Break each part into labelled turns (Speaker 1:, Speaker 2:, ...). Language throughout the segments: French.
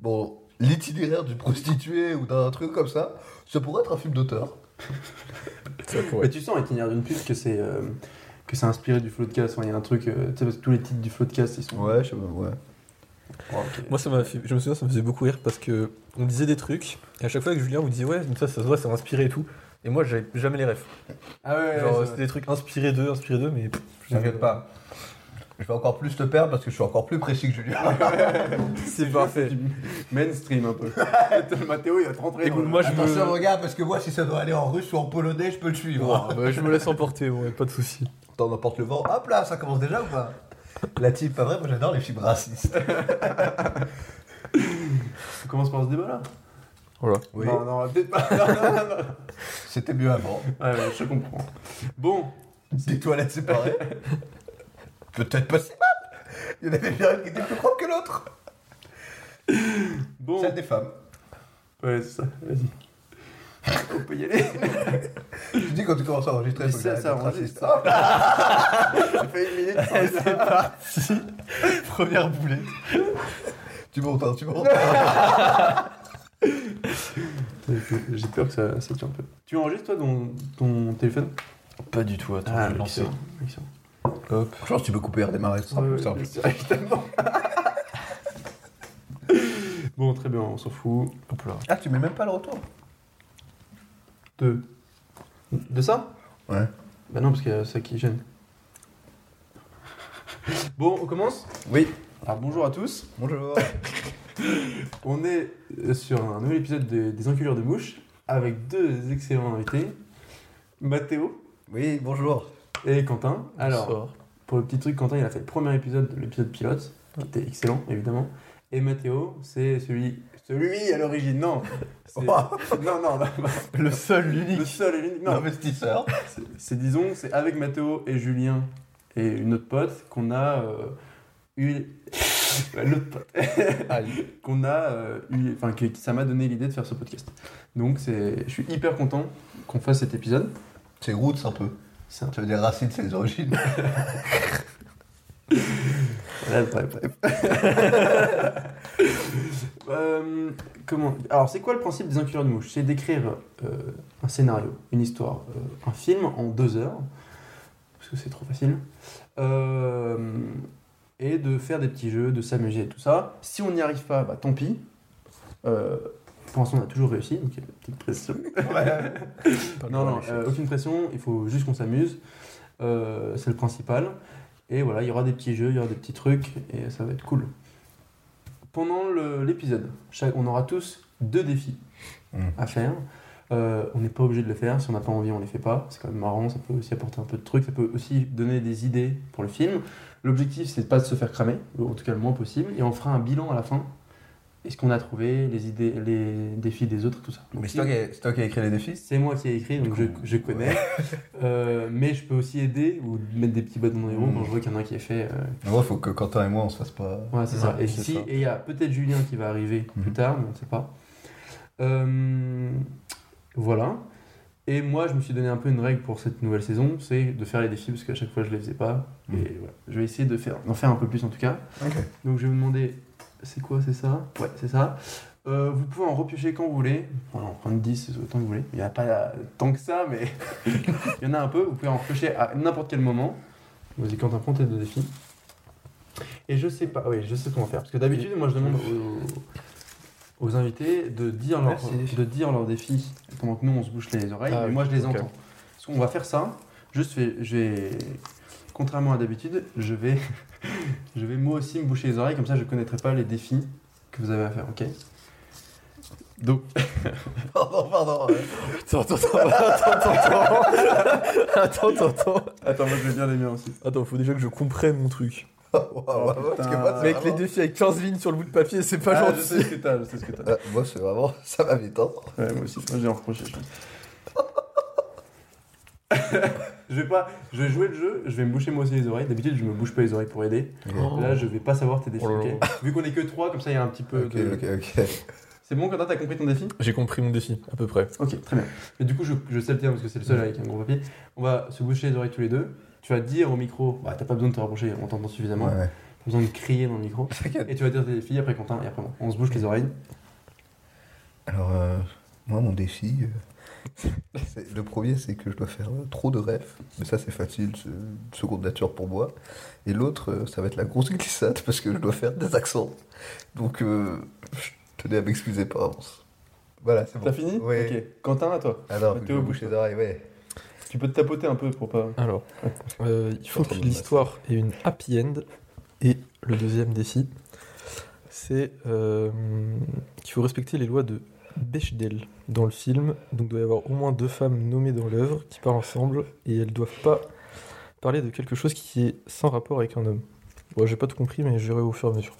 Speaker 1: bon, l'itinéraire d'une prostituée ou d'un truc comme ça, ça pourrait être un film d'auteur.
Speaker 2: Ça pourrait.
Speaker 3: Mais Bah, tu sens, Itinéraire d'une pute, que c'est euh, que c'est inspiré du Floodcast. Enfin, Il y a un truc, euh, tu sais, parce que tous les titres du Floodcast, ils sont.
Speaker 1: Ouais, je sais pas, ouais.
Speaker 3: Oh, ok.
Speaker 2: Moi, ça m'a fait- je me souviens, ça me faisait beaucoup rire parce que on disait des trucs, et à chaque fois que Julien vous disait, ouais, ça, ça se voit, ça m'a inspiré et tout. Et moi, j'avais jamais les refs.
Speaker 3: Ah ouais, ouais,
Speaker 2: Genre,
Speaker 3: ouais,
Speaker 2: c'était des trucs inspirés d'eux, inspirés d'eux, mais. pff, je savais
Speaker 1: T'inquiète pas. Je vais encore plus te perdre parce que je suis encore plus précis que Julien.
Speaker 2: C'est parfait.
Speaker 3: mainstream un peu. Mathéo, il va te rentrer.
Speaker 2: Écoute,
Speaker 3: dans le-
Speaker 2: moi, je
Speaker 1: Attention,
Speaker 2: me...
Speaker 1: regarde, parce que moi, si ça doit aller en russe ou en polonais, je peux le suivre.
Speaker 2: Ouais, bah, je me laisse emporter, ouais, pas de souci.
Speaker 1: T'en emportes le vent. Hop là, ça commence déjà ou pas La type, pas vrai, moi j'adore les films racistes.
Speaker 3: On commence par ce débat là
Speaker 2: Voilà.
Speaker 1: Oui,
Speaker 3: Non, non, peut-être pas. Non, non, non, non.
Speaker 1: c'était mieux avant.
Speaker 3: Ouais, ouais, je comprends. Bon,
Speaker 1: Des toilettes séparées. Peut-être pas si mal. Il y en avait bien une qui était plus propre que l'autre.
Speaker 2: Oh.
Speaker 3: bon.
Speaker 1: Celle des femmes.
Speaker 3: Ouais, c'est ça, vas-y. On peut y aller.
Speaker 1: Je dis quand tu commences à enregistrer,
Speaker 3: Mais
Speaker 1: faut que
Speaker 3: ça,
Speaker 1: j'arrête
Speaker 3: ça
Speaker 1: d'être Oh,
Speaker 3: enregistre. Eh,
Speaker 1: raciste. Hop.
Speaker 3: Ça fait une minute. sans-
Speaker 2: Première boulette.
Speaker 1: Tu montes, hein, tu montes.
Speaker 3: J'ai peur que ça, ça tue un peu. Tu enregistres toi ton, ton téléphone
Speaker 2: Pas du tout,
Speaker 3: Ah,
Speaker 2: attends, je vais le lancer.
Speaker 3: excellent, excellent.
Speaker 2: Hop.
Speaker 1: Je pense que tu peux couper et redémarrer, ce sera
Speaker 3: Ouais,
Speaker 1: plus
Speaker 3: ouais,
Speaker 1: simple.
Speaker 3: c'est vrai, Euh, évidemment. Bon, très bien, on s'en fout.
Speaker 2: Hop là.
Speaker 1: Ah, tu mets même pas le retour
Speaker 3: De. De ça
Speaker 1: Ouais.
Speaker 3: Bah non, parce que c'est ça qui gêne. Bon, on commence
Speaker 1: Oui.
Speaker 3: Alors bonjour à tous.
Speaker 1: Bonjour.
Speaker 3: On est euh, sur un nouvel épisode de- des Enculures de Mouche avec deux excellents invités, Mathéo
Speaker 1: Oui, bonjour.
Speaker 3: et Quentin. Alors,
Speaker 2: Bonsoir.
Speaker 3: pour le petit truc, Quentin, il a fait le premier épisode, l'épisode pilote, qui était excellent, évidemment. Et Mathéo, c'est celui, celui à l'origine, non c'est-
Speaker 1: Wow.
Speaker 3: Non, non, non,
Speaker 2: le seul, l'unique.
Speaker 3: le seul et l'unique, non.
Speaker 1: L'investisseur.
Speaker 3: C'est- C'est, disons, c'est avec Mathéo et Julien et une autre pote qu'on a euh, eu... Bah, L'autre pote.
Speaker 1: Ah,
Speaker 3: qu'on a euh, eu... Enfin, que ça m'a donné l'idée de faire ce podcast. Donc, c'est, je suis hyper content qu'on fasse cet épisode.
Speaker 1: C'est roots un peu.
Speaker 3: C'est un
Speaker 1: Ça veut dire racine, c'est les origines.
Speaker 3: Bref, bref, Euh, comment Alors, c'est quoi le principe des enculeurs de mouches C'est d'écrire euh, un scénario, une histoire, euh, un film en deux heures, parce que c'est trop facile, euh, et de faire des petits jeux, de s'amuser et tout ça. Si on n'y arrive pas, bah tant pis. Euh, pour l'instant, on a toujours réussi, donc il y a une petite pression. Non, non, euh, aucune pression, il faut juste qu'on s'amuse. Euh, c'est le principal. Et voilà, il y aura des petits jeux, il y aura des petits trucs, et ça va être cool. Pendant le- l'épisode, chaque- on aura tous deux défis
Speaker 1: Mm.
Speaker 3: à faire. Euh, on n'est pas obligé de le faire, si on n'a pas envie, on les fait pas. C'est quand même marrant, ça peut aussi apporter un peu de trucs, ça peut aussi donner des idées pour le film. L'objectif, c'est de pas de se faire cramer, ou en tout cas le moins possible, et on fera un bilan à la fin. Est-ce qu'on a trouvé les idées, les défis des autres, tout ça. Donc,
Speaker 1: Mais c'est
Speaker 3: si-
Speaker 1: toi, qui as- c'est toi qui as écrit les défis
Speaker 3: c'est moi qui ai écrit, donc je, je connais. Euh, mais je peux aussi aider ou mettre des petits bâtons dans les roues
Speaker 1: Mm.
Speaker 3: quand je vois qu'il y en a un qui est fait. euh,
Speaker 1: En vrai, faut que Quentin et moi, on se fasse pas.
Speaker 3: Ouais, c'est ça.
Speaker 2: Ouais,
Speaker 3: Et
Speaker 2: c'est
Speaker 3: si-
Speaker 2: ça.
Speaker 3: et il y a peut-être Julien qui va arriver plus
Speaker 1: Mhm.
Speaker 3: tard, mais on ne sait pas. Euh, voilà. Et moi, je me suis donné un peu une règle pour cette nouvelle saison, c'est de faire les défis parce qu'à chaque fois je les faisais pas.
Speaker 1: Mhm.
Speaker 3: Et voilà. Je vais essayer de faire, d'en faire un peu plus en tout cas.
Speaker 1: Ok.
Speaker 3: Donc je vais vous demander, c'est quoi, c'est ça Ouais, c'est ça. Euh, vous pouvez en repiocher quand vous voulez. Voilà, en prendre 10, autant que vous voulez. Il n'y en a pas euh, tant que ça, mais il y en a un peu. Vous pouvez en repiocher à n'importe quel moment. Vas-y, Quentin, prends tes deux défis. Et je sais pas, oui, je sais comment faire. Parce que d'habitude, moi, je demande aux, aux invités de dire, leur,
Speaker 1: Merci.
Speaker 3: de dire leurs défis pendant que nous, on se bouche les oreilles.
Speaker 2: Ah
Speaker 3: mais
Speaker 2: oui,
Speaker 3: moi, je les
Speaker 2: ok.
Speaker 3: entends. Parce qu'on va faire ça. Juste, je vais- je vais. Contrairement à d'habitude, je vais, je vais moi aussi me boucher les oreilles, comme ça je ne connaîtrai pas les défis que vous avez à faire, ok Donc,
Speaker 1: Pardon, pardon.
Speaker 2: Attends, attends, attends, attends, attends. Attends, attends.
Speaker 3: Attends, moi je vais bien les miens aussi.
Speaker 2: Attends, faut déjà que je comprenne mon truc.
Speaker 1: Waouh, waouh,
Speaker 3: Oh,
Speaker 1: waouh, parce que
Speaker 3: putain.
Speaker 1: moi, c'est
Speaker 2: Mec,
Speaker 1: vraiment-
Speaker 2: les défis avec 15 lignes sur le bout de papier, c'est pas
Speaker 3: Ah, je sais
Speaker 2: gentil.
Speaker 3: ce que t'as, je sais ce que t'as.
Speaker 1: Euh, moi, c'est vraiment. Ça va vite, hein.
Speaker 3: Ouais, moi aussi, moi j'ai en reproché, je pense. je vais pas, je vais jouer le jeu, je vais me boucher moi aussi les oreilles. D'habitude, je me bouche pas les oreilles pour aider.
Speaker 2: Oh.
Speaker 3: Là, je vais pas savoir tes défis,
Speaker 2: Oh là
Speaker 3: ok Vu qu'on est que trois, comme ça il y a un petit peu
Speaker 1: Ok,
Speaker 3: de-
Speaker 1: ok, ok.
Speaker 3: C'est bon, Quentin, t'as compris ton défi
Speaker 2: J'ai compris mon défi, à peu près.
Speaker 3: Ok, très bien. Mm. Mais du coup, je, je sais le terme parce que c'est le seul avec un gros papier. On va se boucher les oreilles tous les deux. Tu vas dire au micro, bah t'as pas besoin de te rapprocher, on t'entend suffisamment.
Speaker 1: Ouais, ouais.
Speaker 3: Pas besoin de crier dans le micro.
Speaker 1: T'inquiète.
Speaker 3: Et tu vas dire tes filles après Quentin et après moi. On se bouge les oreilles.
Speaker 1: Alors, euh, moi, mon défi. euh, c'est- le premier, c'est que je dois faire euh, trop de rêves. Mais ça, c'est facile, c'est une seconde nature pour moi. Et l'autre, euh, ça va être la grosse glissade parce que je dois faire des accents. Donc, euh, je tenais à m'excuser par avance. Voilà, c'est bon.
Speaker 3: T'as fini
Speaker 1: Ouais.
Speaker 3: Ok. Quentin, à toi.
Speaker 1: Alors,
Speaker 3: Mathéo,
Speaker 1: Ah je me bouche
Speaker 3: bouge-toi.
Speaker 1: les oreilles, ouais.
Speaker 3: Tu peux te tapoter un peu pour pas.
Speaker 2: Alors, euh, il faut
Speaker 1: Pas trop
Speaker 2: que
Speaker 1: de masse.
Speaker 2: l'histoire ait une happy end. Et le deuxième défi, c'est euh, qu'il faut respecter les lois de Bechdel dans le film. Donc, il doit y avoir au moins deux femmes nommées dans l'œuvre qui parlent ensemble et elles doivent pas parler de quelque chose qui est sans rapport avec un homme. Bon, j'ai pas tout compris, mais j'irai au fur et à mesure.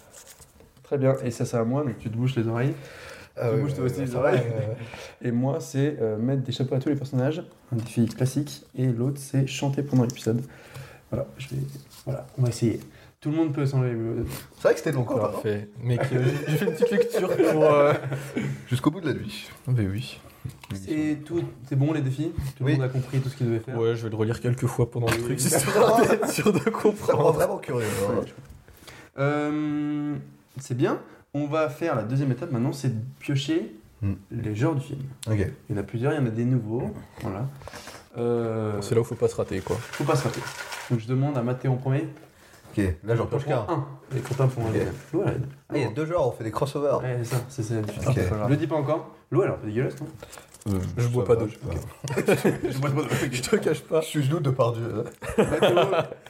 Speaker 3: Très bien. Et ça, c'est à moi, donc tu te bouches les oreilles.
Speaker 1: Ah,
Speaker 3: Tu
Speaker 1: ouais,
Speaker 3: bouges toi
Speaker 1: ouais,
Speaker 3: aussi
Speaker 1: ouais,
Speaker 3: les
Speaker 1: ouais,
Speaker 3: oreilles.
Speaker 1: ouais, ouais.
Speaker 3: Et moi, c'est euh, mettre des chapeaux à tous les personnages, un défi classique, et l'autre, c'est chanter pendant l'épisode. Voilà, je vais... voilà, on va essayer. Tout le monde peut s'enlever le...
Speaker 1: C'est vrai que c'était long, quand même, hein.
Speaker 2: Parfait. Mec, euh, j'ai fait une petite lecture pour. euh,
Speaker 1: Jusqu'au bout de la nuit.
Speaker 2: Ah, Mais oui.
Speaker 3: Et tout, c'est bon les défis Tout
Speaker 1: Oui.
Speaker 3: le monde a compris tout ce qu'il devait faire
Speaker 2: Ouais, je vais le relire quelques fois pendant le truc,
Speaker 1: oui.
Speaker 2: histoire d'être sûr de
Speaker 1: Ça me rend
Speaker 2: comprendre.
Speaker 1: vraiment curieux. hein.
Speaker 3: Ouais. Euh, c'est bien, on va faire la deuxième étape maintenant, c'est de piocher
Speaker 1: Hmm.
Speaker 3: les genres du film.
Speaker 1: Ok.
Speaker 3: Il y en a plusieurs, il y en a des nouveaux, voilà. Euh,
Speaker 2: C'est là où faut pas se rater, quoi.
Speaker 3: faut pas se rater. Donc je demande à Mathéo en premier.
Speaker 1: Ok, là, j'en pioche qu'un.
Speaker 3: Un. Et Quentin pour un
Speaker 1: Ok.
Speaker 3: deuxième. Voilà.
Speaker 1: Ah, il y a Ah, deux genres, on fait des crossovers.
Speaker 3: Ouais, c'est ça, c'est c'est la différence.
Speaker 1: Ok.
Speaker 3: Je le dis pas encore. L'eau, elle est un peu dégueulasse, non
Speaker 1: Euh,
Speaker 2: Je bois
Speaker 1: ça
Speaker 2: pas
Speaker 1: va,
Speaker 2: d'eau.
Speaker 1: je sais pas.
Speaker 3: Je bois pas
Speaker 2: Je te cache pas.
Speaker 1: Je suis genou de par Dieu.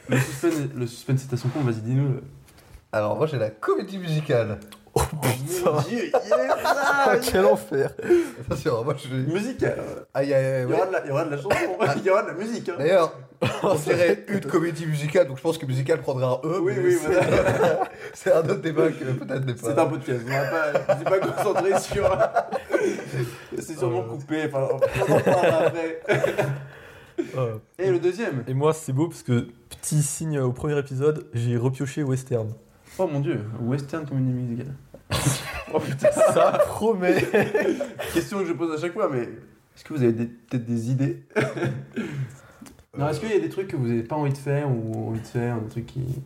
Speaker 3: Le suspense, le suspense c'est à son con, vas-y, dis-nous. le-
Speaker 1: Alors moi j'ai la comédie musicale. Oh,
Speaker 3: Mon Dieu, il est
Speaker 2: Ah,
Speaker 3: là
Speaker 2: quel enfer
Speaker 1: Attention, moi je suis...
Speaker 3: Musique euh,
Speaker 1: Aïe aïe aïe.
Speaker 3: il, y
Speaker 1: ouais.
Speaker 3: aura de la, il y aura de la chanson,
Speaker 1: Ah.
Speaker 3: il y aura de la musique. hein.
Speaker 1: D'ailleurs, on dirait une comédie musicale, donc je pense que musicale prendra un E.
Speaker 3: Oui,
Speaker 1: mais
Speaker 3: oui,
Speaker 1: c'est- C'est un autre débat que peut-être n'est pas.
Speaker 3: C'est un podcast, on va pas, je suis pas concentré sur. C'est sûrement coupé, enfin, on en parle après. Et le deuxième
Speaker 2: Euh, Et moi, c'est beau parce que, petit signe au premier épisode, j'ai repioché western.
Speaker 3: Oh mon dieu, western comédie musicale. oh putain,
Speaker 2: Ça Ah, promet
Speaker 3: question que je pose à chaque fois, mais est-ce que vous avez des- peut-être des idées Non, est-ce qu'il y a des trucs que vous n'avez pas envie de faire ou envie de faire, des trucs qui.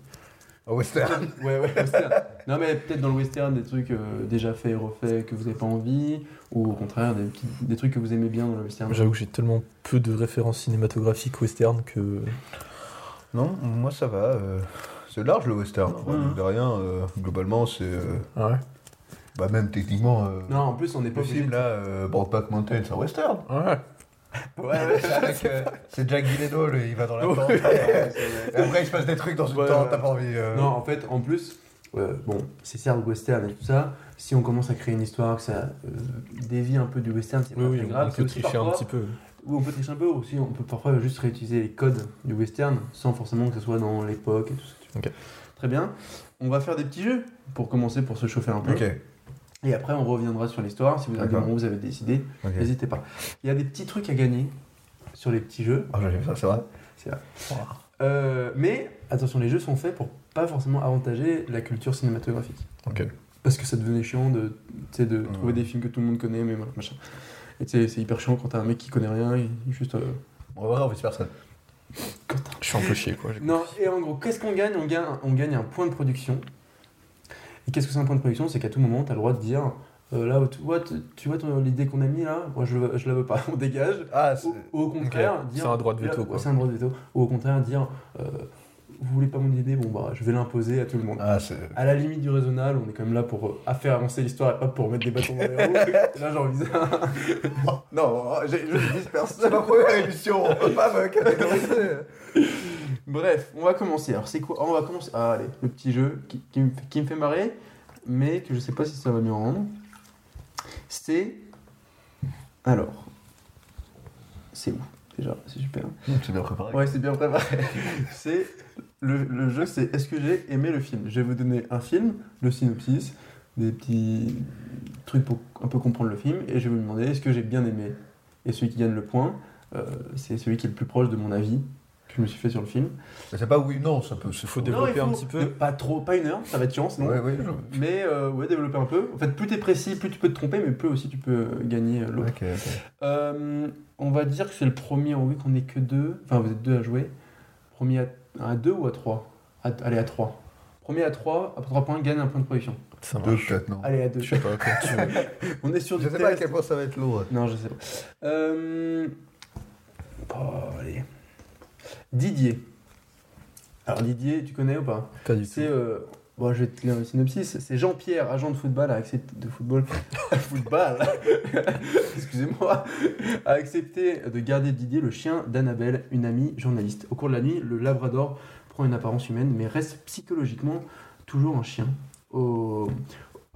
Speaker 1: Un western.
Speaker 3: Ouais, ouais, western. non, mais peut-être dans le western, des trucs euh, déjà faits et refaits que vous n'avez pas envie, ou au contraire, des, petits- des trucs que vous aimez bien dans le western.
Speaker 2: J'avoue que j'ai tellement peu de références cinématographiques western que.
Speaker 1: Non, moi ça va. euh, C'est large le western. hein.
Speaker 3: Mhm.
Speaker 1: Mine De rien, euh, globalement c'est... euh,
Speaker 2: Ouais.
Speaker 1: Bah même techniquement... euh,
Speaker 3: Non, en plus, on n'est pas
Speaker 1: Le
Speaker 3: obligé.
Speaker 1: film là, euh, Brokeback Mountain, c'est un western.
Speaker 2: Ouais.
Speaker 3: Ouais, ouais,
Speaker 1: Avec, euh, c'est Jack Gyllenhaal, il va dans la
Speaker 2: Ouais.
Speaker 1: tente. Et après il se passe des trucs dans une
Speaker 2: Ouais,
Speaker 1: tente,
Speaker 3: ouais.
Speaker 1: t'as pas envie... euh,
Speaker 3: Non, en fait, en plus, euh, bon, c'est certes western et tout ça. Si on commence à créer une histoire, que ça euh, dévie un peu du western, c'est
Speaker 2: Oui,
Speaker 3: pas
Speaker 2: oui,
Speaker 3: très grave.
Speaker 2: on
Speaker 3: c'est
Speaker 2: peut
Speaker 3: aussi
Speaker 2: tricher un
Speaker 3: parfois-
Speaker 2: petit peu.
Speaker 3: Ou on peut tricher un peu, ou aussi on peut parfois juste réutiliser les codes du western sans forcément que ce soit dans l'époque et tout ça. tu vois.
Speaker 2: Ok.
Speaker 3: Très bien. On va faire des petits jeux pour commencer, pour se chauffer un peu.
Speaker 1: Ok,
Speaker 3: Et après, on reviendra sur l'histoire. Si vous avez des
Speaker 1: D'accord.
Speaker 3: moments où vous avez décidé,
Speaker 1: ok.
Speaker 3: n'hésitez pas. Il y a des petits trucs à gagner sur les petits jeux.
Speaker 1: Ah j'aime ça, c'est vrai.
Speaker 3: Euh, mais attention, les jeux sont faits pour pas forcément avantager la culture cinématographique.
Speaker 1: Ok.
Speaker 3: Parce que ça devenait chiant de, tu sais, de
Speaker 1: Ouais.
Speaker 3: trouver des films que tout le monde connaît, mais voilà, machin. Et tu sais, c'est hyper chiant quand t'as un mec qui connaît rien, il, il juste. euh,
Speaker 1: On va voir, on vise personne.
Speaker 2: Je suis un peu chier, quoi. j'ai
Speaker 3: Non,
Speaker 2: compris.
Speaker 3: et en gros, qu'est-ce qu'on gagne on, gagne on gagne un point de production. Et qu'est-ce que c'est un point de production C'est qu'à tout moment, t'as le droit de dire euh, là, tu vois, tu- tu vois ton- l'idée qu'on a mis là Moi, je, je la veux pas, on dégage.
Speaker 1: Ah, c'est...
Speaker 3: Ou, ou au contraire,
Speaker 2: Ok,
Speaker 3: dire.
Speaker 2: c'est un droit de veto,
Speaker 3: là,
Speaker 2: quoi.
Speaker 3: C'est un droit de veto. Ou au contraire, dire euh, vous voulez pas mon idée Bon, bah, je vais l'imposer à tout le monde.
Speaker 1: Ah, c'est...
Speaker 3: À la limite du raisonnable, on est quand même là pour euh, à faire avancer l'histoire et pas pour mettre des bâtons dans les roues. là, j'ai envie de-
Speaker 1: Non, j'ai- je me disperse. C'est ma première émission, on peut pas me catégoriser.
Speaker 3: Bref, on va commencer. Alors, c'est quoi On va commencer. Ah, allez, le petit jeu qui, qui me, fait- qui me fait marrer, mais que je sais pas si ça va bien rendre. C'est. Alors. C'est où Déjà, c'est super.
Speaker 1: Tu Hmm, bien préparé.
Speaker 3: Ouais, c'est bien préparé. c'est. Le, le jeu, c'est est-ce que j'ai aimé le film Je vais vous donner un film, le synopsis, des petits trucs pour un peu comprendre le film, et je vais vous demander est-ce que j'ai bien aimé Et celui qui gagne le point, euh, c'est celui qui est le plus proche de mon avis que je me suis fait sur le film.
Speaker 1: C'est pas oui, non, ça peut. C'est
Speaker 2: Faut
Speaker 1: faux.
Speaker 2: développer
Speaker 3: Non, il
Speaker 2: un
Speaker 3: faut
Speaker 2: petit peu.
Speaker 3: de- Pas trop, pas une heure, ça va être chiant sinon.
Speaker 1: Ouais, ouais, je...
Speaker 3: Mais euh, ouais, développer un peu. En fait, plus t'es précis, plus tu peux te tromper, mais plus aussi tu peux euh, gagner euh, l'autre.
Speaker 1: Ok, ok.
Speaker 3: Euh, on va dire que c'est le premier, on vu qu'on est que deux. Enfin, vous êtes deux à jouer. Premier à, à deux ou à trois À- Allez, à trois. Premier à 3, à 3 points, gagne un point de production.
Speaker 4: Ça
Speaker 1: Deux,
Speaker 4: marche.
Speaker 1: peut-être, non.
Speaker 3: Allez, à 2.
Speaker 1: Je sais pas. peut-être, euh,
Speaker 3: On est sur
Speaker 1: Je
Speaker 3: du
Speaker 1: sais pas à
Speaker 3: test.
Speaker 1: quel point ça va être lourd.
Speaker 3: Non, je sais pas. Euh, oh, allez. Didier. Alors, Didier, tu connais ou pas
Speaker 4: Pas du tout.
Speaker 3: C'est. euh, bon, je vais te lire le synopsis. C'est Jean-Pierre, agent de football, a accepté. De football. football Excusez-moi. A accepté de garder Didier, le chien d'Annabelle, une amie journaliste. Au cours de la nuit, le Labrador prend une apparence humaine, mais reste psychologiquement toujours un chien. Au-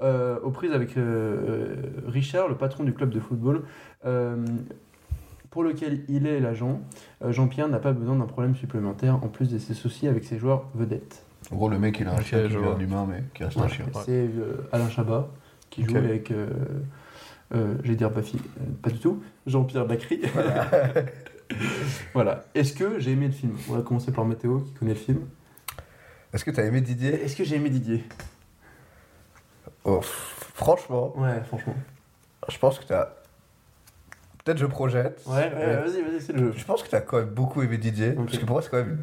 Speaker 3: euh, aux prises avec euh, euh, Richard, le patron du club de football, euh, pour lequel il est l'agent, euh, Jean-Pierre n'a pas besoin d'un problème supplémentaire en plus de ses soucis avec ses joueurs vedettes.
Speaker 1: En gros, le mec, il a un
Speaker 4: Ok,
Speaker 1: chien qui
Speaker 4: je
Speaker 1: est
Speaker 4: vois.
Speaker 1: un humain, mais qui reste un
Speaker 3: Ouais,
Speaker 1: chien.
Speaker 4: Ouais.
Speaker 3: C'est euh, Alain Chabat qui joue
Speaker 1: Ok.
Speaker 3: avec. euh, euh, J'allais dire Bafi, euh, pas du tout. Jean-Pierre Bacry. Voilà. Est-ce que j'ai aimé le film On va commencer par Mathéo qui connaît le film.
Speaker 1: Est-ce que t'as aimé Didier
Speaker 3: Est-ce que j'ai aimé Didier
Speaker 1: Oh, f- Franchement,
Speaker 3: Ouais, franchement.
Speaker 1: je pense que t'as. Peut-être je projette.
Speaker 3: Ouais, ouais,
Speaker 1: Euh,
Speaker 3: vas-y, vas-y, c'est le jeu.
Speaker 1: Je pense que t'as quand même beaucoup aimé Didier,
Speaker 3: Ok.
Speaker 1: parce que pour moi c'est quand même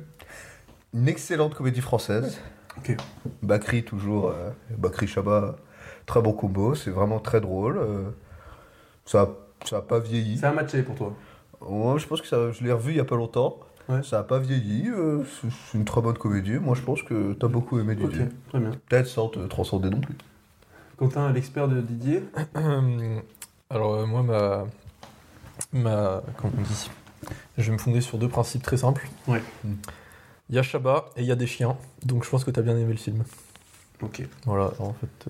Speaker 1: une excellente comédie française.
Speaker 3: Ok.
Speaker 1: Bakri toujours, euh, Bakri Chabat, très bon combo, c'est vraiment très drôle. euh, ça ça a pas vieilli.
Speaker 3: C'est un match aller pour toi.
Speaker 1: Ouais, je pense que ça, je l'ai revu il y a pas longtemps.
Speaker 3: Ouais.
Speaker 1: Ça a pas vieilli, euh, c'est c'est une très bonne comédie. Moi je pense que t'as beaucoup aimé
Speaker 3: Ok,
Speaker 1: Didier.
Speaker 3: très bien.
Speaker 1: Peut-être sans te transcender non plus.
Speaker 3: Quentin, l'expert de Didier.
Speaker 4: Hum, Alors, euh, moi, ma. Ma. Comment on dit Je vais me fonder sur deux principes très simples.
Speaker 3: Ouais.
Speaker 2: Hmm.
Speaker 1: Mm.
Speaker 4: Il y a Shabba et il y a des chiens, donc je pense que t'as bien aimé le film.
Speaker 3: Ok.
Speaker 4: Voilà, en fait.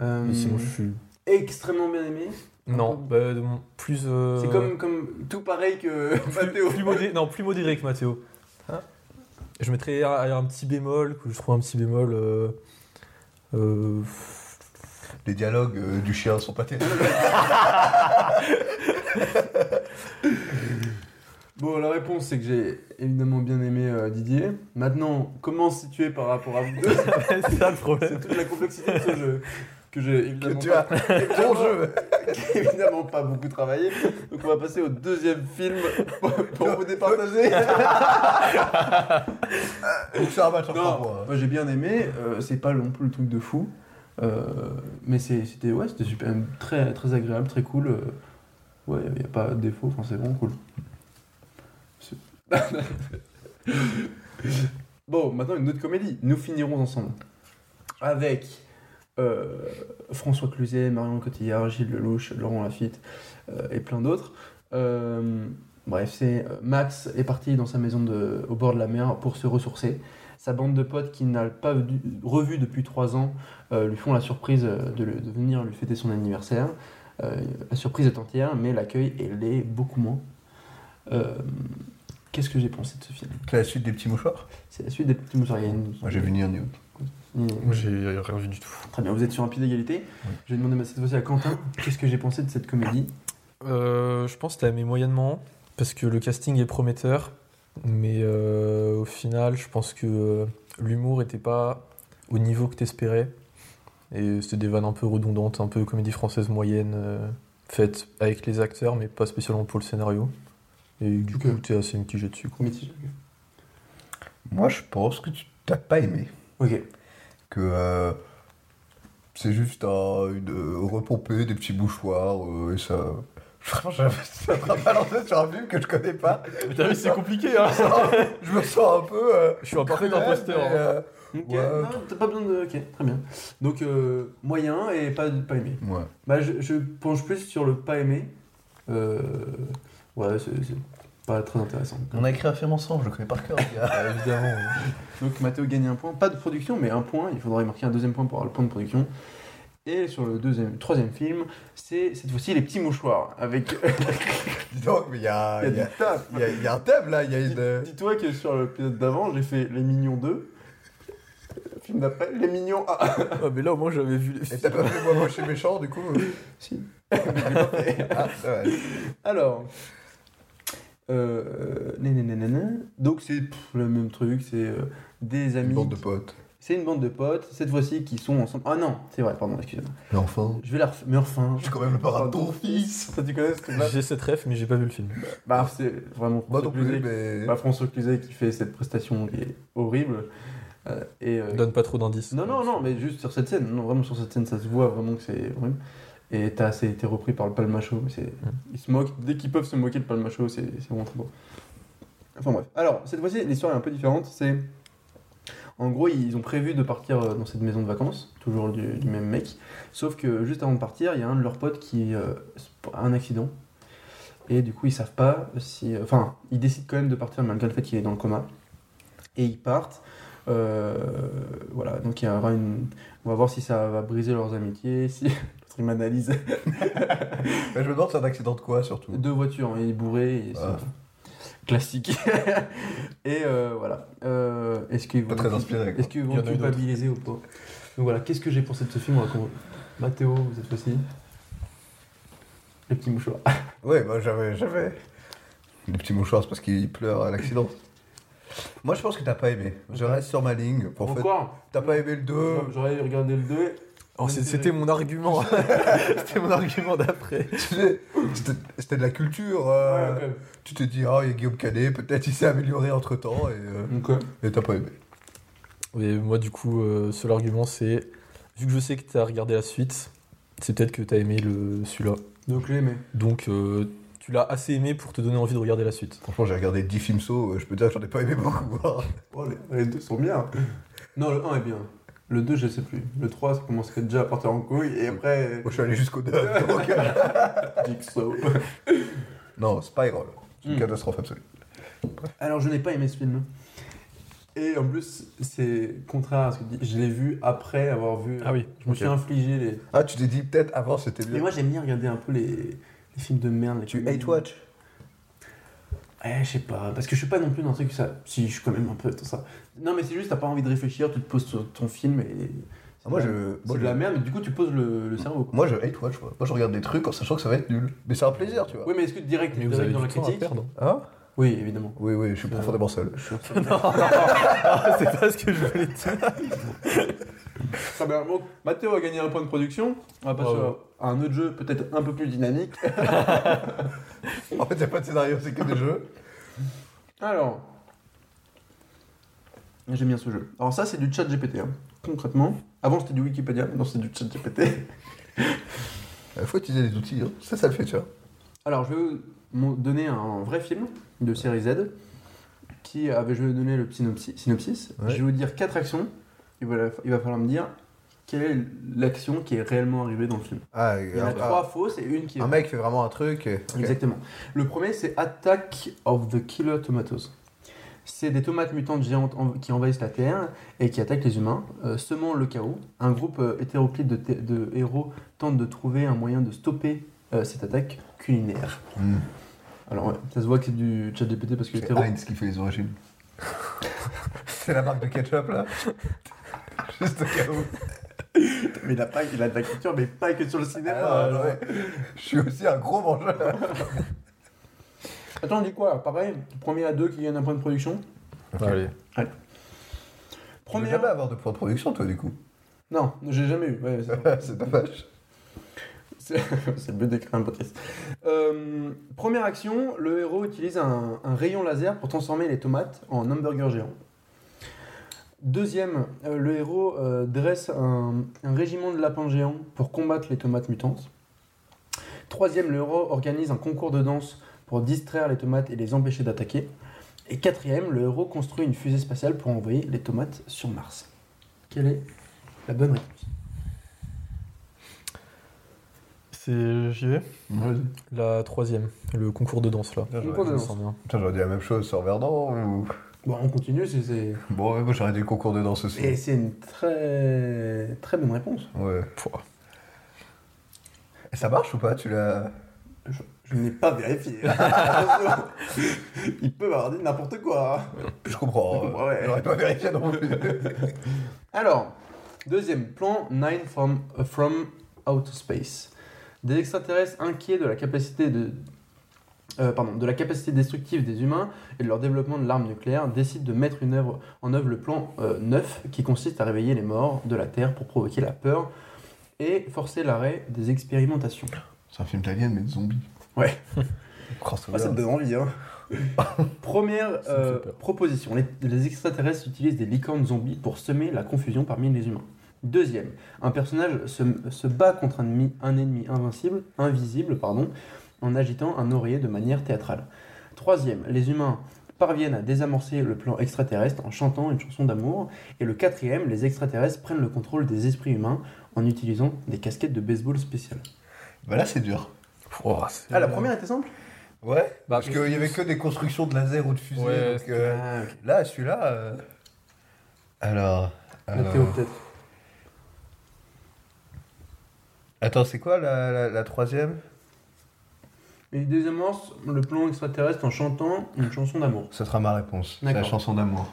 Speaker 4: euh,
Speaker 2: Hmm.
Speaker 4: mais sinon, je suis.
Speaker 3: Extrêmement bien aimé.
Speaker 4: Non, bah, euh, plus. euh,
Speaker 3: C'est comme, comme tout pareil que
Speaker 4: plus,
Speaker 3: Mathéo.
Speaker 4: plus modé- non, plus modéré que Mathéo. Hein je mettrais un, un petit bémol, que je trouve un petit bémol. euh, euh,
Speaker 1: Les dialogues euh, du chien sont pas terribles.
Speaker 3: Bon, la réponse, c'est que j'ai évidemment bien aimé euh, Didier. Maintenant, comment se situer par rapport à vous deux
Speaker 4: c'est ça le
Speaker 3: C'est
Speaker 4: problème.
Speaker 3: toute la complexité de ce jeu que j'ai évidemment,
Speaker 1: tu
Speaker 3: pas-
Speaker 1: as ton jeu
Speaker 3: j'ai évidemment pas beaucoup travaillé. Donc, on va passer au deuxième film pour, pour vous départager.
Speaker 1: Donc c'est un match en
Speaker 3: non,
Speaker 1: trois points, hein.
Speaker 3: moi, j'ai bien aimé. euh, c'est pas non plus le truc de fou. Euh, mais c'est- c'était ouais, c'était super, très, très agréable, très cool. euh, ouais, y a pas de défaut, enfin, c'est vraiment cool. C'est- bon, maintenant une autre comédie. Nous finirons ensemble. Avec euh, François Cluzet, Marion Cotillard, Gilles Lelouch, Laurent Lafitte euh, et plein d'autres. Euh, bref, c'est euh, Max est parti dans sa maison de, au bord de la mer pour se ressourcer. Sa bande de potes qui n'a pas vu- revu depuis trois ans euh, lui font la surprise euh, de, le- de venir lui fêter son anniversaire. Euh, la surprise est entière, mais l'accueil, elle l'est beaucoup moins. Euh, Qu'est-ce que j'ai pensé de ce film
Speaker 1: C'est la suite des petits mouchoirs
Speaker 3: C'est la suite des petits mouchoirs. il y a une-
Speaker 1: Moi j'ai vu ni un ni l'autre.
Speaker 3: une-
Speaker 4: Moi, j'ai rien vu du tout.
Speaker 3: Très bien, vous êtes sur un pied d'égalité.
Speaker 1: Oui.
Speaker 3: Je vais demander ma- cette fois-ci à Quentin qu'est-ce que j'ai pensé de cette comédie.
Speaker 4: Euh, je pense que t'as aimé moyennement, parce que le casting est prometteur, mais euh, au final, je pense que euh, l'humour était pas au niveau que t'espérais. Et c'était des vannes un peu redondantes, un peu comédie française moyenne, euh, faite avec les acteurs, mais pas spécialement pour le scénario. Et du
Speaker 3: Ok.
Speaker 4: coup, t'es assez mitigé dessus. quoi.
Speaker 3: Comédie.
Speaker 1: Moi je pense que tu t'as pas aimé.
Speaker 3: Ok.
Speaker 1: Que euh, c'est juste un, une euh, repompée des petits mouchoirs euh, et ça. Franchement, j'ai- ça me balancé sur un film que je connais pas.
Speaker 4: Mais t'as vu, c'est compliqué, hein
Speaker 1: Je me sens un peu. euh,
Speaker 4: Je suis un parfait
Speaker 1: cruel,
Speaker 4: imposteur.
Speaker 1: mais,
Speaker 4: hein.
Speaker 1: euh,
Speaker 3: Ok,
Speaker 1: Ouais.
Speaker 3: non, t'as pas besoin de. Ok, très bien. Donc, euh, moyen et pas, pas aimé.
Speaker 1: ouais.
Speaker 3: Bah, je, je penche plus sur le pas aimé. Euh, Ouais, c'est c'est pas très intéressant.
Speaker 1: On a écrit un film ensemble, je le connais par cœur. les gars.
Speaker 4: Bah, évidemment. ouais.
Speaker 3: Donc, Mathéo gagne un point. Pas de production, mais un point. Il faudra y marquer un deuxième point pour avoir le point de production. Et sur le deuxième, troisième film, c'est cette fois-ci Les Petits Mouchoirs. Avec.
Speaker 1: Dis donc, mais il y
Speaker 4: Ah,
Speaker 1: a,
Speaker 3: Il
Speaker 1: il
Speaker 3: y a du taf.
Speaker 1: y a- il y a un thème là, il y a une. euh,
Speaker 3: Dis- Dis-toi que sur l'épisode d'avant, j'ai fait Les Mignons 2. Le film d'après, Les Mignons A.
Speaker 4: Ah, mais là, au moins, j'avais vu. les-
Speaker 1: Et t'as pas fait moi moche et méchant du coup euh.
Speaker 3: Si.
Speaker 1: Ah, ouais.
Speaker 3: Alors. Euh, nananana. donc c'est pff, le même truc, c'est euh, des
Speaker 1: Une
Speaker 3: amis.
Speaker 1: bande de potes.
Speaker 3: C'est une bande de potes, cette fois-ci qui sont ensemble. Ah non, c'est vrai, pardon, excusez-moi.
Speaker 1: Mais enfin.
Speaker 3: Je vais la refaire. Mais enfin.
Speaker 1: Je suis quand même le parrain de ton fils.
Speaker 3: Ça, tu connais ce truc-là
Speaker 4: J'ai cette ref, mais j'ai pas vu le film.
Speaker 3: Bah, c'est vraiment.
Speaker 1: Moi non
Speaker 3: François
Speaker 1: plus,
Speaker 3: Cluzet.
Speaker 1: mais.
Speaker 3: Bah, François Cluzet qui fait cette prestation qui est horrible. Euh, et, euh,
Speaker 2: Donne pas trop d'indices.
Speaker 3: non, non, non, mais juste sur cette scène. Non, vraiment sur cette scène, ça se voit vraiment que c'est horrible. Et t'as assez été repris par le palmacho. Mais c'est... Ils se moquent. Dès qu'ils peuvent se moquer de palmacho, c'est, c'est vraiment trop beau. Enfin bref. Alors, cette fois-ci, l'histoire est un peu différente. C'est. En gros, ils ont prévu de partir euh, dans cette maison de vacances, toujours du, du même mec. Sauf que juste avant de partir, il y a un de leurs potes qui euh, a un accident. Et du coup, ils savent pas si. Enfin, ils décident quand même de partir malgré le fait qu'il est dans le coma. Et ils partent. Euh, voilà, donc il y aura une. On va voir si ça va briser leurs amitiés, si. L'autre, Il m'analyse
Speaker 1: Mais je me demande, c'est un accident de quoi surtout
Speaker 3: deux voitures, hein, il est bourré et c'est
Speaker 1: Ah.
Speaker 3: classique. et euh, voilà. Euh, est-ce qu'ils
Speaker 1: Pas
Speaker 3: vont,
Speaker 1: très inspiré. quoi.
Speaker 3: est-ce qu'ils
Speaker 2: Il
Speaker 3: vont
Speaker 2: y en a eu d'autres.
Speaker 3: culpabiliser ou pas Donc voilà, qu'est-ce que j'ai pensé de ce film On va con- Mathéo, cette fois-ci. Le petit mouchoir.
Speaker 1: Ouais, bah j'avais, j'avais. Les petits mouchoirs, c'est parce qu'il pleure à l'accident. Moi, je pense que t'as pas aimé. Je reste sur ma ligne. En fait,
Speaker 3: Encore
Speaker 1: t'as pas aimé le 2.
Speaker 3: J'aurais regardé le 2.
Speaker 2: Oh, c'est- c'était mon argument. c'était mon argument d'après.
Speaker 1: Tu sais, c'était c'était de la culture. euh, Tu te dis, ah, il y a Guillaume Canet, peut-être il s'est amélioré entre temps et euh, et t'as pas aimé.
Speaker 2: Et moi, du coup, euh, seul argument, c'est vu que je sais que t'as regardé la suite, c'est peut-être que t'as aimé le celui-là.
Speaker 3: Donc je l'ai aimé.
Speaker 2: Donc, euh, tu l'as assez aimé pour te donner envie de regarder la suite.
Speaker 1: Franchement, j'ai regardé 10 films so, euh, je peux dire que j'en ai pas aimé beaucoup. hein.
Speaker 3: Oh, les, les deux sont bien. Non, le 1 est bien. Le 2, je sais plus. Le 3, ça commencerait déjà à partir en couille et après.
Speaker 1: Moi, je suis allé jusqu'au 9. donc, euh,
Speaker 3: Jigsaw.
Speaker 1: Non, Spiral. C'est une
Speaker 3: Hmm.
Speaker 1: catastrophe absolue.
Speaker 3: Alors, je n'ai pas aimé ce film. Et en plus, c'est contraire à ce que tu dis. Je l'ai vu après avoir vu.
Speaker 2: Ah oui,
Speaker 3: Je me
Speaker 2: ok.
Speaker 3: suis infligé les.
Speaker 1: Ah, tu t'es dit, peut-être avant c'était
Speaker 3: Mais
Speaker 1: bien.
Speaker 3: moi, j'aime bien regarder un peu les, les films de merde. les
Speaker 1: Tu
Speaker 3: comédies.
Speaker 1: hate watch
Speaker 3: Ouais, je sais pas. Parce que je suis pas non plus dans un truc que ça. Si, je suis quand même un peu dans ça. Non, mais c'est juste, t'as pas envie de réfléchir, tu te poses sur ton film et.
Speaker 1: Ah, Moi, je.
Speaker 3: C'est
Speaker 1: moi,
Speaker 3: de
Speaker 1: je-
Speaker 3: la merde, mais du coup, tu poses le, le cerveau. quoi.
Speaker 1: Moi je hate watch, moi. Moi, je regarde des trucs en sachant que ça va être nul. Mais c'est un plaisir, tu vois.
Speaker 3: Oui, mais est-ce que direct,
Speaker 2: Mais
Speaker 3: direct
Speaker 2: vous avez
Speaker 3: dans
Speaker 2: du
Speaker 3: la
Speaker 2: temps à
Speaker 3: critique
Speaker 2: perdre.
Speaker 1: Hein
Speaker 3: Oui, évidemment.
Speaker 1: Oui, oui, je suis
Speaker 3: Euh,
Speaker 1: profondément seul.
Speaker 3: Je suis sûr.
Speaker 2: non, non, non, c'est pas ce que je voulais dire.
Speaker 3: Très bien. Bon, Mathéo a gagné un point de production. Euh, On va passer
Speaker 2: Ah ouais.
Speaker 3: à un autre jeu, peut-être un peu plus dynamique.
Speaker 1: En fait, y a pas de scénario, c'est que des jeux.
Speaker 3: Alors, j'aime bien ce jeu. Alors ça, c'est du chat GPT, hein. concrètement. Avant, c'était du Wikipédia, maintenant, c'est du chat GPT.
Speaker 1: Il faut utiliser des outils, hein. ça, ça le fait, tu vois.
Speaker 3: Alors, je vais vous mon- donner un vrai film de série Z qui avait, je vais vous donner le synopsis. synopsis.
Speaker 1: Ouais.
Speaker 3: Je vais vous dire quatre actions. Il va, il va falloir me dire quelle est l'action qui est réellement arrivée dans le film.
Speaker 1: Ah,
Speaker 3: Il y en a
Speaker 1: ah,
Speaker 3: trois fausses et une qui est...
Speaker 1: un mec fait vraiment un truc. et- ok.
Speaker 3: Exactement. Le premier, c'est Attack of the Killer Tomatoes. C'est des tomates mutantes géantes env- qui envahissent la Terre et qui attaquent les humains, euh, semant le chaos. Un groupe euh, hétéroclite de, té- de héros tente de trouver un moyen de stopper euh, cette attaque culinaire.
Speaker 1: Hmm.
Speaker 3: Alors ouais, ça se voit que c'est du chat GPT parce que
Speaker 1: C'est
Speaker 3: hétéro...
Speaker 1: Heinz qui fait les origines. c'est la marque de ketchup, là. Juste au cas où.
Speaker 3: Mais il a, pas, il a de la culture, mais pas que sur le cinéma.
Speaker 1: Ah, ouais. Je suis aussi un gros mangeur.
Speaker 3: Attends, on dit quoi Pareil, premier à deux qui gagne un point de production.
Speaker 2: Allez.
Speaker 1: Tu veux
Speaker 3: Premier.
Speaker 1: jamais avoir de point de production, toi, du coup.
Speaker 3: Non, j'ai jamais eu. Ouais, c'est-
Speaker 1: c'est dommage.
Speaker 3: C'est c'est le but d'écrire un podcast. Euh, première action, le héros utilise un, un rayon laser pour transformer les tomates en hamburger géant. Deuxième, euh, le héros euh, dresse un, un régiment de lapins géants pour combattre les tomates mutantes. Troisième, le héros organise un concours de danse pour distraire les tomates et les empêcher d'attaquer. Et quatrième, le héros construit une fusée spatiale pour envoyer les tomates sur Mars. Quelle est la bonne réponse
Speaker 2: C'est. J'y vais
Speaker 1: Vas-y.
Speaker 2: La troisième, le concours de danse là.
Speaker 1: Putain,
Speaker 3: Concours
Speaker 1: J'aurais
Speaker 2: Je me hein.
Speaker 3: de danse.
Speaker 2: sens bien.
Speaker 1: putain, j'aurais dit la même chose sur Verdant ou.
Speaker 3: Bon, on continue, c'est- c'est...
Speaker 1: Bon, ouais, moi j'aurais dit le concours de danse aussi.
Speaker 3: Et c'est une très très bonne réponse.
Speaker 1: Ouais.
Speaker 2: Pouah.
Speaker 1: Et ça marche ou pas Tu l'as.
Speaker 3: Je, je n'ai pas vérifié. Il peut avoir dit n'importe quoi.
Speaker 1: Je comprends. euh,
Speaker 3: Ouais, ouais.
Speaker 1: J'aurais pas vérifié non plus.
Speaker 3: Alors, deuxième plan 9 from, euh, from Outer Space. Des extraterrestres inquiets de la capacité de euh, pardon, de la capacité destructive des humains et de leur développement de l'arme nucléaire, décident de mettre une œuvre, en œuvre le plan euh, 9 qui consiste à réveiller les morts de la Terre pour provoquer la peur et forcer l'arrêt des expérimentations.
Speaker 1: C'est un film italien mais de zombies.
Speaker 3: Ouais.
Speaker 1: Oh, c'est bien.
Speaker 3: Ah, donne envie, hein. Première
Speaker 2: Ça me fait
Speaker 3: euh,
Speaker 2: peur.
Speaker 3: proposition. Les, les extraterrestres utilisent des licornes zombies pour semer la confusion parmi les humains. Deuxième, un personnage se, se bat contre un ennemi, un ennemi invincible, invisible pardon, en agitant un oreiller de manière théâtrale. Troisième, les humains parviennent à désamorcer le plan extraterrestre en chantant une chanson d'amour. Et le quatrième, les extraterrestres prennent le contrôle des esprits humains en utilisant des casquettes de baseball spéciales.
Speaker 1: Bah là, c'est dur.
Speaker 2: Pouah, c'est-
Speaker 3: Ah, la première était simple
Speaker 1: Ouais,
Speaker 2: Bah,
Speaker 1: parce qu'il y avait que des constructions de laser ou de fusées.
Speaker 2: Ouais,
Speaker 1: donc, euh,
Speaker 3: Ah, ok.
Speaker 1: Là, celui-là. euh, Alors.
Speaker 3: La
Speaker 1: alors-
Speaker 3: Théo, peut-être.
Speaker 1: Attends, c'est quoi la, la- la troisième
Speaker 3: Il désamorce le plan extraterrestre en chantant une chanson d'amour.
Speaker 1: Ça sera ma réponse. C'est la
Speaker 3: D'accord.
Speaker 1: chanson d'amour.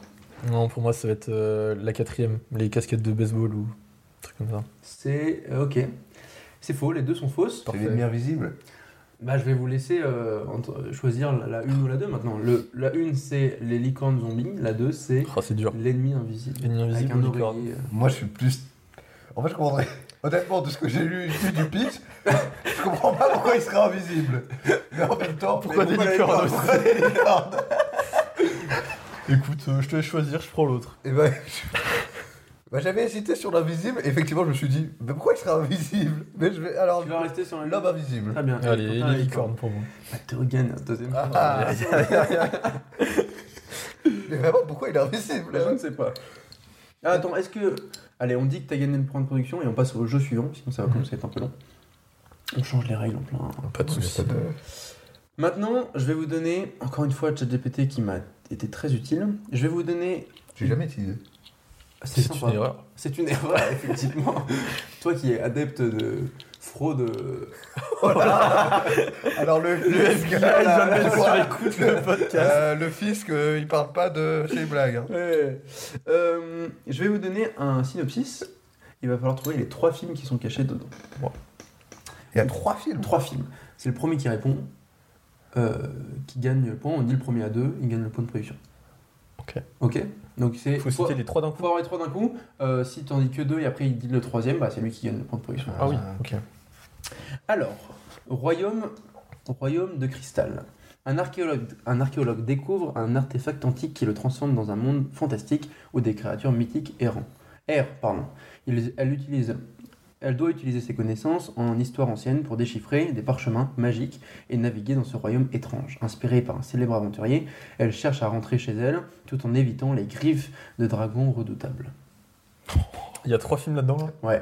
Speaker 2: Non, pour moi, ça va être euh, la quatrième, les casquettes de baseball ou un truc comme ça.
Speaker 3: C'est. euh, ok. C'est faux, les deux sont fausses.
Speaker 1: C'est
Speaker 2: Parfait.
Speaker 1: les lumières visibles.
Speaker 3: Bah, je vais vous laisser euh, entre- choisir la- la une ou la deux maintenant. Le, la une, c'est les licornes zombies. La deux, c'est
Speaker 2: Oh, c'est dur.
Speaker 3: l'ennemi invisible.
Speaker 2: L'ennemi invisible
Speaker 3: Avec
Speaker 2: ou
Speaker 3: un
Speaker 2: licorne.
Speaker 3: oreiller, euh.
Speaker 1: Moi, je suis plus. En fait, je comprendrais. Honnêtement, de ce que j'ai lu j'ai lu du pitch, je comprends pas pourquoi il serait invisible. Mais en même temps,
Speaker 2: Pourquoi
Speaker 1: mais
Speaker 2: des
Speaker 1: la
Speaker 2: licornes
Speaker 1: licorne Pourquoi des licornes
Speaker 2: Écoute, euh, je te laisse choisir, je prends l'autre.
Speaker 1: Et ben, je- bah, j'avais hésité sur l'invisible. Effectivement, je me suis dit, mais pourquoi il serait invisible Mais je vais alors
Speaker 3: Tu vas rester sur la
Speaker 1: l'homme invisible.
Speaker 3: Très bien.
Speaker 2: Allez,
Speaker 3: Quentin,
Speaker 2: Ah, les licornes pour moi.
Speaker 3: Ah, Théogène, deuxième.
Speaker 1: Ah, ah. mais vraiment, pourquoi il est invisible
Speaker 3: Là, je ne sais pas. Ah, attends, est-ce que. Allez, on dit que t'as gagné le point de production et on passe au jeu suivant, sinon ça va commencer à être un peu long. On change les règles en plein.
Speaker 2: Pas de soucis.
Speaker 3: Maintenant, je vais vous donner, encore une fois, ChatGPT qui m'a été très utile. Je vais vous donner.
Speaker 1: J'ai jamais utilisé.
Speaker 3: C'est
Speaker 2: C'est une
Speaker 3: sympa.
Speaker 2: erreur.
Speaker 3: C'est une erreur, effectivement. Toi qui es adepte de fraude. euh,
Speaker 1: Alors le, le
Speaker 2: Ah,
Speaker 1: là,
Speaker 2: ils
Speaker 1: là,
Speaker 2: viennent
Speaker 1: voilà.
Speaker 2: mettre sur écoute le podcast.
Speaker 1: Euh, le fisc, euh, il parle pas de ses blagues. hein.
Speaker 3: Ouais. Euh, je vais vous donner un synopsis. Il va falloir trouver les trois films qui sont cachés dedans.
Speaker 1: Il y a trois films.
Speaker 3: Trois films. C'est le premier qui répond, euh, qui gagne le point. On dit le premier à deux, il gagne le point de production.
Speaker 2: Ok.
Speaker 3: Ok. Donc c'est.
Speaker 2: Faut citer les trois d'un
Speaker 3: faut
Speaker 2: coup.
Speaker 3: avoir les trois d'un coup. Euh, si t'en dis que deux et après il dit le troisième, bah, c'est lui qui gagne le point de production.
Speaker 2: Ah oui,
Speaker 1: Ah,
Speaker 2: ok.
Speaker 3: Alors, royaume, royaume de cristal. Un archéologue, un archéologue découvre un artefact antique qui le transforme dans un monde fantastique où des créatures mythiques errant. Errent, pardon. Il- elle, utilise, elle doit utiliser ses connaissances en histoire ancienne pour déchiffrer des parchemins magiques et naviguer dans ce royaume étrange. Inspirée par un célèbre aventurier, elle cherche à rentrer chez elle tout en évitant les griffes de dragons redoutables.
Speaker 2: Il y a trois films là-dedans. là
Speaker 3: Ouais.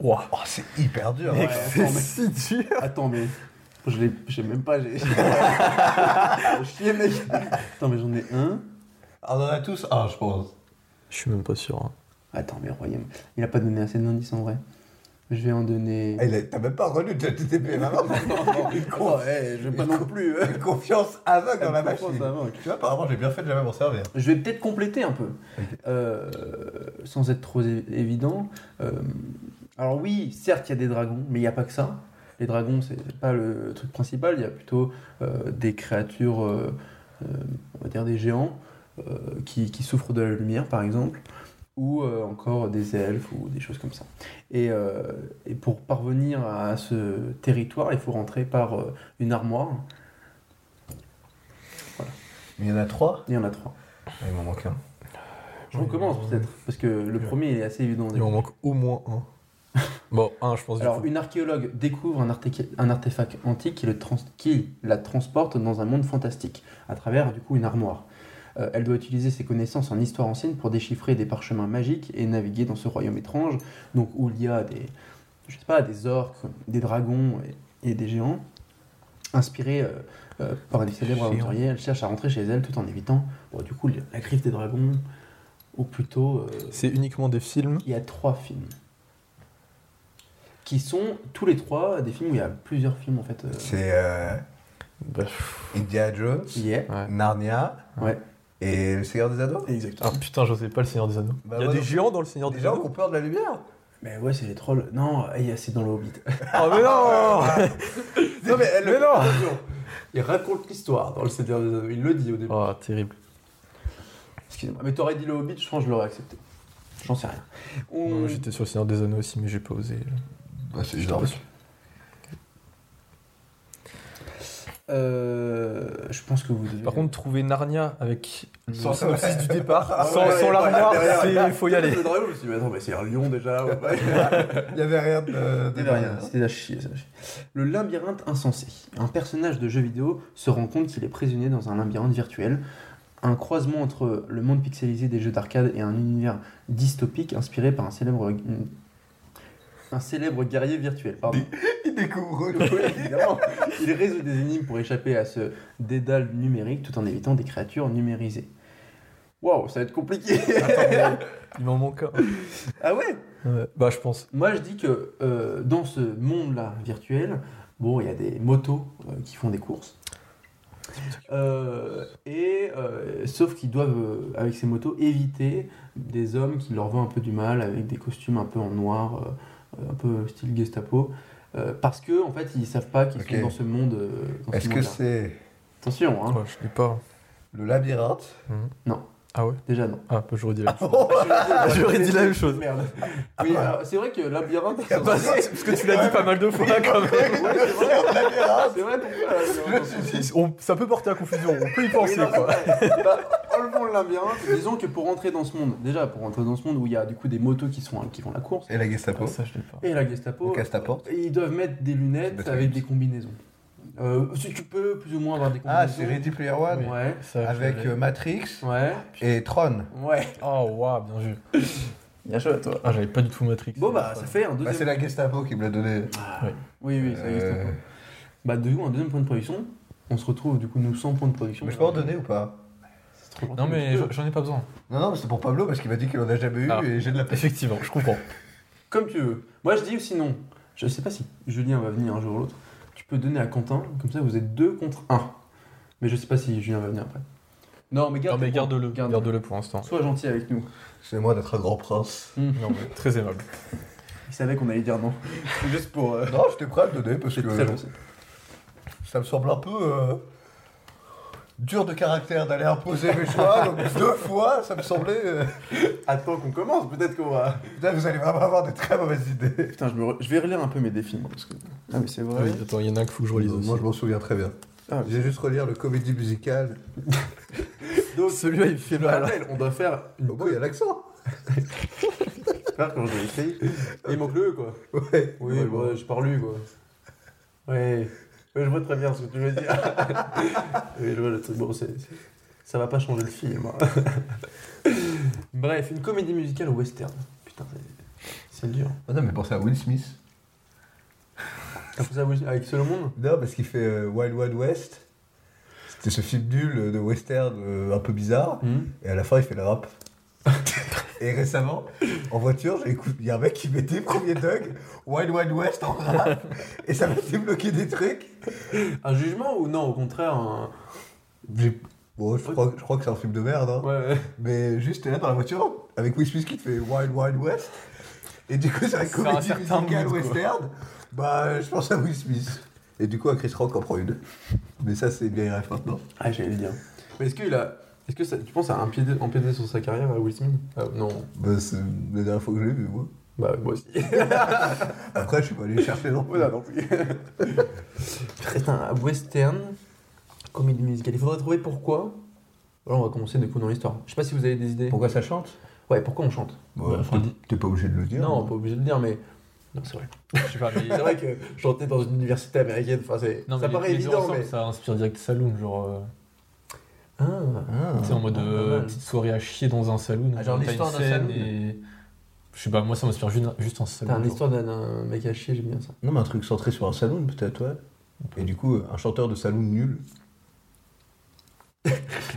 Speaker 2: Ouah.
Speaker 1: Oh, c'est hyper dur.
Speaker 3: Ouais,
Speaker 2: Mec, c'est
Speaker 3: attends, mais-
Speaker 2: si dur.
Speaker 3: Attends, mais. Je l'ai. J'ai même pas. J'ai. Chier, mec. Attends, mais j'en ai un.
Speaker 1: Ah, On en a tous un, je pense.
Speaker 2: Je suis même pas sûr. hein.
Speaker 3: Attends, mais Royaume. Il a pas donné assez d'indices en vrai. Je vais en donner.
Speaker 1: Eh, il a- T'as même pas relu de TTP,
Speaker 3: Non,
Speaker 1: maman.
Speaker 3: non, non.
Speaker 1: Oh,
Speaker 3: Attends, eh, je vais pas
Speaker 1: hein. Il
Speaker 3: non
Speaker 1: con-
Speaker 3: plus. hein.
Speaker 1: Une Confiance aveugle dans la
Speaker 3: Elle me prend,
Speaker 1: machine.
Speaker 3: ça manque.
Speaker 1: Tu vois, apparemment, j'ai bien fait de jamais m'en servir.
Speaker 3: Je vais peut-être compléter un peu, Euh, sans être trop é- évident. Euh, alors oui, certes, il y a des dragons, mais il n'y a pas que ça. Les dragons, c'est pas le truc principal. Il y a plutôt euh, des créatures, euh, euh, on va dire des géants, euh, qui, qui souffrent de la lumière, par exemple, ou euh, encore des elfes ou des choses comme ça. Et, euh, et pour parvenir à ce territoire, il faut rentrer par euh, une armoire.
Speaker 1: Mais il y en a trois.
Speaker 3: Il y en a trois.
Speaker 1: Ah, il m'en manque un.
Speaker 3: Je recommence peut-être, parce que le premier il est assez évident.
Speaker 2: Il en manque au moins un. Bon, un, je pense. du
Speaker 3: Alors,
Speaker 2: coup.
Speaker 3: une archéologue découvre un, arteca- un artefact antique qui, le trans- qui la transporte dans un monde fantastique, à travers du coup une armoire. Euh, elle doit utiliser ses connaissances en histoire ancienne pour déchiffrer des parchemins magiques et naviguer dans ce royaume étrange, donc où il y a des, je sais pas, des orques, des dragons et, et des géants. Inspirée euh, euh, par des célèbres
Speaker 2: Géants.
Speaker 3: aventuriers, elle cherche à rentrer chez elle tout en évitant, bon, du coup, le- la griffe des dragons, ou plutôt. euh,
Speaker 2: C'est uniquement des films.
Speaker 3: il y a trois films. Qui sont tous les trois des films où il y a plusieurs films en fait. euh,
Speaker 1: C'est euh,
Speaker 2: Bah, pff,
Speaker 1: India Jones,
Speaker 3: Yeah.
Speaker 2: ouais.
Speaker 1: Narnia
Speaker 3: Ouais.
Speaker 1: et Le Seigneur des Anneaux.
Speaker 2: Ah
Speaker 3: Exactement.
Speaker 2: putain, je sais pas le Seigneur des Anneaux.
Speaker 1: Bah,
Speaker 2: il y a
Speaker 1: moi
Speaker 2: des
Speaker 1: non plus.
Speaker 2: géants dans le Seigneur
Speaker 1: Des
Speaker 2: des,
Speaker 1: gens qui
Speaker 2: Anneaux.
Speaker 1: ont peur de la lumière.
Speaker 3: Mais ouais, c'est les trolls. Non, eh, c'est dans le Hobbit.
Speaker 2: Oh mais non
Speaker 3: Ah,
Speaker 1: Non, mais elle-
Speaker 2: Mais non
Speaker 3: il raconte l'histoire dans le Seigneur des Anneaux. Il le dit au début.
Speaker 2: Oh, terrible.
Speaker 3: Excusez-moi. Mais t'aurais dit le Hobbit, je pense que je l'aurais accepté. J'en sais rien. On-
Speaker 2: Non, J'étais sur le Seigneur des Anneaux aussi, mais j'ai pas osé.
Speaker 1: Bah, c'est
Speaker 2: J'étais pas sûr.
Speaker 3: Euh, je pense que vous devez.
Speaker 2: Par contre, trouver Narnia avec le
Speaker 1: Sans-
Speaker 2: synopsis du départ,
Speaker 3: Ah,
Speaker 2: sans,
Speaker 3: ouais,
Speaker 2: sans
Speaker 3: ouais,
Speaker 2: l'armoire,
Speaker 3: derrière,
Speaker 2: c'est-
Speaker 3: derrière.
Speaker 2: faut y aller.
Speaker 3: Le Drago, je me suis dit, mais attends, mais c'est un lion déjà. ouais, ouais.
Speaker 1: Il Bah, y avait rien de. de-
Speaker 3: C'était rien, c'était à chier, ça. Le labyrinthe insensé. Un personnage de jeu vidéo se rend compte qu'il est prisonnier dans un labyrinthe virtuel. Un croisement entre le monde pixelisé des jeux d'arcade et un univers dystopique inspiré par un célèbre, un célèbre guerrier virtuel. Pardon.
Speaker 1: Il découvre.
Speaker 3: Oui, évidemment. Il résout des énigmes pour échapper à ce dédale numérique tout en évitant des créatures numérisées. Waouh, ça va être compliqué.
Speaker 2: Attends, il m'en manque un.
Speaker 3: ah ouais
Speaker 2: Ouais, bah, je pense.
Speaker 3: Moi, je dis que euh, dans ce monde-là virtuel, bon, il y a des motos euh, qui font des courses. Euh, et euh, sauf qu'ils doivent, euh, avec ces motos, éviter des hommes qui leur vont un peu du mal avec des costumes un peu en noir, euh, un peu style Gestapo, euh, parce que en fait, ils savent pas qu'ils
Speaker 1: Ok.
Speaker 3: sont dans ce monde. euh, dans ce
Speaker 1: Est-ce que
Speaker 3: monde-là.
Speaker 1: c'est
Speaker 3: Attention, hein.
Speaker 2: Ouais, Oh, je l'ai pas.
Speaker 1: le labyrinthe
Speaker 2: Ah ouais
Speaker 3: Déjà non.
Speaker 2: Ah, bah, j'aurais dit là.
Speaker 3: J'aurais
Speaker 2: dit la même chose.
Speaker 3: Merde. Oui, alors, c'est vrai que labyrinthe. c'est
Speaker 2: Bah,
Speaker 3: vrai.
Speaker 2: c'est- parce que tu l'as dit pas mal de fois quand même.
Speaker 3: Ouais, c'est vrai. C'est vrai, pourquoi labyrinthe
Speaker 2: On- ça peut porter à confusion, on peut y
Speaker 3: Oui,
Speaker 2: penser
Speaker 3: non,
Speaker 2: quoi.
Speaker 3: c'est vrai. Bah, enlevons le labyrinthe. Disons que pour rentrer dans ce monde, déjà pour rentrer dans ce monde où il y a du coup des motos qui, sont, qui font la course,
Speaker 1: Et la Gestapo.
Speaker 2: Ah, ça, je l'ai pas.
Speaker 3: et la Gestapo,
Speaker 1: On casse ta porte.
Speaker 3: ils doivent mettre des lunettes
Speaker 1: Des
Speaker 3: avec
Speaker 1: lunettes.
Speaker 3: des combinaisons. Euh, si tu peux plus ou moins avoir des combinaisons.
Speaker 1: Ah, c'est Ready Player One
Speaker 3: Ouais.
Speaker 2: Ça, je
Speaker 1: avec
Speaker 2: l'avais.
Speaker 1: euh, Matrix
Speaker 3: Ouais.
Speaker 1: et Tron.
Speaker 3: Ouais.
Speaker 2: Oh, waouh, bien vu.
Speaker 3: Bien chaud, toi.
Speaker 2: Ah, j'avais pas du tout Matrix.
Speaker 3: Bon, bah, ça fait un
Speaker 1: Bah,
Speaker 3: deuxième.
Speaker 1: c'est la Gestapo qui me l'a donné.
Speaker 3: Oui, oui, c'est la
Speaker 1: Euh,
Speaker 3: Gestapo. Bah, du coup, un deuxième point de production. On se retrouve du coup, nous, sans point de production.
Speaker 1: Mais je peux en donner ou pas
Speaker 3: C'est trop gentil,
Speaker 2: Non, mais
Speaker 3: tu peux.
Speaker 2: j'en- j'en ai pas besoin.
Speaker 1: Non, non, mais c'est pour Pablo parce qu'il m'a dit qu'il en a jamais eu
Speaker 2: Ah.
Speaker 1: et j'ai de la peine.
Speaker 2: Effectivement, je comprends.
Speaker 3: Comme tu veux. Moi, je dis ou sinon, je sais pas si Julien va venir un jour ou l'autre. Tu peux donner à Quentin, comme ça vous êtes deux contre un. Mais je sais pas si Julien va venir après. Non, mais garde.
Speaker 2: Non, mais
Speaker 3: tes points.
Speaker 2: garde-le. Garde-le pour l'instant.
Speaker 3: Sois gentil avec nous.
Speaker 1: C'est moi d'être un grand prince.
Speaker 2: Non, mais très aimable.
Speaker 3: Il savait qu'on allait dire non. C'est Juste pour. euh,
Speaker 1: Non, j'étais prêt à le donner parce
Speaker 3: C'est
Speaker 1: que
Speaker 3: très gentil.
Speaker 1: ça me semble un peu euh, dur de caractère d'aller imposer mes choix. Donc deux fois, ça me semblait. euh,
Speaker 3: Attends qu'on commence, peut-être qu'on va.
Speaker 1: Putain, vous allez vraiment avoir des très mauvaises idées.
Speaker 3: Putain, je, me re- je vais relire un peu mes défis, moi, parce que. Ah, mais c'est vrai.
Speaker 2: Oui, attends, il y en a un qu'il faut que je relise aussi.
Speaker 1: Moi, je m'en souviens très bien.
Speaker 3: Ah,
Speaker 1: J'ai juste relire le comédie musicale.
Speaker 3: Donc,
Speaker 2: Celui-là, il fait
Speaker 3: je
Speaker 2: mal.
Speaker 3: rappelle, on doit faire une
Speaker 1: Au moins, Oh, il y a l'accent.
Speaker 3: peur quand je l'ai écrit. Et il manque le E, quoi.
Speaker 1: Ouais.
Speaker 3: Oui,
Speaker 1: Ouais,
Speaker 3: bah,
Speaker 1: bon.
Speaker 3: je parle lui, quoi. Ouais. Ouais, je vois très bien ce que tu veux dire. oui, je vois le truc. Bon, c'est, c'est- ça va pas changer le film. hein. Bref, une comédie musicale ou western. Putain, c'est, c'est dur.
Speaker 1: Ah non, mais pensez à Will Smith.
Speaker 3: T'as pensé à Will- avec Seul au Monde
Speaker 1: Non, parce qu'il fait euh, Wild Wild West. C'était ce film nul euh, de western euh, un peu bizarre.
Speaker 3: Hmm
Speaker 1: Et à la fin, il fait le rap. Et récemment, en voiture, j'ai écouté- il y a un mec qui mettait premier Doug, Wild Wild West en rap, et ça m'a débloqué des trucs.
Speaker 3: Un jugement ou non, au contraire un...
Speaker 1: J'ai- Bon, je crois, je crois que c'est un film de merde, hein.
Speaker 3: Ouais, ouais.
Speaker 1: mais juste t'es là dans la voiture avec Will Smith qui te fait Wild Wild West, et du coup, c'est la
Speaker 2: Ça a un
Speaker 1: comédie
Speaker 2: certain
Speaker 1: musicale
Speaker 2: mood, quoi.
Speaker 1: western. Bah, je pense à Will Smith, et du coup, à Chris Rock en prend une. Mais ça, c'est bien RF maintenant.
Speaker 3: Ah, j'allais le dire. Mais est-ce qu'il a... Est-ce que ça, tu penses à un pied empiéter sur sa carrière à Will Smith Ah, Non.
Speaker 1: Bah, c'est la dernière fois que je l'ai vu, moi.
Speaker 3: Bah, moi aussi.
Speaker 1: Après, je suis pas allé chercher non plus.
Speaker 3: Voilà, non plus. Putain, western, comédie musicale. Il faudrait trouver pourquoi. Voilà, on va commencer du coup dans l'histoire. Je sais pas si vous avez des idées.
Speaker 1: Pourquoi ça chante
Speaker 3: Ouais, pourquoi on chante
Speaker 1: Bah,
Speaker 2: Bah,
Speaker 1: t'es- T'es pas obligé de le dire. hein.
Speaker 3: Non,
Speaker 1: mais-
Speaker 3: pas obligé de le dire, mais. Non, c'est vrai.
Speaker 2: Je sais pas, mais.
Speaker 3: C'est vrai que chanter dans une université américaine, enfin, c'est.
Speaker 2: Non, mais
Speaker 3: ça
Speaker 2: les-
Speaker 3: paraît
Speaker 2: les deux
Speaker 3: évident,
Speaker 2: ensemble,
Speaker 3: mais.
Speaker 2: Ça inspire direct saloon, genre. euh,
Speaker 3: Ah,
Speaker 1: Ah.
Speaker 2: tu sais, en mode
Speaker 3: pas
Speaker 2: euh,
Speaker 3: mal.
Speaker 2: petite soirée à chier dans un saloon.
Speaker 1: Ah, genre
Speaker 2: t'as une
Speaker 1: l'histoire d'un
Speaker 2: scène
Speaker 1: saloon.
Speaker 2: et. Je sais pas, moi ça m'inspire juste, juste un saloon.
Speaker 3: t'as une
Speaker 2: genre.
Speaker 3: histoire d'un- d'un mec à chier, j'aime bien ça.
Speaker 1: Non, mais un truc centré sur un saloon, peut-être, ouais. Et du coup, un chanteur de saloon nul.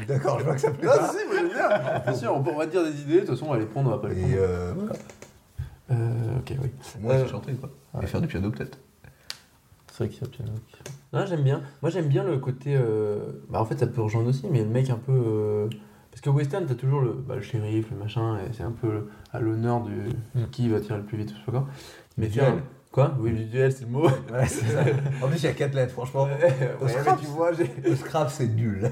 Speaker 1: D'accord, je vois que ça plaît pas.
Speaker 3: Ah, si, moi j'aime bien Bien sûr, on peut- on va dire des idées, de toute façon, on va les prendre, on va pas les
Speaker 1: Et
Speaker 3: prendre.
Speaker 1: euh, voilà.
Speaker 3: Euh, ok, oui.
Speaker 1: Moi,
Speaker 3: Euh,
Speaker 1: j'ai chanté, quoi. Et faire du piano, peut-être.
Speaker 2: C'est vrai qu'il y a piano. qui-
Speaker 3: Non, j'aime bien. Moi, j'aime bien le côté. euh, Bah, en fait, ça peut rejoindre aussi, mais le mec un peu. euh, Parce que western, t'as toujours le, bah, le shérif, le machin, et c'est un peu le- à l'honneur du
Speaker 2: Mm.
Speaker 3: qui va tirer le plus vite, je sais pas quoi. Mais
Speaker 1: Du
Speaker 3: faire un-
Speaker 1: duel.
Speaker 3: Quoi Oui, le duel, c'est le mot.
Speaker 1: Ouais, c'est ça. En plus, il y a 4 lettres, franchement.
Speaker 3: Ouais, ouais,
Speaker 1: Au
Speaker 3: mais
Speaker 1: scrap,
Speaker 3: tu vois, j'ai-
Speaker 1: Le scrap, c'est nul.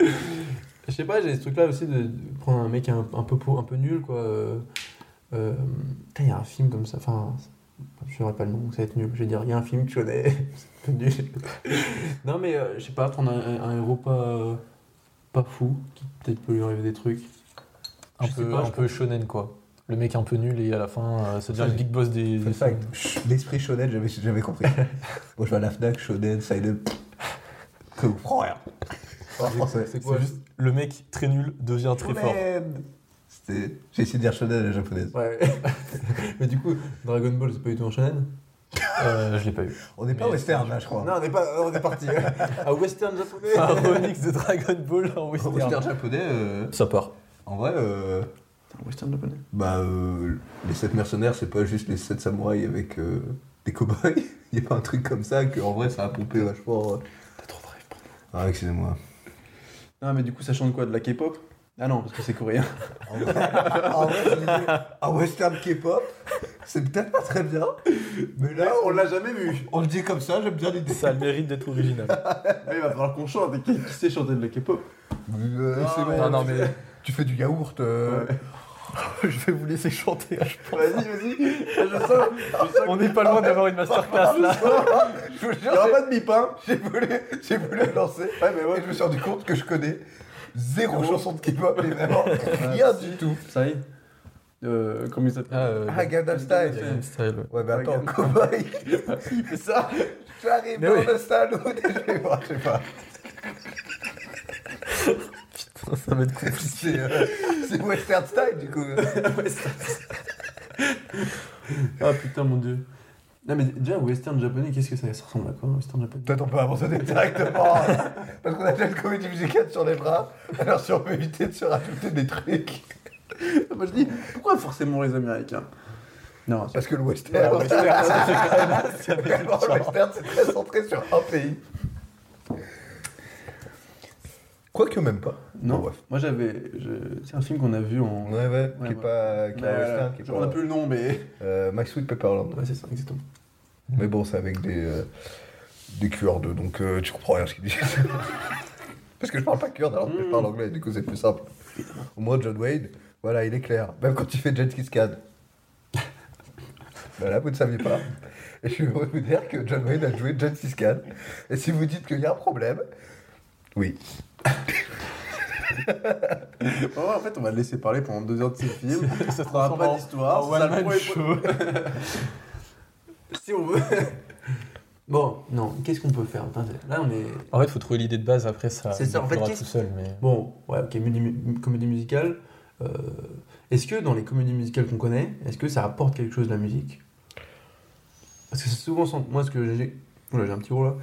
Speaker 3: je sais pas, j'ai ce truc-là aussi de de prendre un mec un, un peu, pauvre, un peu nul, quoi. euh, euh, Putain, il y a un film comme ça, enfin, Je n'aurais pas le nom, donc ça va être nul. Je vais dire, il y a un film que je connais. c'est un peu nul. non, mais euh, je sais pas, prendre un, un héros pas, euh, pas fou, qui peut-être peut lui arriver des trucs.
Speaker 4: Un
Speaker 3: Je sais
Speaker 4: peu,
Speaker 3: pas,
Speaker 4: un
Speaker 3: je
Speaker 4: peu shonen, quoi. Le mec un peu nul et à la fin, euh, c'est déjà
Speaker 1: Ça,
Speaker 4: le big boss des.
Speaker 1: Fun
Speaker 4: des
Speaker 1: fact, chut, l'esprit shonen, j'avais jamais compris. Moi, je vais à la Fnac, shonen, silent. Que vous prend rien. En français.
Speaker 4: C'est juste le mec très nul devient très fort.
Speaker 1: Shonen. C'était- J'ai essayé de dire shonen à la japonaise.
Speaker 3: Ouais. mais du coup, Dragon Ball, c'est pas du tout un shonen
Speaker 4: Euh, je l'ai pas eu.
Speaker 1: On n'est pas
Speaker 4: Mais
Speaker 1: western, là, je crois.
Speaker 3: Non, on est, pas, on est parti. à western japonais
Speaker 5: Ah,
Speaker 4: un remix de Dragon Ball en
Speaker 1: Western,
Speaker 4: western.
Speaker 1: japonais, euh,
Speaker 4: Ça part.
Speaker 1: en vrai, euh,
Speaker 2: Un western japonais.
Speaker 1: bah, euh, les 7 mercenaires, c'est pas juste les 7 samouraïs avec euh, des cow-boys. Il n'y a pas un truc comme ça que, en vrai, ça a pompé vachement. euh.
Speaker 2: T'as trop de rêves, pour
Speaker 1: Ah, excusez-moi.
Speaker 5: Non, mais du coup, ça chante quoi De la K-pop Ah non, parce que c'est coréen.
Speaker 1: En vrai, en vrai, Ah je me dis, un western K-pop, c'est peut-être pas très bien, mais là, on,
Speaker 3: l'a jamais vu.
Speaker 1: on le dit comme ça, j'aime bien l'idée.
Speaker 4: Ça a le mérite d'être original.
Speaker 3: Mais Ah, il va falloir qu'on chante. et Qui qui sait chanter de la K-pop
Speaker 1: Euh, c'est bon,
Speaker 4: non, non,
Speaker 1: tu-
Speaker 4: mais
Speaker 1: Tu fais du yaourt. euh,
Speaker 4: je vais vous laisser chanter.
Speaker 3: Vas-y, vas-y. Je sens. Je sens
Speaker 4: On n'est pas loin d'avoir une masterclass là.
Speaker 1: Je vous
Speaker 3: Il y aura
Speaker 1: jure,
Speaker 3: pas de bip, hein
Speaker 1: j'ai j'ai voulu, j'ai voulu le lancer,
Speaker 3: Ouais, mais
Speaker 1: et
Speaker 3: ouais.
Speaker 1: je me suis rendu compte que je connais zéro chanson de K-pop, mais vraiment rien du tout.
Speaker 5: Ça y est euh, Comment il s'appelle
Speaker 4: Ah, euh,
Speaker 1: Ah, Gangnam Style.
Speaker 4: Gangnam Style, ouais.
Speaker 1: Ouais, mais attends,
Speaker 5: Gangnam.
Speaker 1: cowboy,
Speaker 5: Il fait ça
Speaker 1: j'arrive
Speaker 4: Mais
Speaker 1: dans
Speaker 4: oui.
Speaker 1: le style où je vais voir, je sais pas.
Speaker 4: Ça va être cool.
Speaker 1: C'est euh, c'est western style, du coup.
Speaker 3: Ah putain, mon dieu. Non, mais déjà, western japonais, qu'est-ce que ça, ça ressemble à quoi, un western japonais
Speaker 5: Bah,
Speaker 1: Peut-être on peut abandonner directement. hein, parce qu'on a déjà une comédie musicale sur les bras. Alors si on peut éviter de se rajouter des trucs.
Speaker 5: Moi, je dis, pourquoi forcément les Américains Non,
Speaker 1: Parce que le western. vraiment, le western, c'est très centré sur un pays. Quoique même pas.
Speaker 5: Non,
Speaker 1: Bon, bref.
Speaker 5: moi j'avais. je- C'est un film qu'on a vu en.
Speaker 3: Bah,
Speaker 1: Ouais, ouais, qui
Speaker 5: Ouais,
Speaker 1: est
Speaker 5: ouais.
Speaker 1: pas. Qui est
Speaker 5: Mais,
Speaker 1: un
Speaker 5: euh,
Speaker 1: western, qui est
Speaker 5: genre, on a
Speaker 1: pas.
Speaker 5: plus le nom, mais.
Speaker 1: Euh, My Sweet Pepperland.
Speaker 5: Ouais, c'est ça, exactement.
Speaker 1: Mais bon, c'est avec des. euh, des Kurdes, donc euh, tu comprends rien à ce qu'ils disent. Parce que je parle pas kurde alors que je
Speaker 5: Mm.
Speaker 1: parle anglais, du coup c'est plus simple. Au moins John Wayne, voilà, il est clair. Même quand il fait Jet Kiss Can. Voilà, vous ne saviez pas. Et je suis heureux de vous dire que John Wayne a joué Jet Kiss Can. Et si vous dites qu'il y a un problème, oui.
Speaker 5: Oh, en fait, on va le laisser parler pendant deux heures de ce film.
Speaker 4: Ça
Speaker 5: On n'aura pas d'histoire. c'est ça le point.
Speaker 3: Si on veut. bon, non, qu'est-ce qu'on peut faire Putain, c'est- Là, on est.
Speaker 4: En fait, faut trouver l'idée de base. Après, ça.
Speaker 3: C'est ça, en fait,
Speaker 4: découlera
Speaker 3: qu'est-ce-
Speaker 4: tout seul, mais.
Speaker 3: Bon, ouais, ok, muni- mu- comédie musicale. euh, est-ce que dans les comédies musicales qu'on connaît, est-ce que ça apporte quelque chose la musique Parce que c'est souvent. sans- Moi, ce que j'ai. Oula, j'ai un petit gros là.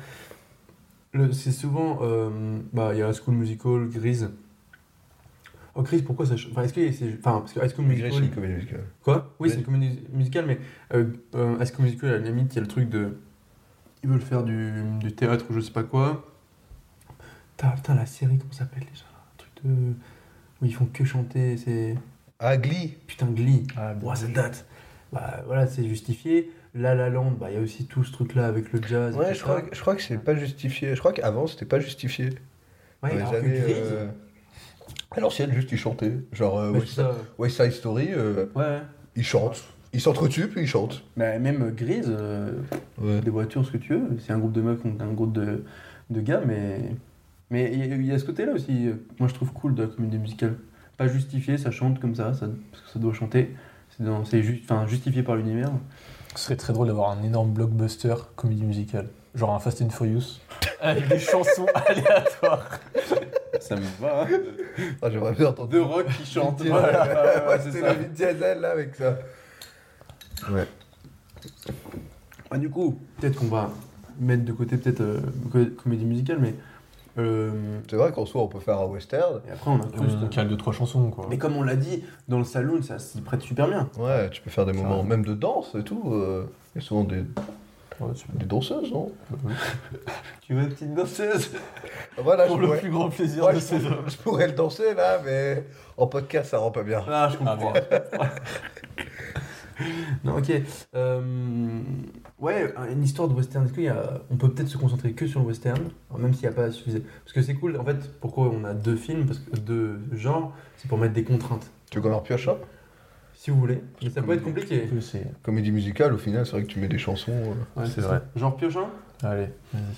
Speaker 3: Le- C'est souvent. euh, bah, il y a School Musical, Grise. Oh, Grise, pourquoi ça. ch- Enfin, est-ce que. c'est- Enfin, parce que High School Musical.
Speaker 1: comédie musicale.
Speaker 3: Quoi Oui,
Speaker 1: Oui.
Speaker 3: c'est une comédie musicale, mais euh, euh, High School Musical, à la limite, il y a le truc de. Ils veulent faire du, du théâtre ou je sais pas quoi. Putain, putain, la série, comment ça s'appelle déjà Un truc de. Où ils font que chanter, c'est.
Speaker 1: Ah, Glee
Speaker 3: Putain, Glee.
Speaker 4: Ah,
Speaker 3: Ouah, ça date. Bah voilà, c'est justifié. La La Land, bah il y a aussi tout ce truc-là avec le jazz.
Speaker 1: Ouais,
Speaker 3: etc.
Speaker 1: je crois, je crois que c'est pas justifié. Je crois qu'avant c'était pas justifié.
Speaker 3: Ouais,
Speaker 1: Dans les
Speaker 3: alors que
Speaker 1: années,
Speaker 3: Grease,
Speaker 1: euh, à l'ancienne, juste ils chantaient. Genre euh,
Speaker 3: bah,
Speaker 1: West,
Speaker 3: c'est ça.
Speaker 1: West Side Story, euh,
Speaker 3: Ouais.
Speaker 1: ils chantent. Ils s'entretuent puis ils chantent.
Speaker 5: Mais Bah, même Grise, euh, des voitures, ce que tu veux. C'est un groupe de meufs contre un groupe de, de gars, mais. Mais il y a- il y, a ce côté-là aussi, euh, moi je trouve cool de la comédie musicale. Pas justifié, ça chante comme ça, ça- parce que ça doit chanter. C'est dans- C'est ju- enfin, justifié par l'univers.
Speaker 4: Ce serait très drôle d'avoir un énorme blockbuster comédie musicale. Genre un Fast and Furious. Avec des chansons aléatoires.
Speaker 5: Ça me va.
Speaker 1: Ah, J'aimerais bien entendre.
Speaker 5: Deux rock qui chantent.
Speaker 1: Diesel.
Speaker 5: Voilà,
Speaker 1: Ouais,
Speaker 5: ouais,
Speaker 1: c'est
Speaker 5: c'est
Speaker 1: la
Speaker 5: ça.
Speaker 1: vie de Diesel là avec ça. Ouais.
Speaker 3: Ah, du coup, peut-être qu'on va mettre de côté peut-être euh, com- comédie musicale, mais. euh,
Speaker 1: C'est vrai qu'en soi on peut faire un western.
Speaker 3: et après, on incruste.
Speaker 4: On cale deux, trois chansons, quoi.
Speaker 3: Mais comme on l'a dit, dans le saloon, ça s'y prête super bien.
Speaker 1: Ouais, tu peux faire des
Speaker 4: Ça
Speaker 1: moments
Speaker 4: va.
Speaker 1: même de danse et tout. euh, Il y a souvent des,
Speaker 4: Ouais, tu-
Speaker 1: des danseuses, non
Speaker 3: Tu veux une petite danseuse
Speaker 1: Voilà, Ah,
Speaker 4: Pour
Speaker 1: je
Speaker 4: le
Speaker 1: pourrais,
Speaker 4: plus grand plaisir
Speaker 1: ouais,
Speaker 4: de
Speaker 1: je
Speaker 4: ces
Speaker 1: pourrais-
Speaker 4: hommes.
Speaker 1: je pourrais le danser là, mais en podcast ça rend pas bien.
Speaker 3: Ah, je
Speaker 4: Ah,
Speaker 3: comprends. non, ok. Euh, ouais, une histoire de western. Est-ce qu'il y a- On peut peut-être se concentrer que sur le western, alors même s'il n'y a pas suffisamment. Parce que c'est cool, en fait, pourquoi on a deux films, parce que deux genres, c'est pour mettre des contraintes.
Speaker 1: Tu veux qu'on en pioche un
Speaker 3: si vous voulez. Mais ça peut être compliqué.
Speaker 4: Que c'est-
Speaker 1: Comédie musicale, au final, c'est vrai que tu mets des chansons. euh,
Speaker 3: Ouais,
Speaker 4: c'est vrai.
Speaker 3: ça. Genre piochin
Speaker 4: Allez, vas-y.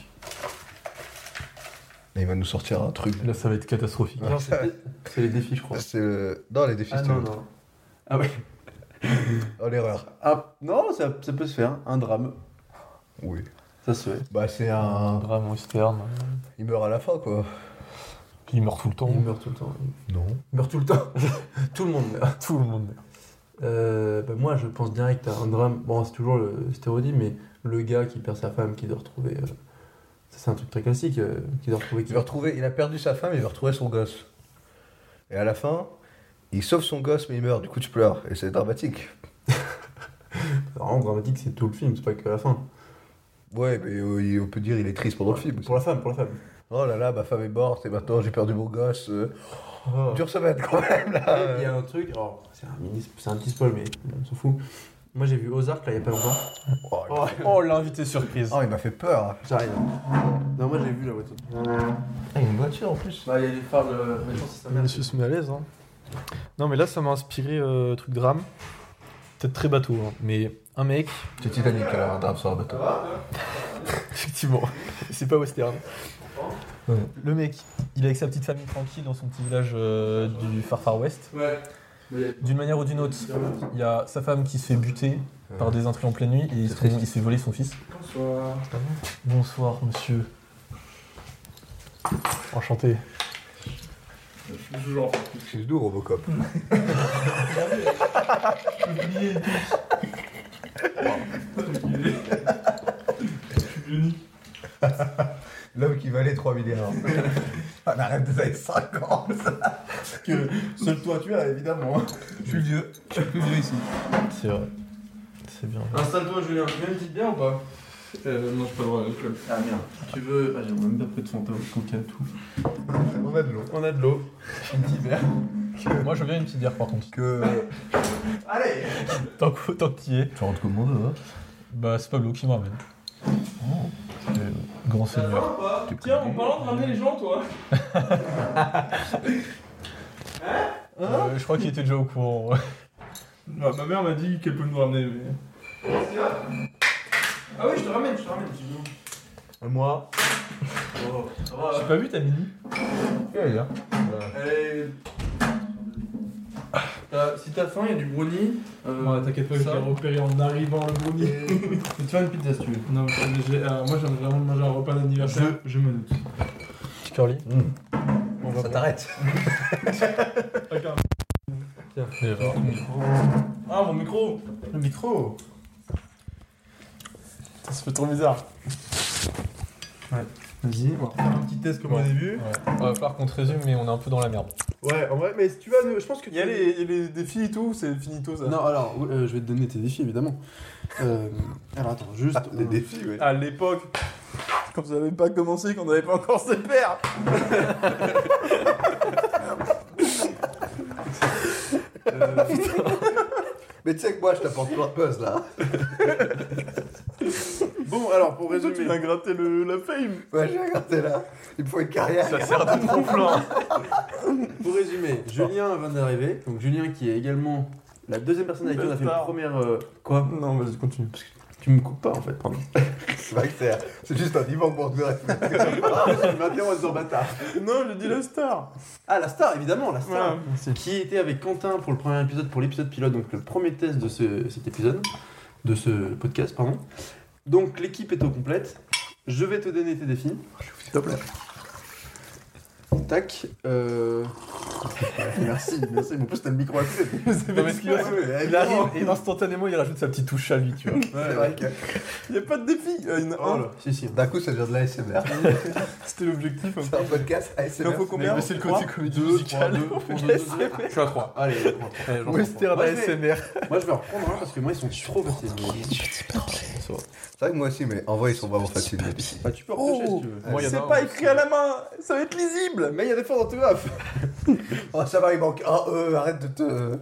Speaker 1: et il va nous sortir un truc.
Speaker 4: Là, ça va être catastrophique.
Speaker 3: Non, c'est c'est les défis, je crois.
Speaker 1: C'est le- Non, les défis,
Speaker 3: Ah
Speaker 1: c'était
Speaker 3: non,
Speaker 1: l'autre.
Speaker 3: non. Ah ouais.
Speaker 1: Oh, l'erreur.
Speaker 3: Ah, non, ça, ça peut se faire. Un drame.
Speaker 1: Oui.
Speaker 3: Ça se fait.
Speaker 1: Bah, c'est
Speaker 4: Un
Speaker 1: un.
Speaker 4: drame western.
Speaker 1: Il meurt à la fin, quoi.
Speaker 4: Il meurt tout le temps.
Speaker 3: Il meurt tout le temps.
Speaker 1: Non.
Speaker 3: Il meurt tout le temps. tout le monde meurt.
Speaker 4: Tout le monde meurt.
Speaker 3: Euh, bah, moi, je pense direct à un drame. Bon, c'est toujours le stéréotype, mais le gars qui perd sa femme, qui doit retrouver. euh, ça, c'est un truc très classique. euh, qui doit retrouver.
Speaker 1: Il veut retrouver. Il a perdu sa femme, il veut retrouver son gosse. Et à la fin, il sauve son gosse, mais il meurt. Du coup, tu pleures. Et c'est dramatique.
Speaker 3: Vraiment dramatique, c'est tout le film, c'est pas que la fin.
Speaker 1: Ouais, mais euh, il- on peut dire il est triste pendant le film. aussi.
Speaker 3: Pour la femme, pour la femme.
Speaker 1: Oh là là, ma femme est morte et maintenant j'ai perdu mon gosse. euh,
Speaker 3: Oh.
Speaker 1: Dure semaine quand même là.
Speaker 3: Et Il y a un truc. alors, c'est un, mini- c'est un petit spoil, mais on s'en fout. Moi, j'ai vu Ozark là, il y a pas longtemps.
Speaker 1: Oh, il-
Speaker 3: Oh,
Speaker 4: Oh, l'invité surprise.
Speaker 2: Ah,
Speaker 1: oh, il m'a fait peur.
Speaker 3: J'arrive. Non, moi, j'ai vu la voiture.
Speaker 1: Ah, il y a une voiture en plus.
Speaker 3: Bah, il y a les phares de. Mais je pense que c'est sa mère.
Speaker 4: Monsieur se met à l'aise. Hein.
Speaker 2: Non, mais là, ça m'a inspiré euh, truc drame. Peut-être très bateau, hein, mais un mec,
Speaker 1: C'est Titanic là, un drame sur un bateau.
Speaker 2: effectivement, c'est pas western. Le mec, il est avec sa petite famille tranquille dans son petit village euh, du Far Far West.
Speaker 3: Ouais. Mais-
Speaker 2: D'une manière ou d'une autre, il y a sa femme qui se fait buter par des intrus en pleine nuit et
Speaker 1: C'est
Speaker 2: son-
Speaker 1: triste.
Speaker 2: il se fait voler son fils.
Speaker 3: Bonsoir.
Speaker 2: Bonsoir, monsieur.
Speaker 4: Enchanté.
Speaker 1: C'est nous Robocop. L'homme qui valait 3 milliards. On arrête des années 50. que seul toi tu as évidemment. Je suis vieux. Je suis plus vieux ici.
Speaker 2: C'est vrai. C'est bien.
Speaker 3: Installe-toi, Julien. Même petite bière ou pas
Speaker 6: Euh, non, j'ai pas le droit à l'alcool.
Speaker 3: Ah merde. Tu veux. Ah, j'ai même pas pris de fantôme, coca, tout.
Speaker 1: On a de l'eau.
Speaker 3: On a de l'eau. Une petite bière.
Speaker 4: Moi, je veux bien une petite bière par contre.
Speaker 1: Que.
Speaker 3: Allez
Speaker 4: Tant que tant que t'y es.
Speaker 1: Tu rentres comme on veut, hein. Oh.
Speaker 4: Bah, c'est Pablo qui me ramène. Euh, grand seigneur.
Speaker 6: Tiens, en parlant de ramener les gens, toi
Speaker 4: Euh, je crois qu'il était déjà au courant.
Speaker 6: Bah, Ma mère m'a dit qu'elle peut nous ramener, mais.
Speaker 3: Ah oui, je te ramène, je te ramène.
Speaker 4: Moi,
Speaker 3: Oh, ça va.
Speaker 4: j'ai pas vu ta mini.
Speaker 3: Allez. Eh, T'as- Si t'as faim, il y a du brownie. Euh,
Speaker 6: Ouais, t'inquiète pas, je l'ai
Speaker 3: ça.
Speaker 6: repéré en arrivant le brownie.
Speaker 3: Tu te fais une pizza si tu veux.
Speaker 6: Non, mais j'ai- alors, moi j'aime vraiment manger un repas d'anniversaire.
Speaker 3: Je me doute.
Speaker 4: Petit curly.
Speaker 3: On
Speaker 1: Hmm. Ça t'arrête.
Speaker 6: Regarde.
Speaker 4: Et voilà.
Speaker 6: Ah, mon micro
Speaker 3: Le micro
Speaker 6: Ça se fait trop bizarre.
Speaker 3: Vas-y, on va faire un petit test comme au début.
Speaker 4: Ouais. Euh, par contre, résume, mais on est un peu dans la merde.
Speaker 6: Ouais, en vrai, mais si tu vas, je pense qu'il y a les, il y a les défis et tout, c'est finito ça.
Speaker 3: Non, alors, oui, euh, je vais te donner tes défis évidemment. Euh, alors attends, juste.
Speaker 6: Ah,
Speaker 3: euh,
Speaker 1: Des défis, ouais.
Speaker 6: À l'époque, quand vous n'avez pas commencé, qu'on n'avait pas encore ses pères.
Speaker 3: Euh,
Speaker 1: Mais tu sais que moi je t'apporte plein de buzz là.
Speaker 3: bon, alors pour
Speaker 6: Toi, tu
Speaker 3: résumer.
Speaker 6: viens gratter le, la fame.
Speaker 1: Ouais, j'ai regardé là. Il me faut une carrière.
Speaker 4: Ça sert de trompe-l'un.
Speaker 3: Pour résumer, Julien vient d'arriver. Donc Julien qui est également la deuxième personne avec qui on a fait une
Speaker 6: Bâtard.
Speaker 3: première. euh, quoi
Speaker 6: Non, vas-y, continue. parce que-
Speaker 3: Tu me coupes pas en fait, pardon.
Speaker 1: C'est vrai que c'est c'est juste un dimanche pour de respect.
Speaker 3: tu m'interroges sur bâtard.
Speaker 6: Non, j'ai dit la star.
Speaker 3: Ah, la star, évidemment, la star.
Speaker 6: Voilà.
Speaker 3: Qui était avec Quentin pour le premier épisode, pour l'épisode pilote, donc le premier test de ce, cet épisode, de ce podcast, pardon. Donc l'équipe est au complète. Je vais te donner tes défis.
Speaker 4: Oh,
Speaker 3: S'il te plaît. Tac. euh, merci, merci. Mais en plus, t'as le micro à côté.
Speaker 4: Non, mais ce qu'il y a, c'est- Il arrive et instantanément il rajoute sa petite touche à lui, tu vois.
Speaker 1: C'est vrai que.
Speaker 6: Il n'y a pas de défi. Euh, il y en a
Speaker 3: Oh
Speaker 6: un.
Speaker 3: là, si, si.
Speaker 1: D'un coup, ça devient de l'ASMR.
Speaker 6: C'était l'objectif.
Speaker 1: C'est un podcast
Speaker 6: Il
Speaker 1: ASMR.
Speaker 6: en faut combien
Speaker 4: mais c'est le
Speaker 6: Trois
Speaker 4: côté comédie musicale.
Speaker 3: trois, deux,
Speaker 4: Faut que
Speaker 3: deux,
Speaker 4: la
Speaker 3: deux,
Speaker 4: SMR.
Speaker 3: deux. Ah,
Speaker 4: Je suis à 3.
Speaker 3: Allez, je reprends. Allez, je reprends.
Speaker 4: Western
Speaker 3: Moi, je vais-
Speaker 4: ASMR.
Speaker 3: Moi, je vais reprendre hein, parce que moi, ils sont trop faciles.
Speaker 1: C'est vrai que moi aussi, mais en vrai, ils sont vraiment faciles.
Speaker 3: Bah, tu peux repêcher si
Speaker 6: Oh
Speaker 3: tu veux.
Speaker 4: Moi, il y en a
Speaker 6: C'est
Speaker 4: un, hein.
Speaker 6: pas
Speaker 3: hein,
Speaker 4: ouais.
Speaker 6: écrit à la main. Ça va être lisible. Mais il y a des fautes d'orthographe.
Speaker 1: Oh, ça va, il manque un E, arrête de te.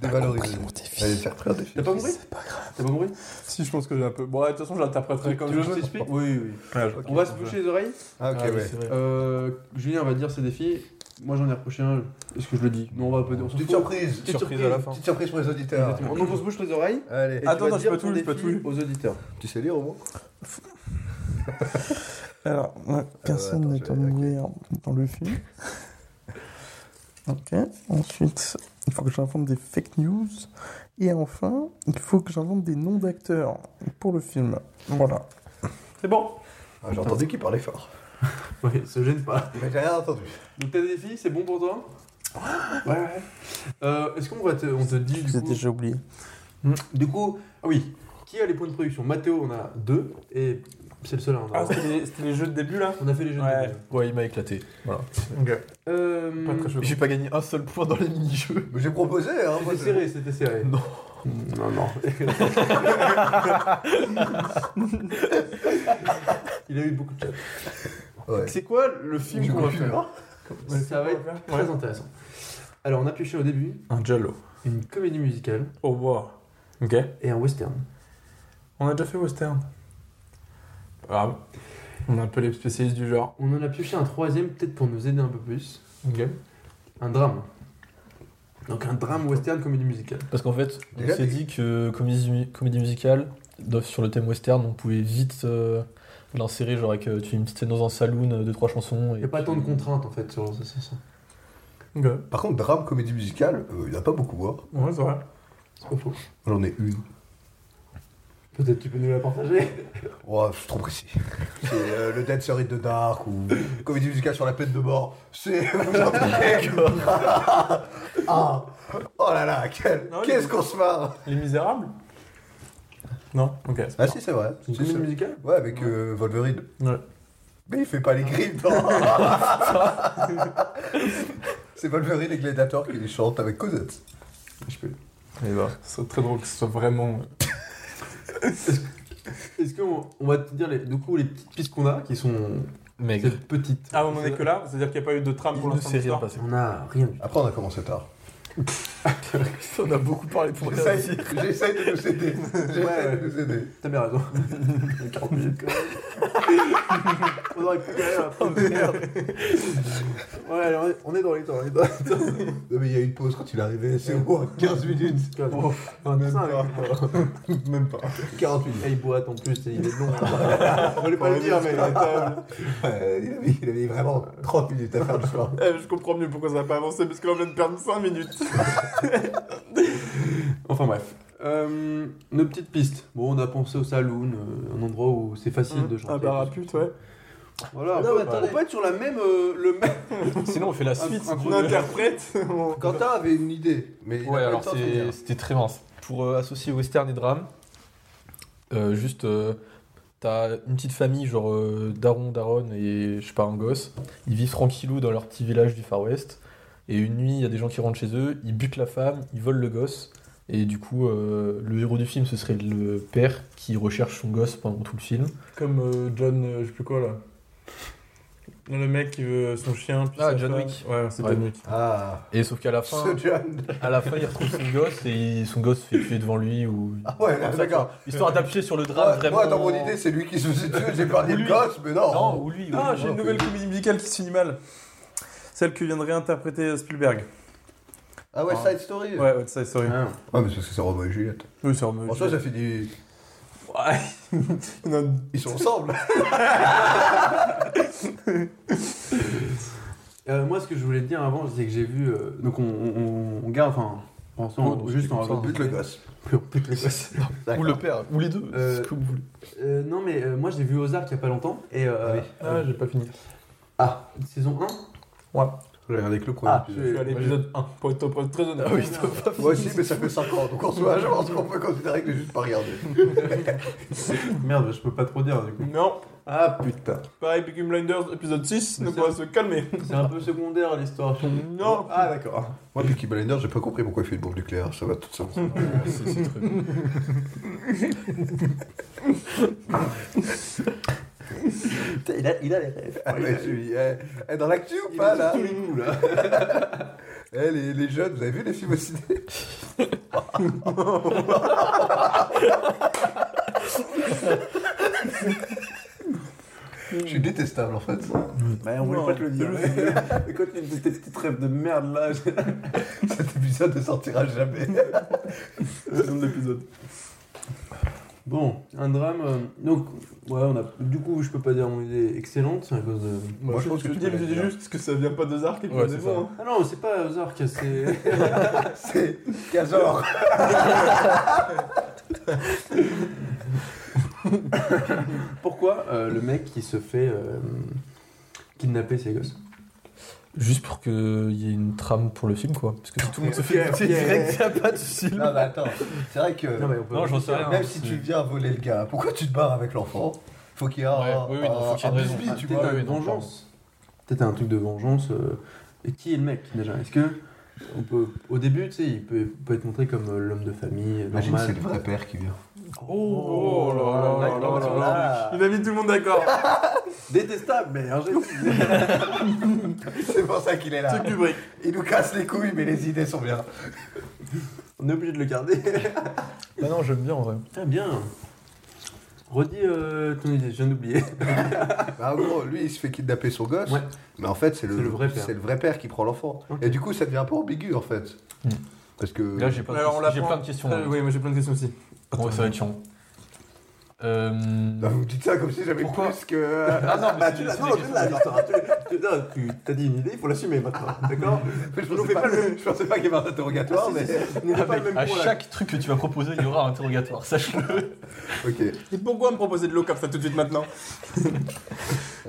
Speaker 1: dévaloriser. Allez, faire très défi.
Speaker 3: T'as pas compris C'est pas grave. T'as pas compris
Speaker 6: Si, je pense que j'ai un peu. Bon, ouais, de toute façon, j'interpréterai comme
Speaker 3: Tu
Speaker 6: je
Speaker 3: veux que
Speaker 6: veux.
Speaker 3: je t'explique Oui, oui.
Speaker 6: Ouais,
Speaker 7: Ah
Speaker 4: Ah,
Speaker 3: On va se boucher les oreilles.
Speaker 1: Ah, ok, ouais.
Speaker 3: Euh, Julien va dire ses défis. Moi j'en ai reproché un. Est-ce que je le dis Non, on va pas dire. on s'en
Speaker 1: Petite
Speaker 3: fout.
Speaker 1: surprise
Speaker 3: Petite surprise.
Speaker 8: à la fin.
Speaker 1: Petite surprise pour les auditeurs.
Speaker 3: Exactement. Donc on se bouche les oreilles.
Speaker 1: Allez,
Speaker 3: Et
Speaker 7: Attends,
Speaker 3: tu vas
Speaker 7: attends,
Speaker 3: dire
Speaker 7: j'ai pas
Speaker 3: ton
Speaker 7: tout lu, j'ai pas
Speaker 3: défi
Speaker 7: tout lu.
Speaker 3: aux auditeurs.
Speaker 1: tu sais lire au moins Ah,
Speaker 9: Alors, ouais, personne
Speaker 1: attends,
Speaker 9: n'est
Speaker 1: je vais-
Speaker 9: tombé dans le film. ok. Ensuite, il faut que j'invente des fake news. Et enfin, il faut que j'invente des noms d'acteurs pour le film. Voilà.
Speaker 3: C'est bon.
Speaker 1: Ah, J'ai entendu qu'il parlait fort.
Speaker 3: Ouais, se gêne pas.
Speaker 1: Mais j'ai rien entendu.
Speaker 3: Donc t'as des défis, c'est bon pour toi Ouais, ouais. Euh, Est-ce qu'on va te, on te dit du
Speaker 9: J'ai
Speaker 3: coup
Speaker 9: déjà oublié.
Speaker 3: Hmm. Du coup, ah oui. Qui a les points de production Mathéo, on a deux. Et c'est le seul à en
Speaker 7: Ah,
Speaker 3: avoir.
Speaker 7: c'était les- c'était les jeux de début là
Speaker 3: On a fait les jeux
Speaker 7: Ouais.
Speaker 3: de début.
Speaker 4: Ouais, il m'a éclaté. Voilà.
Speaker 3: Euh,
Speaker 7: Pas très chaud.
Speaker 4: J'ai pas gagné un seul point dans les mini-jeux.
Speaker 1: Mais j'ai proposé, hein, moi.
Speaker 3: Ah, C'était serré, c'était serré.
Speaker 4: Non.
Speaker 3: Non, non. Il a eu beaucoup de chat.
Speaker 1: Ouais.
Speaker 7: C'est quoi le film
Speaker 1: J'ai
Speaker 7: qu'on va
Speaker 1: compris,
Speaker 7: faire
Speaker 3: Ça va être très intéressant. Alors, on a pioché au début
Speaker 7: Un Jallo.
Speaker 3: une comédie musicale
Speaker 7: Au revoir. Ok.
Speaker 3: et un western.
Speaker 7: On a déjà fait Western. Pas grave. On est un peu les spécialistes du genre.
Speaker 3: On en a pioché un troisième, peut-être pour nous aider un peu plus.
Speaker 7: Ok.
Speaker 3: Un drame. Donc, un drame western comédie musicale.
Speaker 4: Parce qu'en fait, on
Speaker 1: Déjà,
Speaker 4: s'est
Speaker 1: mais-
Speaker 4: dit que comédie, comédie musicale, dans- sur le thème western, on pouvait vite euh, l'insérer, genre avec euh, tu fais une petite scène dans un saloon, euh, deux, trois chansons. euh,
Speaker 3: Il n'y a pas tant de contraintes en fait sur ça. ça, ça.
Speaker 7: Ok.
Speaker 1: Par contre, drame, comédie musicale, euh, il y en a pas beaucoup. Hein.
Speaker 7: Ouais, c'est vrai.
Speaker 3: C'est pas faux.
Speaker 1: J'en ai une.
Speaker 3: Peut-être tu peux nous la partager.
Speaker 1: Oh, je suis trop précis. C'est euh, le Dead Series de Dark ou comédie musicale sur la peine de mort. C'est. Vous entendez ah. Oh là là, quel-
Speaker 7: Non,
Speaker 1: qu'est-ce qu'on se marre
Speaker 7: Les Misérables Non Ok.
Speaker 1: Ah si, c'est vrai.
Speaker 3: Une
Speaker 1: Si,
Speaker 3: comédie
Speaker 1: c'est-
Speaker 3: musicale
Speaker 1: Ouais, avec euh, Wolverine.
Speaker 7: Ouais.
Speaker 1: Mais il fait pas les griffes non C'est Wolverine et Gladiator qui les chantent avec Cosette.
Speaker 3: Je peux.
Speaker 7: Et bah, c'est très drôle que ce soit vraiment. euh,
Speaker 3: Est-ce qu'on on va te dire les, du coup les petites pistes qu'on a qui sont
Speaker 4: Mec,
Speaker 3: cette petite
Speaker 7: Ah, on en est que là C'est-à-dire qu'il n'y a pas eu de trame
Speaker 4: il
Speaker 7: pour
Speaker 4: ne
Speaker 7: l'instant
Speaker 4: s'est
Speaker 7: de
Speaker 4: rien passé.
Speaker 7: l'histoire
Speaker 3: On a rien du tout.
Speaker 1: Après, on a commencé tard.
Speaker 4: On a beaucoup parlé pour rien
Speaker 1: J'essaye
Speaker 4: dire.
Speaker 1: j'essaye de nous aider. J'essaye
Speaker 3: Ouais,
Speaker 1: de nous aider.
Speaker 3: T'as bien raison. 40 minutes quand même. on aurait pu carrer la fin. Ouais, alors, on est- on est dans les temps. On est dans les temps.
Speaker 1: Non, mais il y a une pause quand il est arrivé, c'est au moins 15 minutes.
Speaker 3: Oh,
Speaker 1: Même
Speaker 3: 25.
Speaker 1: pas. Même pas. 40 minutes.
Speaker 3: Eh, il boite en plus, il est long. on voulait pas le dire, mais.
Speaker 7: euh,
Speaker 1: Ouais, il, avait, il avait vraiment 30 minutes à faire du soir.
Speaker 7: eh, je comprends mieux pourquoi ça n'a pas avancé, parce que là on vient de perdre 5 minutes.
Speaker 3: Enfin bref. Euh, nos petites pistes. Bon, on a pensé au saloon, euh, un endroit où c'est facile de chanter.
Speaker 7: Un bar à Ah, bah, pute, ouais.
Speaker 3: Voilà,
Speaker 7: Non,
Speaker 3: on,
Speaker 7: mais
Speaker 3: peut,
Speaker 7: attendez.
Speaker 3: on peut être sur la même, euh, le même.
Speaker 4: Sinon, on fait la suite.
Speaker 3: un-
Speaker 7: On interprète. on-
Speaker 1: Quentin avait une idée, mais il a pas eu
Speaker 4: Ouais,
Speaker 1: le
Speaker 4: alors
Speaker 1: temps de
Speaker 4: c'est-
Speaker 1: finir.
Speaker 4: c'était très mince. Pour euh, associer western et drame, euh, juste, euh, t'as une petite famille, genre euh, daron, daronne et je sais pas, un gosse. Ils vivent tranquillou dans leur petit village du Far West. Et une nuit, il y a des gens qui rentrent chez eux, ils butent la femme, ils volent le gosse. Et du coup, euh, le héros du film, ce serait le père qui recherche son gosse pendant tout le film.
Speaker 7: Comme euh, John, euh, je sais plus quoi là. Là, Le mec qui veut son chien. puis
Speaker 4: Ah,
Speaker 7: sa
Speaker 4: John
Speaker 7: femme.
Speaker 4: Wick.
Speaker 7: Ouais, c'est
Speaker 4: Ouais.
Speaker 7: John Wick.
Speaker 1: Ah,
Speaker 4: Et sauf qu'à la fin,
Speaker 1: ce John.
Speaker 4: à la fin, il retrouve son gosse et il- son gosse se fait tuer devant lui ou.
Speaker 1: Ah ouais, là, d'accord.
Speaker 4: Histoire d'appuyer sur le drame
Speaker 1: Moi,
Speaker 4: vraiment.
Speaker 1: moi, dans mon idée, c'est lui qui se faisait tuer, j'ai épargné le gosse, mais non.
Speaker 4: Non, ou lui. ou
Speaker 7: Ah,
Speaker 4: lui.
Speaker 7: j'ai une
Speaker 1: ok.
Speaker 7: nouvelle comédie musicale qui se finit mal. Celle que vient de réinterpréter Spielberg.
Speaker 1: Ah ouais, Side Story.
Speaker 7: Ouais, ouais, ça, sorry.
Speaker 1: Ouais, mais c'est parce que c'est Romain et Juliette.
Speaker 7: Oui, c'est un-
Speaker 1: En soi, ça finit.
Speaker 7: Ouais. Il y en a-
Speaker 1: Ils sont ensemble.
Speaker 3: Euh, moi, ce que je voulais te dire avant, c'est que j'ai vu. euh, donc, on, on, on garde. Enfin, en soi,
Speaker 4: Oh, donc
Speaker 3: juste
Speaker 4: c'était
Speaker 3: en
Speaker 4: comme ça,
Speaker 3: rajoute-
Speaker 1: But le gosse.
Speaker 3: Plus- plus que les gosses.
Speaker 1: D'accord.
Speaker 4: Ou le père, ou les deux.
Speaker 3: Euh,
Speaker 4: c'est comme vous voulez.
Speaker 3: Euh, non, mais euh, moi, j'ai vu Ozark il n'y a pas longtemps. Et, euh,
Speaker 1: Ah oui.
Speaker 4: Ah, j'ai pas fini.
Speaker 3: Ah, saison 1
Speaker 1: J'ai regardé que le premier
Speaker 3: Ah,
Speaker 1: épisode.
Speaker 7: Je suis à l'épisode 1. Pour être pour être très honnête.
Speaker 4: oui, t'as pas
Speaker 1: Moi aussi, mais ça fait 5 ans, donc en soi, je pense qu'on peut considérer que j'ai juste pas regardé.
Speaker 3: Merde, je peux pas trop dire du coup.
Speaker 7: Non.
Speaker 3: Ah putain.
Speaker 7: Pareil, Peaky Blinders, épisode 6. Donc
Speaker 3: C'est-
Speaker 7: on va se calmer.
Speaker 3: C'est un peu secondaire l'histoire.
Speaker 7: Non.
Speaker 3: Ah d'accord.
Speaker 1: Moi, Peaky Blinders, j'ai pas compris pourquoi il fait une bombe nucléaire, ça va tout ça.
Speaker 3: il, a, il a les rêves.
Speaker 1: Ah, mais je lui- eh, eh, dans l'actu ou pas, là
Speaker 3: tous les coups là.
Speaker 1: Eh, les, les jeunes, vous avez vu les films au ciné Je suis détestable en fait.
Speaker 3: Bah, on voulait pas te le dire. Mais Quand tu tes petites rêves de merde là, j'ai
Speaker 1: Cet épisode ne sortira jamais.
Speaker 3: un épisode. Bon, un drame. euh, donc, ouais, on a. Du coup, je peux pas dire mon idée est excellente, c'est à cause de.
Speaker 1: Moi, je pense que tu hein. peux la
Speaker 7: dis
Speaker 1: dire.
Speaker 7: juste que ça vient pas de Zark et
Speaker 4: Ouais, c'est
Speaker 7: bon.
Speaker 3: Ah non, c'est pas Ozark, c'est.
Speaker 1: C'est Kazor.
Speaker 3: Pourquoi euh, le mec qui se fait euh, kidnapper ses gosses
Speaker 4: Juste pour qu'il y ait une trame pour le film, quoi. Parce que si tout le monde se fait.
Speaker 3: Ok,
Speaker 4: C'est direct, y a pas de film.
Speaker 1: Non, mais attends, c'est vrai que
Speaker 3: Non, mais on peut.
Speaker 4: Non, j'en sais rien.
Speaker 1: même si tu viens voler le gars, pourquoi tu te barres avec l'enfant Faut qu'il y ait un.
Speaker 4: Ouais,
Speaker 1: un-
Speaker 4: oui, oui, non, faut qu'il
Speaker 1: un
Speaker 4: y ait une raison.
Speaker 1: bisbille, tu
Speaker 3: Ah, Peut-être
Speaker 1: vois.
Speaker 3: un vengeance. Peut-être un truc de vengeance. euh, Et qui est le mec déjà Est-ce que on peut, au début, tu sais, il peut, peut être montré comme euh, l'homme de famille euh,
Speaker 1: Imagine, c'est
Speaker 3: normal.
Speaker 1: le vrai père qui vient.
Speaker 7: Oh là là là là là. Il a mis tout le monde d'accord.
Speaker 4: Ah,
Speaker 3: Détestable, mais un génie.
Speaker 1: C'est pour ça qu'il est là.
Speaker 7: Truc du brick.
Speaker 1: Il nous casse les couilles, mais les idées sont bien.
Speaker 3: On est obligé de le garder.
Speaker 4: Bah non, j'aime bien en vrai.
Speaker 3: Très bien. Redis euh, ton idée, je viens d'oublier.
Speaker 1: Bah, en gros, lui, il se fait kidnapper son gosse.
Speaker 3: Ouais.
Speaker 1: Mais en fait, c'est le,
Speaker 3: C'est le vrai père.
Speaker 1: c'est le vrai père qui prend l'enfant.
Speaker 3: Ok.
Speaker 1: Et du coup, ça devient un peu ambigu, en fait.
Speaker 4: Hmm.
Speaker 1: Parce que...
Speaker 4: Là, j'ai pas
Speaker 7: Alors, on
Speaker 4: de-
Speaker 7: l'a
Speaker 4: j'ai
Speaker 7: prend-
Speaker 4: plein de questions. hein.
Speaker 7: Ah,
Speaker 4: là.
Speaker 7: Oui, moi j'ai plein de questions aussi.
Speaker 4: Ouais, ça va être chiant.
Speaker 1: Non,
Speaker 4: Euh...
Speaker 1: vous me dites ça comme si j'avais
Speaker 4: Pourquoi
Speaker 1: plus que...
Speaker 3: Ah non, bah, tu l'as, non, tu l'as, l'histoire. Tu tu- non, tu t'as dit une idée, il faut l'assumer maintenant, d'accord
Speaker 1: Je
Speaker 3: Nous
Speaker 1: pensais
Speaker 3: fais
Speaker 1: pas, Ah,
Speaker 3: pas le-
Speaker 1: je pensais pas qu'il y avait un interrogatoire, mais...
Speaker 3: On n'est pas le
Speaker 4: Avec-
Speaker 3: même
Speaker 4: à
Speaker 3: point, là.
Speaker 4: chaque truc que tu vas proposer, il y aura un interrogatoire, sache-le.
Speaker 1: Ok.
Speaker 7: Et pourquoi me proposer de l'eau comme ça tout de suite maintenant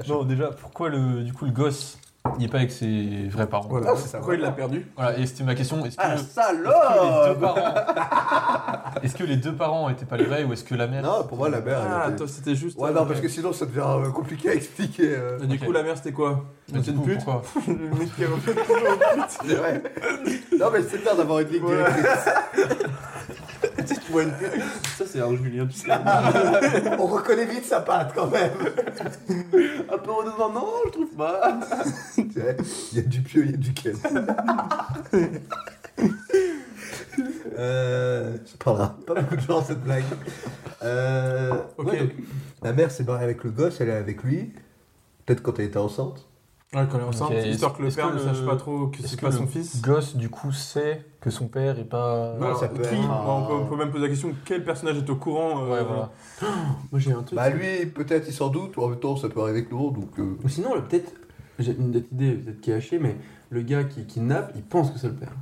Speaker 4: Non, déjà, pourquoi le, du coup le gosse il est pas avec ses vrais parents
Speaker 1: Ah, c'est ça.
Speaker 7: Pourquoi il l'a perdu
Speaker 4: Voilà, et c'était ma question. Est-ce que,
Speaker 3: Ah,
Speaker 4: est-ce que les
Speaker 3: salope
Speaker 4: deux parents, est-ce que les deux parents étaient pas les vrais ou est-ce que la mère
Speaker 1: Non, pour moi, la mère, elle
Speaker 7: Ah,
Speaker 1: était-
Speaker 7: toi c'était juste.
Speaker 1: Ouais, non, parce que sinon, ça devient euh, compliqué à expliquer. euh.
Speaker 7: Et Du
Speaker 4: Ok.
Speaker 7: coup, la mère c'était quoi
Speaker 4: Mais
Speaker 7: C'est
Speaker 4: du
Speaker 7: une
Speaker 4: coup,
Speaker 7: pute
Speaker 4: pourquoi
Speaker 7: Le mec qui revient.
Speaker 1: C'est vrai. Non, mais c'est bien d'avoir une ligne
Speaker 7: Ouais.
Speaker 1: directrice.
Speaker 3: Tu vois une pute Ça, c'est un Julien, tu sais.
Speaker 1: On reconnaît vite sa patte, quand même.
Speaker 3: Un peu redondant, non, je trouve pas.
Speaker 1: Tu sais, Il y a du pieux, il y a du ken. euh, ça parlera pas beaucoup de gens cette blague. Euh,
Speaker 7: Ok.
Speaker 1: ouais, donc, la mère s'est barrée avec le gosse, elle est avec lui. Peut-être quand elle était enceinte.
Speaker 7: Ouais, Ah, quand on est ensemble,
Speaker 4: Ok,
Speaker 7: histoire que le
Speaker 4: est-ce
Speaker 7: père
Speaker 4: que
Speaker 7: ne
Speaker 4: le-
Speaker 7: sache pas trop que
Speaker 4: est-ce
Speaker 7: c'est
Speaker 4: que
Speaker 7: pas
Speaker 4: le
Speaker 7: son fils.
Speaker 4: Gosse, du coup, sait que son père est pas.
Speaker 1: Non,
Speaker 7: Alors,
Speaker 1: ça peut
Speaker 7: qui
Speaker 1: être un-
Speaker 7: Bah, on, peut, on peut même poser la question quel personnage est au courant euh,
Speaker 4: Ouais, voilà.
Speaker 3: Moi, j'ai un truc.
Speaker 1: Bah lui, peut-être, il s'en doute, ou en même temps, ça peut arriver que nous, donc... euh,
Speaker 3: Ou sinon, le- peut-être, j'ai une autre idée, peut-être qui est hachée, mais le gars qui kidnappe, il pense que c'est le père.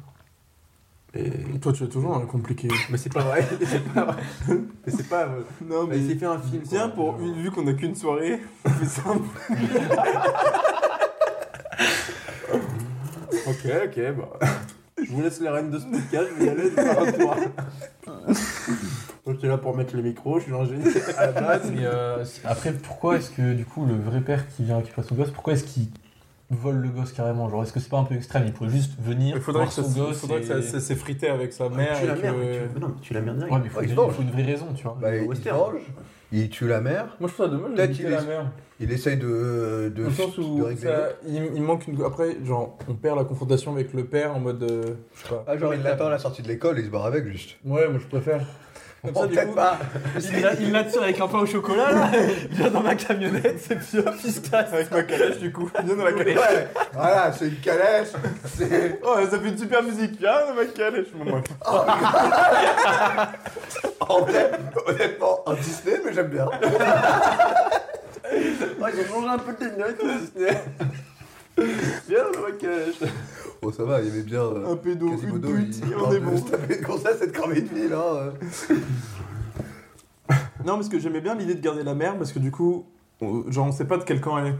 Speaker 3: Et...
Speaker 7: Toi, tu es toujours un compliqué.
Speaker 3: Mais c'est pas vrai. c'est pas vrai. Mais c'est pas. vrai.
Speaker 7: non,
Speaker 3: Bah,
Speaker 7: mais.
Speaker 3: il s'est fait un film. quoi.
Speaker 7: Tiens, pour une vue qu'on a qu'une soirée, on fait ça.
Speaker 3: Ok, ok, bah. Je vous laisse les rênes de ce podcast, je vais y aller, je vais faire un tour. Moi, j'étais là pour mettre les micros, je suis l'ingénieur à la base.
Speaker 4: Mais, euh, c'est- après, pourquoi est-ce que du coup le vrai père qui vient récupérer son gosse, pourquoi est-ce qu'il vole le gosse carrément Genre, est-ce que c'est pas un peu extrême Il pourrait juste venir
Speaker 7: Il faudrait
Speaker 4: voir
Speaker 7: que ça,
Speaker 4: son gosse.
Speaker 7: faudrait
Speaker 4: et-
Speaker 7: que ça, ça s'est frité avec sa mère.
Speaker 3: Tu la
Speaker 7: et que-
Speaker 3: merde, tu... Non, mais tu la merde direct.
Speaker 4: Ouais, mais il faut,
Speaker 1: Ouais,
Speaker 4: une-
Speaker 1: il se venge.
Speaker 4: faut une vraie raison, tu vois.
Speaker 1: bah,
Speaker 3: le
Speaker 1: il se
Speaker 3: western.
Speaker 1: venge, il tue la mère,
Speaker 7: Moi, je trouve ça dommage
Speaker 1: Peut-être
Speaker 7: de
Speaker 1: qu'il
Speaker 7: quitter la
Speaker 1: est-
Speaker 7: mère.
Speaker 1: il essaye de... euh, de,
Speaker 7: Dans le sens
Speaker 1: de
Speaker 7: où
Speaker 1: régler
Speaker 7: ça- il, il manque une. Après, genre, on perd la confrontation avec le père en mode. euh, je sais pas.
Speaker 1: Ah, genre, il l'attend à la sortie de l'école, il se barre avec, juste.
Speaker 7: Ouais, moi je préfère. Comme
Speaker 1: Oh,
Speaker 7: ça, du
Speaker 1: peut-être
Speaker 7: coup.
Speaker 1: pas.
Speaker 4: Il l'attire avec un pain au chocolat, là. Il vient dans ma camionnette, c'est puis hop, il se casse.
Speaker 7: Avec ma calèche, du coup. Viens dans la calèche.
Speaker 1: Ouais, voilà, c'est une calèche, c'est...
Speaker 7: Oh, ça fait une super musique. Viens dans ma calèche. Moi, moi.
Speaker 1: En vrai, honnêtement, un Disney, mais j'aime bien.
Speaker 3: Ah, ils ont changé un peu de technique, les Disney. Viens, le maquillage.
Speaker 1: Bon, ça va, il y avait bien. euh,
Speaker 7: Un pédo, une
Speaker 1: Quasimodo,
Speaker 7: pute,
Speaker 1: il
Speaker 7: on est bon.
Speaker 1: Ça fait comme ça, cette cramée de ville, hein.
Speaker 7: Non, parce que j'aimais bien l'idée de garder la mère, parce que du coup, on- genre, on sait pas de quel camp elle est.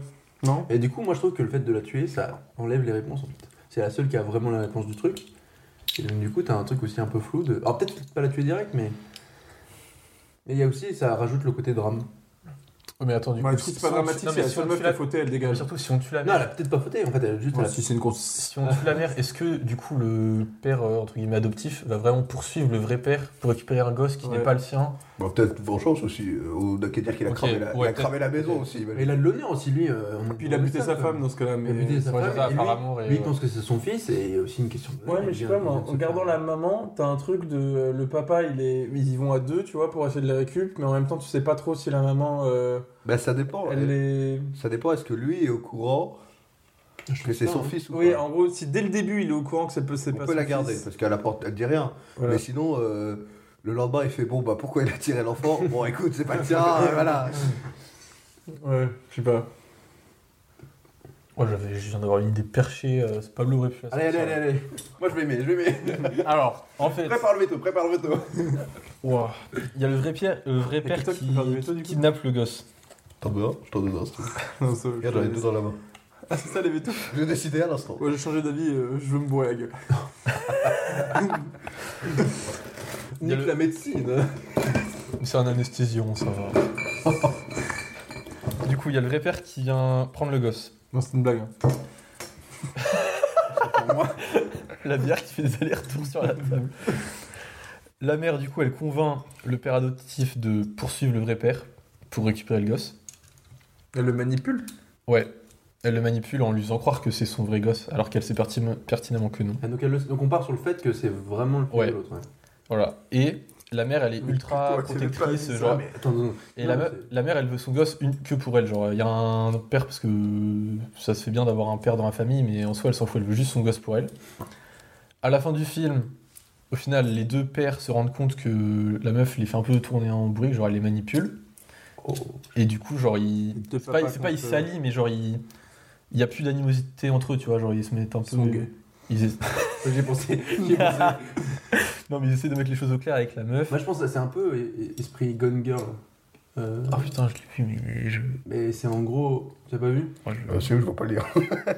Speaker 7: Non
Speaker 3: Et du coup, moi, je trouve que le fait de la tuer, ça enlève les réponses, en fait. C'est la seule qui a vraiment la réponse du truc. Et donc, du coup, t'as un truc aussi un peu flou de... Alors, peut-être pas la tuer direct, mais... Mais il y a aussi, ça rajoute le côté drame.
Speaker 4: Mais attends, du
Speaker 7: Ouais,
Speaker 4: coup,
Speaker 7: du coup, Bah, c'est
Speaker 4: si-
Speaker 7: pas
Speaker 4: si on-
Speaker 7: dramatique,
Speaker 4: non,
Speaker 7: c'est
Speaker 4: mais
Speaker 7: la
Speaker 4: si on
Speaker 7: seule meuf
Speaker 4: tue
Speaker 7: qui a fauté, elle
Speaker 4: mais
Speaker 7: dégage.
Speaker 4: surtout, si on tue la
Speaker 3: Non, elle
Speaker 4: mère,
Speaker 3: a peut-être pas fauté, en fait, elle a juste...
Speaker 7: Bon,
Speaker 3: elle a-
Speaker 7: si c'est une grosse.
Speaker 4: si on tue la mère, est-ce que du coup le père euh, entre guillemets adoptif va vraiment poursuivre le vrai père pour récupérer un gosse qui
Speaker 7: Ouais.
Speaker 4: n'est pas le sien
Speaker 1: Bon, peut-être vengeance aussi. euh, On a qu'à dire qu'il a
Speaker 4: Ok,
Speaker 1: cramé la, il
Speaker 4: ouais,
Speaker 1: a cramé la maison
Speaker 4: peut-être.
Speaker 1: aussi.
Speaker 3: Mais il a de l'honneur aussi, lui. euh, on-
Speaker 7: Puis il a
Speaker 3: on
Speaker 7: buté
Speaker 3: le sait,
Speaker 7: sa
Speaker 3: quoi.
Speaker 7: femme dans ce cas-là,
Speaker 3: Il a buté
Speaker 7: mais.
Speaker 3: sa
Speaker 4: Ouais,
Speaker 3: femme,
Speaker 4: ça,
Speaker 3: et
Speaker 4: par
Speaker 3: lui-
Speaker 4: amour et-
Speaker 3: Lui, il pense que c'est son fils, et il y a aussi une question de...
Speaker 7: Ouais, mais je sais
Speaker 3: Bien,
Speaker 7: pas, moi,
Speaker 3: bien,
Speaker 7: en
Speaker 3: ça
Speaker 7: gardant
Speaker 3: fait-
Speaker 7: la maman, t'as un truc de. euh, Le papa, il est, ils y vont à deux, tu vois, pour essayer de la récup, mais en même temps, tu sais pas trop si la maman. euh,
Speaker 1: Bah, ça dépend.
Speaker 7: elle est.
Speaker 1: Ça dépend, est-ce que lui est au courant que c'est son fils ou
Speaker 7: Oui,
Speaker 1: pas
Speaker 7: en gros, si dès le début il est au courant que ça peut c'est
Speaker 1: On
Speaker 7: pas
Speaker 1: peut
Speaker 7: son
Speaker 1: la garder,
Speaker 7: fils,
Speaker 1: parce qu'elle apporte, elle dit rien.
Speaker 7: Voilà.
Speaker 1: Mais sinon, euh, le lendemain, il fait Bon, bah pourquoi il a tiré l'enfant Bon, écoute, c'est pas le tien, euh, voilà.
Speaker 7: Ouais, je sais pas.
Speaker 4: Ouais, j'avais, je viens d'avoir une idée perchée. euh, c'est Pablo aurait pu la
Speaker 3: Allez, allez,
Speaker 4: sortir.
Speaker 3: allez, allez. Moi, je vais aimer, je vais aimer.
Speaker 4: Alors, en fait,
Speaker 3: prépare le veto, prépare le veto.
Speaker 4: ouah, il y a le vrai, Pierre, le vrai père
Speaker 7: toi
Speaker 4: qui,
Speaker 7: qui peux faire du veto, du coup
Speaker 4: kidnappe le gosse.
Speaker 1: T'en veux un Je t'en donne un, s'il te plaît.
Speaker 7: Non, ça,
Speaker 1: Regarde, j'en ai deux dans la main.
Speaker 7: Ah, c'est ça les vétos
Speaker 1: J'ai décidé à l'instant.
Speaker 7: Ouais, j'ai changé d'avis, euh, je veux me bourrer la gueule.
Speaker 4: Il y a
Speaker 3: Nique
Speaker 4: le-
Speaker 3: la médecine.
Speaker 4: C'est un anesthésion, ça va. du coup, il y a le vrai père qui vient prendre le gosse.
Speaker 7: Non, c'est une blague. hein.
Speaker 4: La bière qui fait des allers-retours sur la table. La mère, du coup, elle convainc le père adoptif de poursuivre le vrai père pour récupérer le gosse.
Speaker 7: Elle le manipule
Speaker 4: Ouais. Elle le manipule en lui faisant croire que c'est son vrai gosse, alors qu'elle sait pertinemment- pertinemment que non.
Speaker 3: Ah, donc, elle le- donc on part sur le fait que c'est vraiment le fils
Speaker 4: Ouais.
Speaker 3: de l'autre. Ouais.
Speaker 4: Voilà. Et la mère, elle est
Speaker 7: Mais
Speaker 4: ultra
Speaker 7: putain, c'est pas
Speaker 4: protectrice.
Speaker 7: ça,
Speaker 4: genre,
Speaker 3: Mais attends, attends, attends.
Speaker 4: Et
Speaker 3: Non,
Speaker 4: la,
Speaker 3: mais
Speaker 4: me- la mère, elle veut son gosse une... que pour elle. Genre, il y a un père parce que ça se fait bien d'avoir un père dans la famille, mais en soi, elle s'en fout. Elle veut juste son gosse pour elle. À la fin du film, au final, les deux pères se rendent compte que la meuf les fait un peu tourner en bruit, genre elle les manipule.
Speaker 3: Oh.
Speaker 4: Et du coup, genre, ils...
Speaker 7: Deux
Speaker 4: c'est pas,
Speaker 7: papas
Speaker 4: c'est pas ils
Speaker 7: contre-
Speaker 4: s'allient, mais genre, ils- il n'y a plus d'animosité entre eux, tu vois. Genre, ils se mettent un peu.
Speaker 7: sont gays.
Speaker 4: Ils essa-
Speaker 3: J'ai pensé. j'ai pensé.
Speaker 4: non, mais ils essaient de mettre les choses au clair avec la meuf.
Speaker 3: Moi, je pense que c'est un peu e- e- esprit Gone Girl. Euh,
Speaker 4: Ah putain, je l'ai vu, mais je.
Speaker 3: Mais c'est en gros. T'as pas vu
Speaker 4: moi, je-
Speaker 1: Euh, c'est où je vois pas le lire.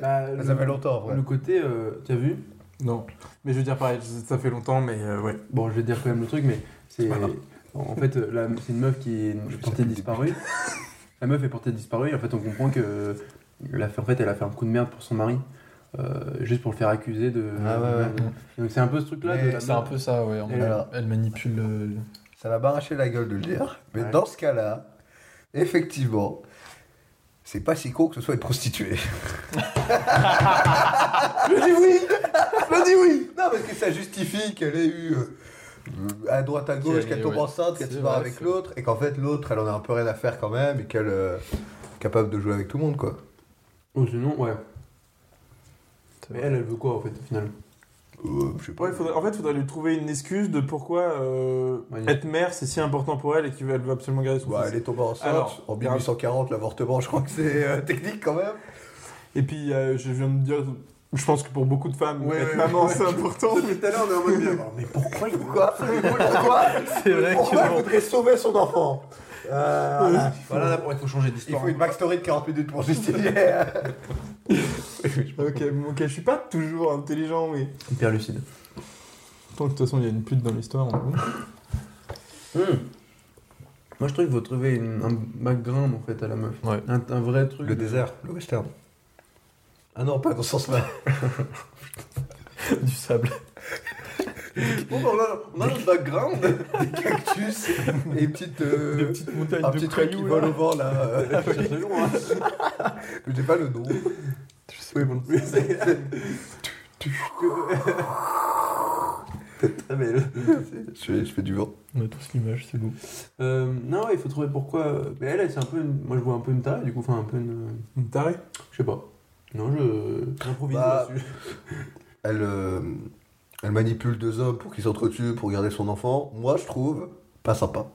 Speaker 3: Bah, le-
Speaker 1: Ça fait longtemps, en vrai.
Speaker 3: Le côté. euh, T'as vu
Speaker 7: Non. Mais je veux dire, pareil, je- ça fait longtemps, mais euh, ouais.
Speaker 3: Bon, je vais dire quand même le truc, mais c'est. En fait, euh, la- c'est une meuf qui est portée disparue. La meuf est portée disparue, et en fait, on comprend que. elle a fait- en fait, elle a fait un coup de merde pour son mari. euh, juste pour le faire accuser de.
Speaker 1: Ah ouais, ouais.
Speaker 3: Et Donc, c'est un peu ce truc-là.
Speaker 1: Mais
Speaker 3: de la
Speaker 4: C'est un peu ça, ouais. en
Speaker 3: Et
Speaker 4: mode,
Speaker 1: alors
Speaker 4: elle manipule. euh, le-
Speaker 1: Ça m'a barraché la gueule de le dire, mais
Speaker 3: Ouais.
Speaker 1: dans ce cas-là, effectivement, c'est pas si con que ce soit une prostituée.
Speaker 3: Je dis oui Je dis oui
Speaker 1: non, parce que ça justifie qu'elle ait eu euh, à droite à gauche,
Speaker 4: Qu'elle
Speaker 1: qu'elle
Speaker 4: ait-
Speaker 1: tombe
Speaker 4: ouais.
Speaker 1: enceinte, qu'elle
Speaker 4: C'est
Speaker 1: se barre
Speaker 4: vrai,
Speaker 1: avec
Speaker 4: c'est-
Speaker 1: l'autre, et qu'en fait l'autre, elle en a un peu rien à faire quand même, et qu'elle euh, est capable de jouer avec tout le monde, quoi.
Speaker 3: Ou sinon, ouais. Mais elle, elle veut quoi, en fait, au final
Speaker 1: Euh, je sais pas.
Speaker 7: Ouais, faudrait- en fait, il faudrait lui trouver une excuse de pourquoi euh,
Speaker 3: Ouais.
Speaker 7: être mère c'est si important pour elle et qu'elle veut absolument garder son
Speaker 1: Bah,
Speaker 7: fils.
Speaker 1: elle est tombée enceinte
Speaker 7: Alors,
Speaker 1: en 1840, l'avortement, je crois que c'est euh, technique quand même.
Speaker 7: Et puis, euh, je viens de me dire, je pense que pour beaucoup de femmes,
Speaker 3: Ouais,
Speaker 7: être
Speaker 3: ouais,
Speaker 7: maman
Speaker 3: ouais.
Speaker 7: c'est important.
Speaker 3: Tout à l'heure, on est en mode bien. Alors, Mais pourquoi il
Speaker 1: Pourquoi Pourquoi
Speaker 4: C'est vrai
Speaker 1: Pourquoi elle voudrait sauver son enfant Euh, voilà.
Speaker 3: Voilà, Bah là, pour- il faut changer
Speaker 1: Il
Speaker 3: d'histoire.
Speaker 1: faut une backstory de 40 minutes pour justifier.
Speaker 7: ok, ok, je suis pas toujours intelligent, mais.
Speaker 3: Hyper lucide.
Speaker 7: Tant que de toute façon, il y a une pute dans l'histoire. en gros.
Speaker 3: Moi, je trouve qu'il faut trouver une- un background, en fait, à la meuf.
Speaker 4: Ouais.
Speaker 3: Un, un vrai truc.
Speaker 1: Le désert, le western. Ah non, pas dans ce sens-là.
Speaker 4: du sable.
Speaker 3: Bon, bah, on a, on a notre background.
Speaker 1: Cactus et une petite, euh,
Speaker 4: Des petites montagnes
Speaker 1: un
Speaker 4: de
Speaker 1: petit truc qui
Speaker 4: cailloux.
Speaker 1: vole au vent là. euh,
Speaker 3: C'est long, hein.
Speaker 1: mais J'ai pas le nom.
Speaker 3: Oui, bon, oui, c'est... Très belle.
Speaker 1: Je fais, je fais du vent.
Speaker 4: On a tous l'image, c'est beau.
Speaker 3: Euh, non, ouais, il faut trouver pourquoi. Mais elle, elle, c'est un peu. Une... Moi, je vois un peu une tarée, du coup, enfin, un peu une.
Speaker 7: Une tarée
Speaker 3: Je sais pas. Non, je. J'improvise
Speaker 1: Bah,
Speaker 3: là-dessus.
Speaker 1: Elle, euh, elle manipule deux hommes pour qu'ils s'entretuent, pour garder son enfant. Moi, je trouve pas sympa.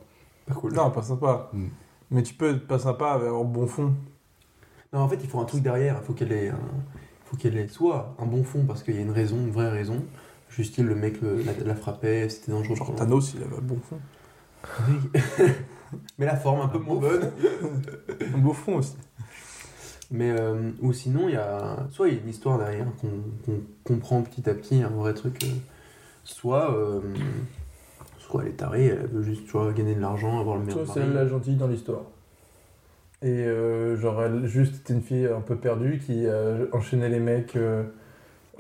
Speaker 3: Pas cool.
Speaker 7: Non, pas sympa.
Speaker 1: Mm.
Speaker 7: Mais tu peux être pas sympa avec un bon fond.
Speaker 3: Non, en fait, il faut un truc derrière. Il faut qu'elle ait, un- il faut qu'elle ait soit un bon fond parce qu'il y a une raison, une vraie raison. Juste, le mec le- la, la frappait, c'était dangereux.
Speaker 7: Genre
Speaker 3: pour
Speaker 7: Thanos, il avait un bon fond.
Speaker 3: lui. Mais la forme un peu moins bonne.
Speaker 7: Un beau fond aussi.
Speaker 3: Mais euh, ou sinon, il y a soit il y a une histoire derrière qu'on qu'on comprend petit à petit, un vrai truc. euh, soit, euh, soit elle est tarée, elle veut juste tu vois, gagner de l'argent, avoir le meilleur.
Speaker 10: Soit c'est
Speaker 3: mari.
Speaker 10: elle la gentille dans l'histoire. Et euh, genre, elle, juste, c'était une fille un peu perdue qui euh, enchaînait les mecs. euh,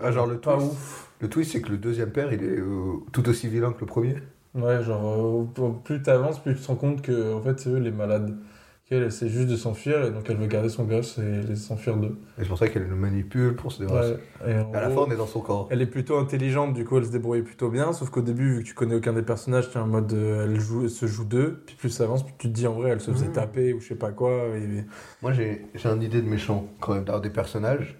Speaker 1: Ah, genre le
Speaker 10: pas
Speaker 1: twist.
Speaker 10: ouf.
Speaker 1: Le twist, c'est que le deuxième père, il est euh, tout aussi vilain que le premier.
Speaker 10: Ouais, genre, euh, plus t'avances, plus tu te rends compte que, en fait, c'est eux les malades.
Speaker 7: qu'elle essaie juste de s'enfuir et donc elle veut garder son gosse et les s'enfuir d'eux.
Speaker 1: Et c'est pour ça qu'elle le manipule pour se débarrasser.
Speaker 7: Ouais, et en
Speaker 1: à la fin,
Speaker 7: gros,
Speaker 1: on est dans son corps.
Speaker 7: Elle est plutôt intelligente, du coup elle se débrouille plutôt bien, sauf qu'au début, vu que tu connais aucun des personnages, tu es en mode euh, elle, joue, elle se joue d'eux, puis plus ça avance, plus tu te dis en vrai elle se faisait
Speaker 3: Mmh.
Speaker 7: taper ou je sais pas quoi. et-
Speaker 1: Moi, j'ai j'ai une idée de méchant, quand même, d'avoir des personnages.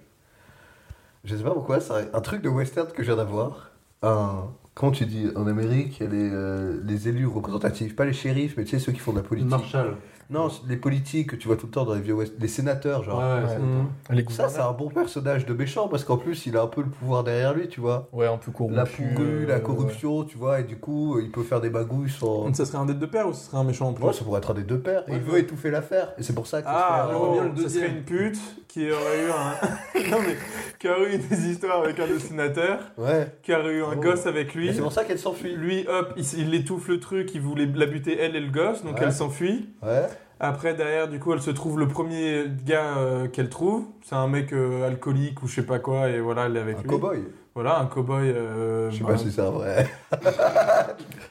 Speaker 1: Je sais pas pourquoi, c'est un truc de western que je viens d'avoir. Un... Comment tu dis En Amérique, les, euh, les élus représentatifs, pas les shérifs, mais tu sais, ceux qui font de la politique.
Speaker 3: Marshall.
Speaker 1: Non, c'est les politiques que tu vois tout le temps dans les vieux west... Les sénateurs, genre.
Speaker 3: ouais.
Speaker 7: Mmh.
Speaker 1: Ça, c'est un bon personnage de méchant, parce qu'en plus, il a un peu le pouvoir derrière lui, tu vois.
Speaker 4: Ouais, un peu corrompu.
Speaker 1: La pourrue,
Speaker 4: euh,
Speaker 1: la corruption, tu vois, et du coup, euh, il peut faire des bagouilles sans...
Speaker 7: Donc ça serait un des deux pères ou ce serait un méchant en plus
Speaker 1: Ouais, ça pourrait être un des deux pères, et il veut étouffer l'affaire, et c'est pour ça que...
Speaker 7: Ah,
Speaker 1: c'est-
Speaker 7: oh,
Speaker 3: bien le
Speaker 7: ça serait
Speaker 3: deuxième.
Speaker 7: une pute qui aurait eu un. non mais, qui aurait eu des histoires avec un dessinateur,
Speaker 1: Ouais,
Speaker 7: qui aurait eu un
Speaker 1: Oh.
Speaker 7: gosse avec lui.
Speaker 1: Et c'est pour ça qu'elle s'enfuit.
Speaker 7: Lui, hop, il, s- il étouffe le truc, il voulait la buter elle et le gosse, donc
Speaker 1: Ouais.
Speaker 7: elle s'enfuit.
Speaker 1: Ouais.
Speaker 7: Après, derrière, du coup, elle se trouve le premier gars euh, qu'elle trouve. C'est un mec euh, alcoolique ou je sais pas quoi, et voilà, elle est avec
Speaker 1: Un
Speaker 7: lui.
Speaker 1: cow-boy.
Speaker 7: Voilà, un cow-boy. euh,
Speaker 1: Je sais
Speaker 7: bah,
Speaker 1: pas si c'est un vrai.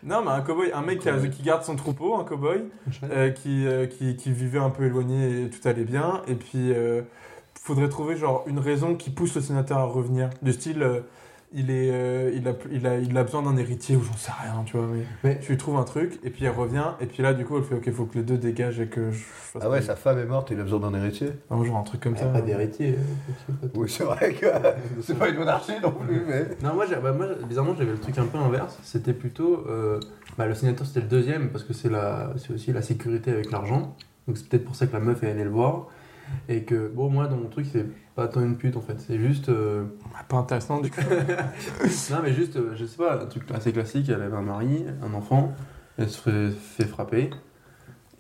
Speaker 7: Non, mais un cow-boy, un mec qui, a- qui garde son troupeau, un cow-boy. Euh, qui, euh, qui, qui vivait un peu éloigné et tout allait bien. Et puis, euh, faudrait trouver genre une raison qui pousse le sénateur à revenir. Du style, euh, il, est, euh, il, a, il, a, il a besoin d'un héritier ou j'en sais rien, tu vois. Mais,
Speaker 3: Mais-
Speaker 7: tu lui trouves un truc et puis elle revient. Et puis là, du coup, elle fait Ok, faut que les deux dégagent et que je fasse.
Speaker 1: Ah ouais,
Speaker 7: ça.
Speaker 1: sa femme est morte et il a besoin d'un héritier.
Speaker 7: genre un truc comme ça.
Speaker 3: Pas d'héritier. euh,
Speaker 1: Oui, c'est vrai que c'est pas une monarchie non plus, mais.
Speaker 3: Non, moi, j'ai- bah, moi, bizarrement, j'avais le truc un peu inverse. C'était plutôt. euh, bah, le sénateur, c'était le deuxième, parce que c'est la- c'est aussi la sécurité avec l'argent. Donc, c'est peut-être pour ça que la meuf est allée le voir. Et que, bon, moi, dans mon truc, c'est pas tant une pute, en fait. C'est juste. euh,
Speaker 7: Ah, Pas intéressant, du coup.
Speaker 3: non, mais juste, euh, je sais pas, un truc assez classique. Elle avait un mari, un enfant, elle se fait, fait frapper.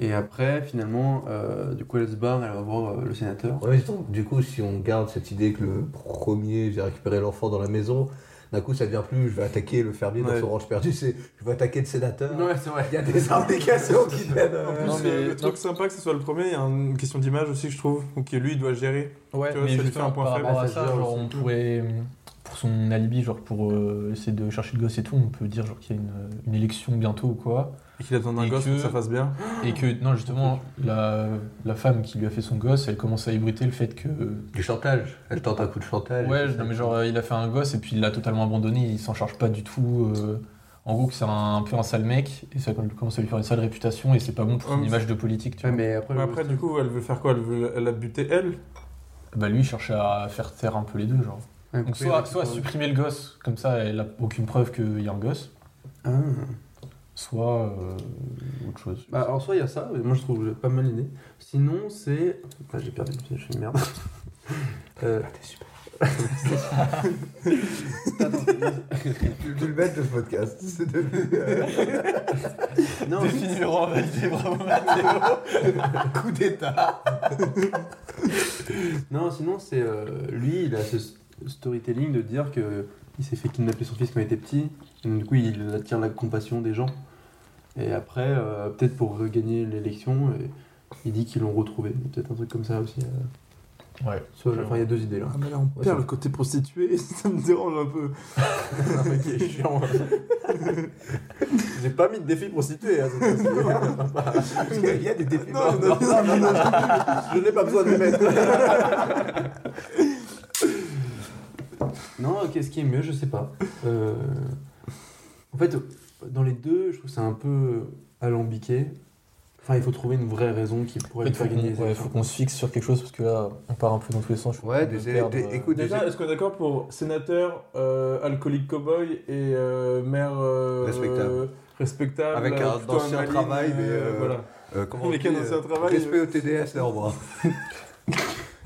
Speaker 3: Et après, finalement, euh, du coup, elle se barre, elle va voir euh, le sénateur.
Speaker 1: Ouais, mais donc, du coup, si on garde cette idée que le premier vient récupérer l'enfant dans la maison, d'un coup, ça devient plus je vais attaquer le fermier dans
Speaker 7: Ouais.
Speaker 1: son range perdu, c'est je vais attaquer le sénateur.
Speaker 3: c'est vrai.
Speaker 1: Il y a des implications qui viennent. euh,
Speaker 7: En plus,
Speaker 4: Non, mais-
Speaker 7: euh, le truc sympa que ce soit le premier, il y a une question d'image aussi, je trouve, ou que lui, il doit gérer.
Speaker 4: Ouais,
Speaker 7: Tu vois, ça
Speaker 4: mais
Speaker 7: lui fait un
Speaker 4: justement,
Speaker 7: point
Speaker 4: par
Speaker 7: faible,
Speaker 4: rapport à
Speaker 3: ça
Speaker 4: ça,
Speaker 3: gère
Speaker 4: genre,
Speaker 3: aussi.
Speaker 4: on pourrait, euh, pour son alibi, genre pour euh, essayer de chercher le gosse et tout, on peut dire genre qu'il y a une, une élection bientôt ou quoi.
Speaker 7: Et qu'il a besoin d'un
Speaker 4: Et
Speaker 7: gosse pour
Speaker 4: que-
Speaker 7: que ça fasse bien.
Speaker 4: Et que, non, justement, la, la femme qui lui a fait son gosse, elle commence à ébruiter le fait que.
Speaker 1: Du chantage. Elle tente un coup de chantage.
Speaker 4: Ouais, non, mais genre, euh, il a fait un gosse et puis il l'a totalement abandonné, il s'en charge pas du tout. euh, en gros, que c'est un, un peu un sale mec, et ça commence à lui faire une sale réputation, et c'est pas bon pour
Speaker 7: Ouais,
Speaker 4: son
Speaker 7: mais
Speaker 4: image de politique, tu
Speaker 3: Ouais,
Speaker 4: vois.
Speaker 3: mais après,
Speaker 7: Mais
Speaker 3: le-
Speaker 7: après, du coup, elle veut faire quoi elle, veut, elle a buté elle
Speaker 4: Bah, lui, il cherche à faire taire un peu les deux, genre.
Speaker 3: Ouais,
Speaker 4: Donc,
Speaker 3: après, il
Speaker 4: soit,
Speaker 3: récupère-
Speaker 4: soit supprimer le gosse, comme ça, elle a aucune preuve qu'il y a un gosse,
Speaker 3: Ah.
Speaker 4: soit euh, autre chose.
Speaker 3: Bah, en soi, il y a ça, mais moi je trouve pas mal l'idée. Sinon, c'est. Ah, j'ai perdu, je suis une merde. Euh,
Speaker 1: Tu tu le bête de ce podcast. C'est devenu. euh,
Speaker 3: non,
Speaker 4: Définiront validé, bravo Mathéo Coup d'état
Speaker 3: non, sinon, c'est. euh, lui, il a ce s- storytelling de dire que il s'est fait kidnapper son fils quand il était petit, et donc, du coup, il attire la compassion des gens. Et après, euh, peut-être pour regagner l'élection, euh, il dit qu'ils l'ont retrouvé. Il y a Peut-être un truc comme ça aussi. euh.
Speaker 4: Ouais.
Speaker 3: Soit, enfin, il y a deux idées là.
Speaker 7: Ah, mais là, on perd le côté prostitué, ça me dérange un peu.
Speaker 3: Un mec Ah, qui est chiant. hein. J'ai pas mis de défi prostitué à cette Il y a des défis.
Speaker 7: Non, il y en a bien, il y en a
Speaker 3: je n'ai pas besoin de les mettre. non, qu'est-ce qui est mieux, je sais pas. Euh, En fait, dans les deux, je trouve que c'est un peu alambiqué. Enfin, il faut trouver une vraie raison qui pourrait
Speaker 4: Il
Speaker 3: lui
Speaker 4: faut
Speaker 3: faire gagner. les
Speaker 4: qu'on ouais,
Speaker 3: élections.
Speaker 4: faut qu'on se fixe sur quelque chose, parce que là, on part un peu dans tous les sens. je suis
Speaker 1: Ouais,
Speaker 4: en train de
Speaker 1: des,
Speaker 4: perdre,
Speaker 1: des-
Speaker 4: euh,
Speaker 1: écoute, des-
Speaker 7: Déjà, est-ce qu'on est d'accord pour sénateur, euh, alcoolique cowboy et euh, maire euh,
Speaker 1: Respectable.
Speaker 7: respectable,
Speaker 1: Avec
Speaker 7: euh,
Speaker 1: un
Speaker 7: plutôt
Speaker 1: ancien
Speaker 7: maligne,
Speaker 1: travail, mais, euh,
Speaker 7: voilà.
Speaker 1: euh, comment on
Speaker 7: Les
Speaker 1: dit,
Speaker 7: canons, c'est un
Speaker 1: euh,
Speaker 7: travail,
Speaker 1: Respect au TDS néanmoins.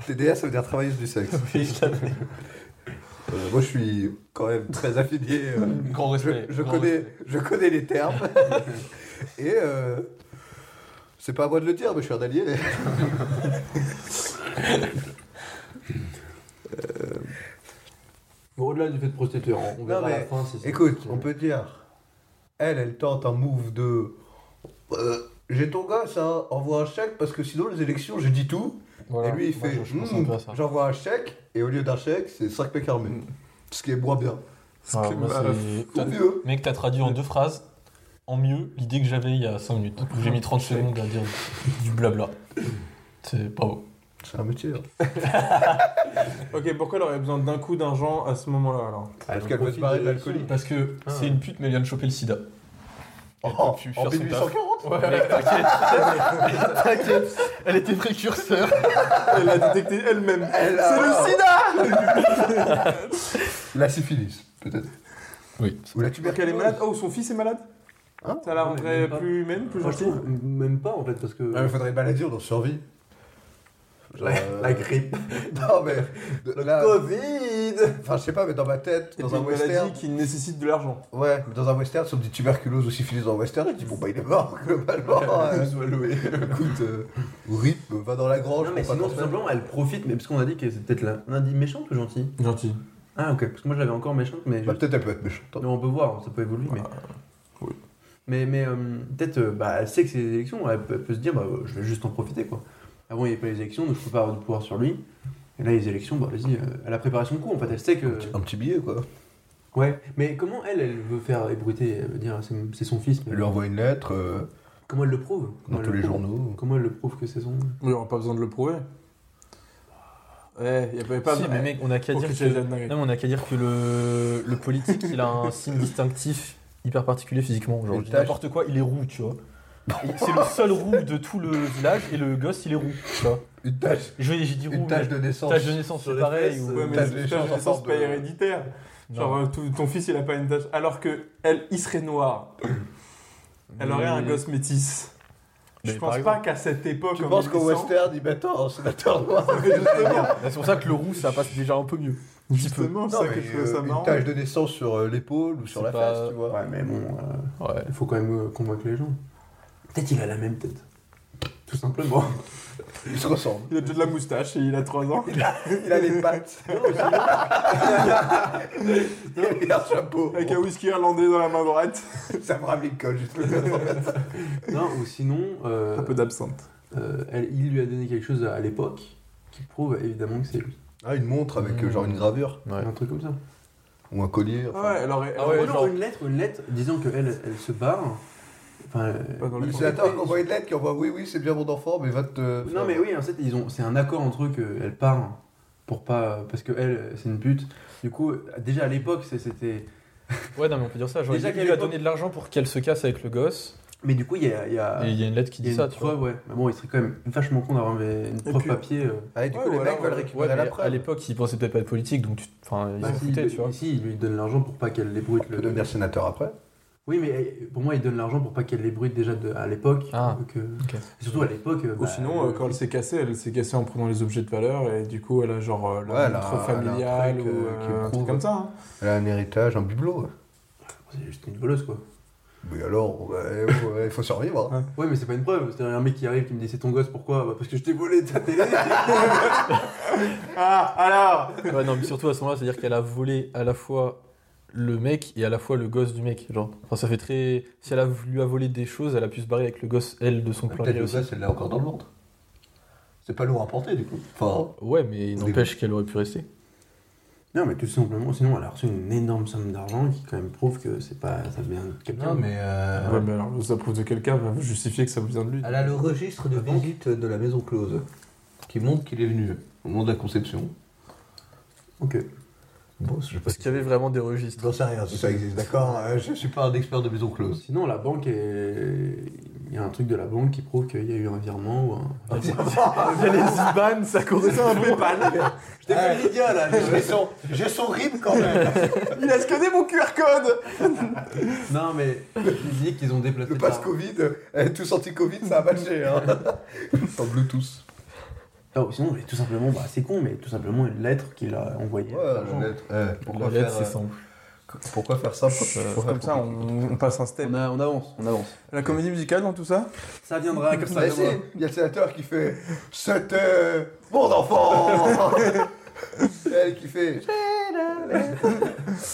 Speaker 1: TDS, ça veut dire travailleuse du sexe. Euh, moi, je suis quand même très affilié. euh,
Speaker 4: Grand
Speaker 1: je,
Speaker 4: respect.
Speaker 1: je
Speaker 4: grand
Speaker 1: connais,
Speaker 4: respect.
Speaker 1: je connais les termes. Et euh, c'est pas à moi de le dire, mais je suis un allié.
Speaker 3: Bon, au-delà du fait de prostituée, on, on verra à la
Speaker 1: mais
Speaker 3: fin si c'est-
Speaker 1: Écoute, on peut dire, elle, elle tente un move de. euh, j'ai ton gosse, hein, envoie un chèque parce que sinon les élections, j'ai dit tout.
Speaker 4: Voilà.
Speaker 1: et lui, il
Speaker 4: Moi,
Speaker 1: fait,
Speaker 4: je- je pense
Speaker 1: hmm,
Speaker 4: un peu à ça. Hmm.
Speaker 1: j'envoie un chèque, et au lieu d'un chèque, c'est 5 mecs armés. Ce qui est moins bien.
Speaker 4: Ah,
Speaker 7: que,
Speaker 4: moi,
Speaker 7: bah,
Speaker 4: c'est-
Speaker 1: Tant
Speaker 4: t'as-
Speaker 1: mieux.
Speaker 4: Mec, t'as traduit en deux phrases. en mieux l'idée que j'avais il y a 5 minutes. où J'ai mis 30 secondes à dire du blabla. C'est bravo.
Speaker 1: C'est un métier. hein.
Speaker 7: Ok, pourquoi elle aurait besoin d'un coup d'argent à ce moment-là alors
Speaker 1: Parce qu'elle veut se barrer de l'alcoolique.
Speaker 4: Parce que c'est une pute, mais elle vient de choper le sida. Elle a pas pu faire
Speaker 1: Oh, en
Speaker 4: son taf.
Speaker 1: 1840
Speaker 4: Ouais, t'inquiète. T'inquiète. Elle était précurseur.
Speaker 7: Elle l'a détecté elle-même.
Speaker 1: Elle a-
Speaker 7: C'est le sida
Speaker 1: La syphilis, peut-être.
Speaker 4: Oui.
Speaker 1: Ou la
Speaker 7: Donc elle est
Speaker 1: tuberculose.
Speaker 7: malade. Oh, son fils est malade
Speaker 1: Hein
Speaker 7: Ça la
Speaker 3: Ouais,
Speaker 7: rendrait
Speaker 3: même pas.
Speaker 7: plus humaine, plus
Speaker 3: Moi, je
Speaker 7: gentille
Speaker 3: trouve même pas en fait parce que
Speaker 1: Ah, mais faudrait maladie, on en survit. Genre, euh,
Speaker 3: la grippe,
Speaker 1: Non, mais. de- là-
Speaker 3: Covid.
Speaker 1: Enfin, je sais pas, mais dans ma tête,
Speaker 7: Et
Speaker 1: dans
Speaker 7: puis
Speaker 1: un
Speaker 7: une maladie
Speaker 1: western.
Speaker 7: qui nécessite de l'argent.
Speaker 1: Ouais, mais dans un western, si on me dit tuberculose ou syphilis dans un western, je dis bon bah il est mort
Speaker 3: Oh,
Speaker 1: globalement. euh, Écoute, euh, rip, va dans la grange.
Speaker 3: Non mais
Speaker 1: pour pas
Speaker 3: sinon tout
Speaker 1: transmettre.
Speaker 3: simplement elle profite mais parce qu'on a dit que c'est peut-être la... on a dit méchante ou gentille.
Speaker 7: Gentil.
Speaker 3: Ah ok parce que moi je l'avais encore méchante mais
Speaker 1: Bah,
Speaker 3: je-
Speaker 1: peut-être elle peut être méchante.
Speaker 3: Non, on peut voir, ça peut évoluer, mais.
Speaker 7: oui.
Speaker 3: Mais, mais euh, peut-être, euh, bah, elle sait que c'est les élections, elle peut, elle peut se dire, bah, euh, je vais juste en profiter, quoi. Avant, il n'y avait pas les élections, donc je peux pas avoir du pouvoir sur lui. Et là, les élections, bah, vas-y, euh, elle a préparé son coup, en fait, elle sait que.
Speaker 1: Un petit billet quoi.
Speaker 3: Ouais, mais comment elle, elle veut faire ébruiter, elle veut dire, c'est c'est son fils, mais
Speaker 1: Elle lui envoie une lettre euh,
Speaker 3: comment elle le prouve
Speaker 1: dans
Speaker 3: Comment elle
Speaker 1: tous
Speaker 3: le
Speaker 1: les
Speaker 3: prouve
Speaker 1: journaux.
Speaker 3: Comment elle le prouve que c'est son.
Speaker 7: Oui, on n'a pas besoin de le prouver. Ouais, il n'y avait pas
Speaker 4: Si, mais mec, on a qu'à
Speaker 7: Ok,
Speaker 4: dire
Speaker 7: c'est
Speaker 4: que...
Speaker 7: la dinguerie.
Speaker 4: Non, mais on a qu'à dire que le, le politique, il a un signe distinctif hyper particulier physiquement. Genre,
Speaker 1: Une
Speaker 4: je dis
Speaker 1: tache.
Speaker 4: n'importe quoi, il est roux, tu vois. Et C'est le seul roux de tout le village et le gosse, il est roux, tu vois.
Speaker 1: Une tâche,
Speaker 4: Je- J'ai dit roux,
Speaker 1: une
Speaker 4: mais-
Speaker 1: tâche de naissance.
Speaker 4: tache de naissance,
Speaker 3: sur
Speaker 4: c'est
Speaker 3: les
Speaker 4: pareil.
Speaker 3: fesses,
Speaker 4: ou-
Speaker 7: Ouais, mais
Speaker 1: T'as
Speaker 7: c'est
Speaker 1: des
Speaker 7: pas-
Speaker 1: chances en
Speaker 7: c'est
Speaker 1: sorte
Speaker 7: pas
Speaker 1: de-
Speaker 7: héréditaire.
Speaker 4: Non.
Speaker 7: Genre, euh, tout- ton fils, il a pas une tâche. Alors que elle, il serait noir. Elle aurait un gosse métis.
Speaker 4: Mais
Speaker 7: Je
Speaker 4: par
Speaker 7: pense pas
Speaker 4: exemple.
Speaker 7: qu'à cette époque.
Speaker 1: Tu
Speaker 7: en
Speaker 1: penses qu'au
Speaker 7: 1800,
Speaker 1: western, il met attends, un sénateur noir.
Speaker 4: bah, C'est pour ça que le roux, ça passe déjà un peu mieux. Un petit peu.
Speaker 7: Justement, c'est
Speaker 1: Non,
Speaker 7: ça
Speaker 1: mais,
Speaker 7: que je trouve
Speaker 1: euh,
Speaker 7: ça marrant.
Speaker 1: Une tache de naissance sur euh, l'épaule ou sur
Speaker 4: C'est
Speaker 1: la
Speaker 4: pas-
Speaker 1: face, tu vois.
Speaker 3: Ouais, mais bon, euh,
Speaker 4: Ouais.
Speaker 3: il faut quand même euh, convaincre les gens. Peut-être il a la même tête. Tout simplement.
Speaker 1: Ils se ressemblent.
Speaker 7: Il a déjà de la moustache et il a 3 ans.
Speaker 1: Il a les pattes. Il a un chapeau.
Speaker 7: Avec un whisky irlandais dans la main droite.
Speaker 1: Ça me ramène Lincoln, juste le
Speaker 3: non, ou sinon. euh,
Speaker 7: Un peu d'absinthe.
Speaker 3: Euh, elle- il lui a donné quelque chose à, à l'époque qui prouve évidemment que c'est lui.
Speaker 1: Ah, une montre avec
Speaker 4: Mm.
Speaker 1: euh, genre une gravure
Speaker 4: Ouais.
Speaker 3: Un truc comme ça.
Speaker 1: ou un collier. enfin.
Speaker 7: Ouais, elle aurait. elle
Speaker 4: Ah
Speaker 7: aurait-
Speaker 4: ouais,
Speaker 3: Oh non,
Speaker 4: genre-
Speaker 3: une lettre, une lettre disant qu'elle elle se barre. Enfin, euh,
Speaker 7: Pas dans
Speaker 1: Le
Speaker 7: le-
Speaker 1: sénateur qui envoie une lettre qui envoie oui, oui, c'est bien mon enfant, mais va te. euh,
Speaker 3: non mais oui, en fait, ils ont, c'est un accord entre eux qu'elle part pour pas parce que elle, c'est une pute. Du coup, déjà à l'époque, c'est- c'était.
Speaker 4: Ouais, non, mais on peut dire ça. Genre,
Speaker 3: Déjà
Speaker 4: il
Speaker 3: qu'à
Speaker 4: lui a
Speaker 3: l'époque-
Speaker 4: donné de l'argent pour qu'elle se casse avec le gosse.
Speaker 3: Mais du coup, il y a, il y a-
Speaker 4: Et il y a une lettre qui
Speaker 3: il y a
Speaker 4: dit
Speaker 3: Ah. une
Speaker 4: ça, tu
Speaker 3: preuve,
Speaker 4: vois.
Speaker 3: ouais. Mais bon, il serait quand même vachement con d'avoir une une preuve
Speaker 7: puis-
Speaker 3: papier. euh,
Speaker 1: Ah, et du
Speaker 7: Ouais,
Speaker 1: coup,
Speaker 7: ou
Speaker 1: les
Speaker 7: alors,
Speaker 1: mecs veulent
Speaker 7: euh,
Speaker 4: Ouais,
Speaker 1: récupérer
Speaker 4: mais
Speaker 1: la
Speaker 4: à
Speaker 1: preuve.
Speaker 4: l'époque, ils pensaient peut-être pas de politique, donc tu... enfin, ils
Speaker 3: bah,
Speaker 4: s'en
Speaker 3: si,
Speaker 4: foutaient,
Speaker 3: il-
Speaker 4: tu vois.
Speaker 3: si, il lui donne l'argent pour pas qu'elle les brûte
Speaker 1: Tu peux devenir sénateur après.
Speaker 3: Oui, mais euh, pour moi, il donne l'argent pour pas qu'elle les brûte déjà de- à l'époque.
Speaker 4: Ah,
Speaker 3: Donc, euh,
Speaker 4: ok.
Speaker 3: et Surtout à l'époque. euh,
Speaker 7: Ou
Speaker 3: bah,
Speaker 7: sinon, euh,
Speaker 3: le-
Speaker 7: quand elle s'est cassée, elle s'est cassée en prenant les objets de valeur et du coup, elle a genre euh, la
Speaker 1: Ouais, elle a-
Speaker 7: montre
Speaker 1: elle a un
Speaker 7: familiale
Speaker 1: truc,
Speaker 7: ou
Speaker 1: euh,
Speaker 7: euh,
Speaker 1: qui
Speaker 7: un truc
Speaker 1: prouve.
Speaker 7: comme ça. hein.
Speaker 1: Elle a un héritage, un bibelot.
Speaker 3: C'est juste une voleuse, quoi.
Speaker 1: Mais alors, ouais, ouais, il faut survivre. hein.
Speaker 3: Ouais, mais c'est pas une preuve. C'est un mec qui arrive qui me dit c'est ton gosse, pourquoi Bah, Parce que je t'ai volé ta télé.
Speaker 7: Ah,
Speaker 4: Ouais, non, mais surtout à ce moment-là, c'est-à-dire qu'elle a volé à la fois le mec et à la fois le gosse du mec. Genre, enfin, ça fait très. Si elle a, lui a volé des choses, elle a pu se barrer avec le gosse, elle, de son plein
Speaker 1: Peut-être
Speaker 4: gré
Speaker 1: que
Speaker 4: aussi.
Speaker 1: ça, c'est là encore dans le monde. C'est pas lourd à porter du coup. Enfin,
Speaker 4: Ouais, mais il n'empêche qu'elle aurait pu rester.
Speaker 3: non, mais tout simplement, sinon elle a reçu une énorme somme d'argent qui quand même prouve que c'est pas ça vient de quelqu'un.
Speaker 1: euh,
Speaker 7: alors Ouais, mais euh, alors, ça prouve de quelqu'un, va justifier que ça vient de lui.
Speaker 1: elle a le registre de visite de la maison close qui montre qu'il est venu au moment de la conception.
Speaker 3: Ok.
Speaker 1: Bon, je
Speaker 4: Parce qu'il y avait vraiment des registres.
Speaker 1: J'en sais rien si ça existe, d'accord Euh, Je suis pas un expert de maison close.
Speaker 3: Sinon, la banque est. Il y a un truc de la banque qui prouve qu'il y a eu un virement ou un.
Speaker 4: Ah, les IBAN, ça correspond.
Speaker 3: Je
Speaker 1: Eh,
Speaker 3: t'ai fait le Lydia là
Speaker 1: hein, J'ai son, j'ai son rib quand même
Speaker 7: Il a scanné mon QR code
Speaker 3: Non, mais il dit qu'ils ont déplacé.
Speaker 1: Le passe Covid, euh, tous anti-Covid, ça a matché. Hein. en Bluetooth.
Speaker 3: Oh, sinon, mais tout simplement, bah, c'est con, mais tout simplement une lettre qu'il a envoyée.
Speaker 1: Ouais, la lettre. eh, pourquoi,
Speaker 4: La lettre,
Speaker 1: faire,
Speaker 4: c'est
Speaker 1: euh,
Speaker 4: simple.
Speaker 1: pourquoi faire ça euh, pour,
Speaker 7: Euh,
Speaker 1: pour faire
Speaker 11: Comme ça, on, on passe un step.
Speaker 3: On, a- on avance, on avance.
Speaker 11: La comédie musicale dans tout ça
Speaker 3: Ça viendra comme ça.
Speaker 1: Mais si, il y a le sénateur qui fait C'était mon enfant Elle qui fait J'ai la lettre.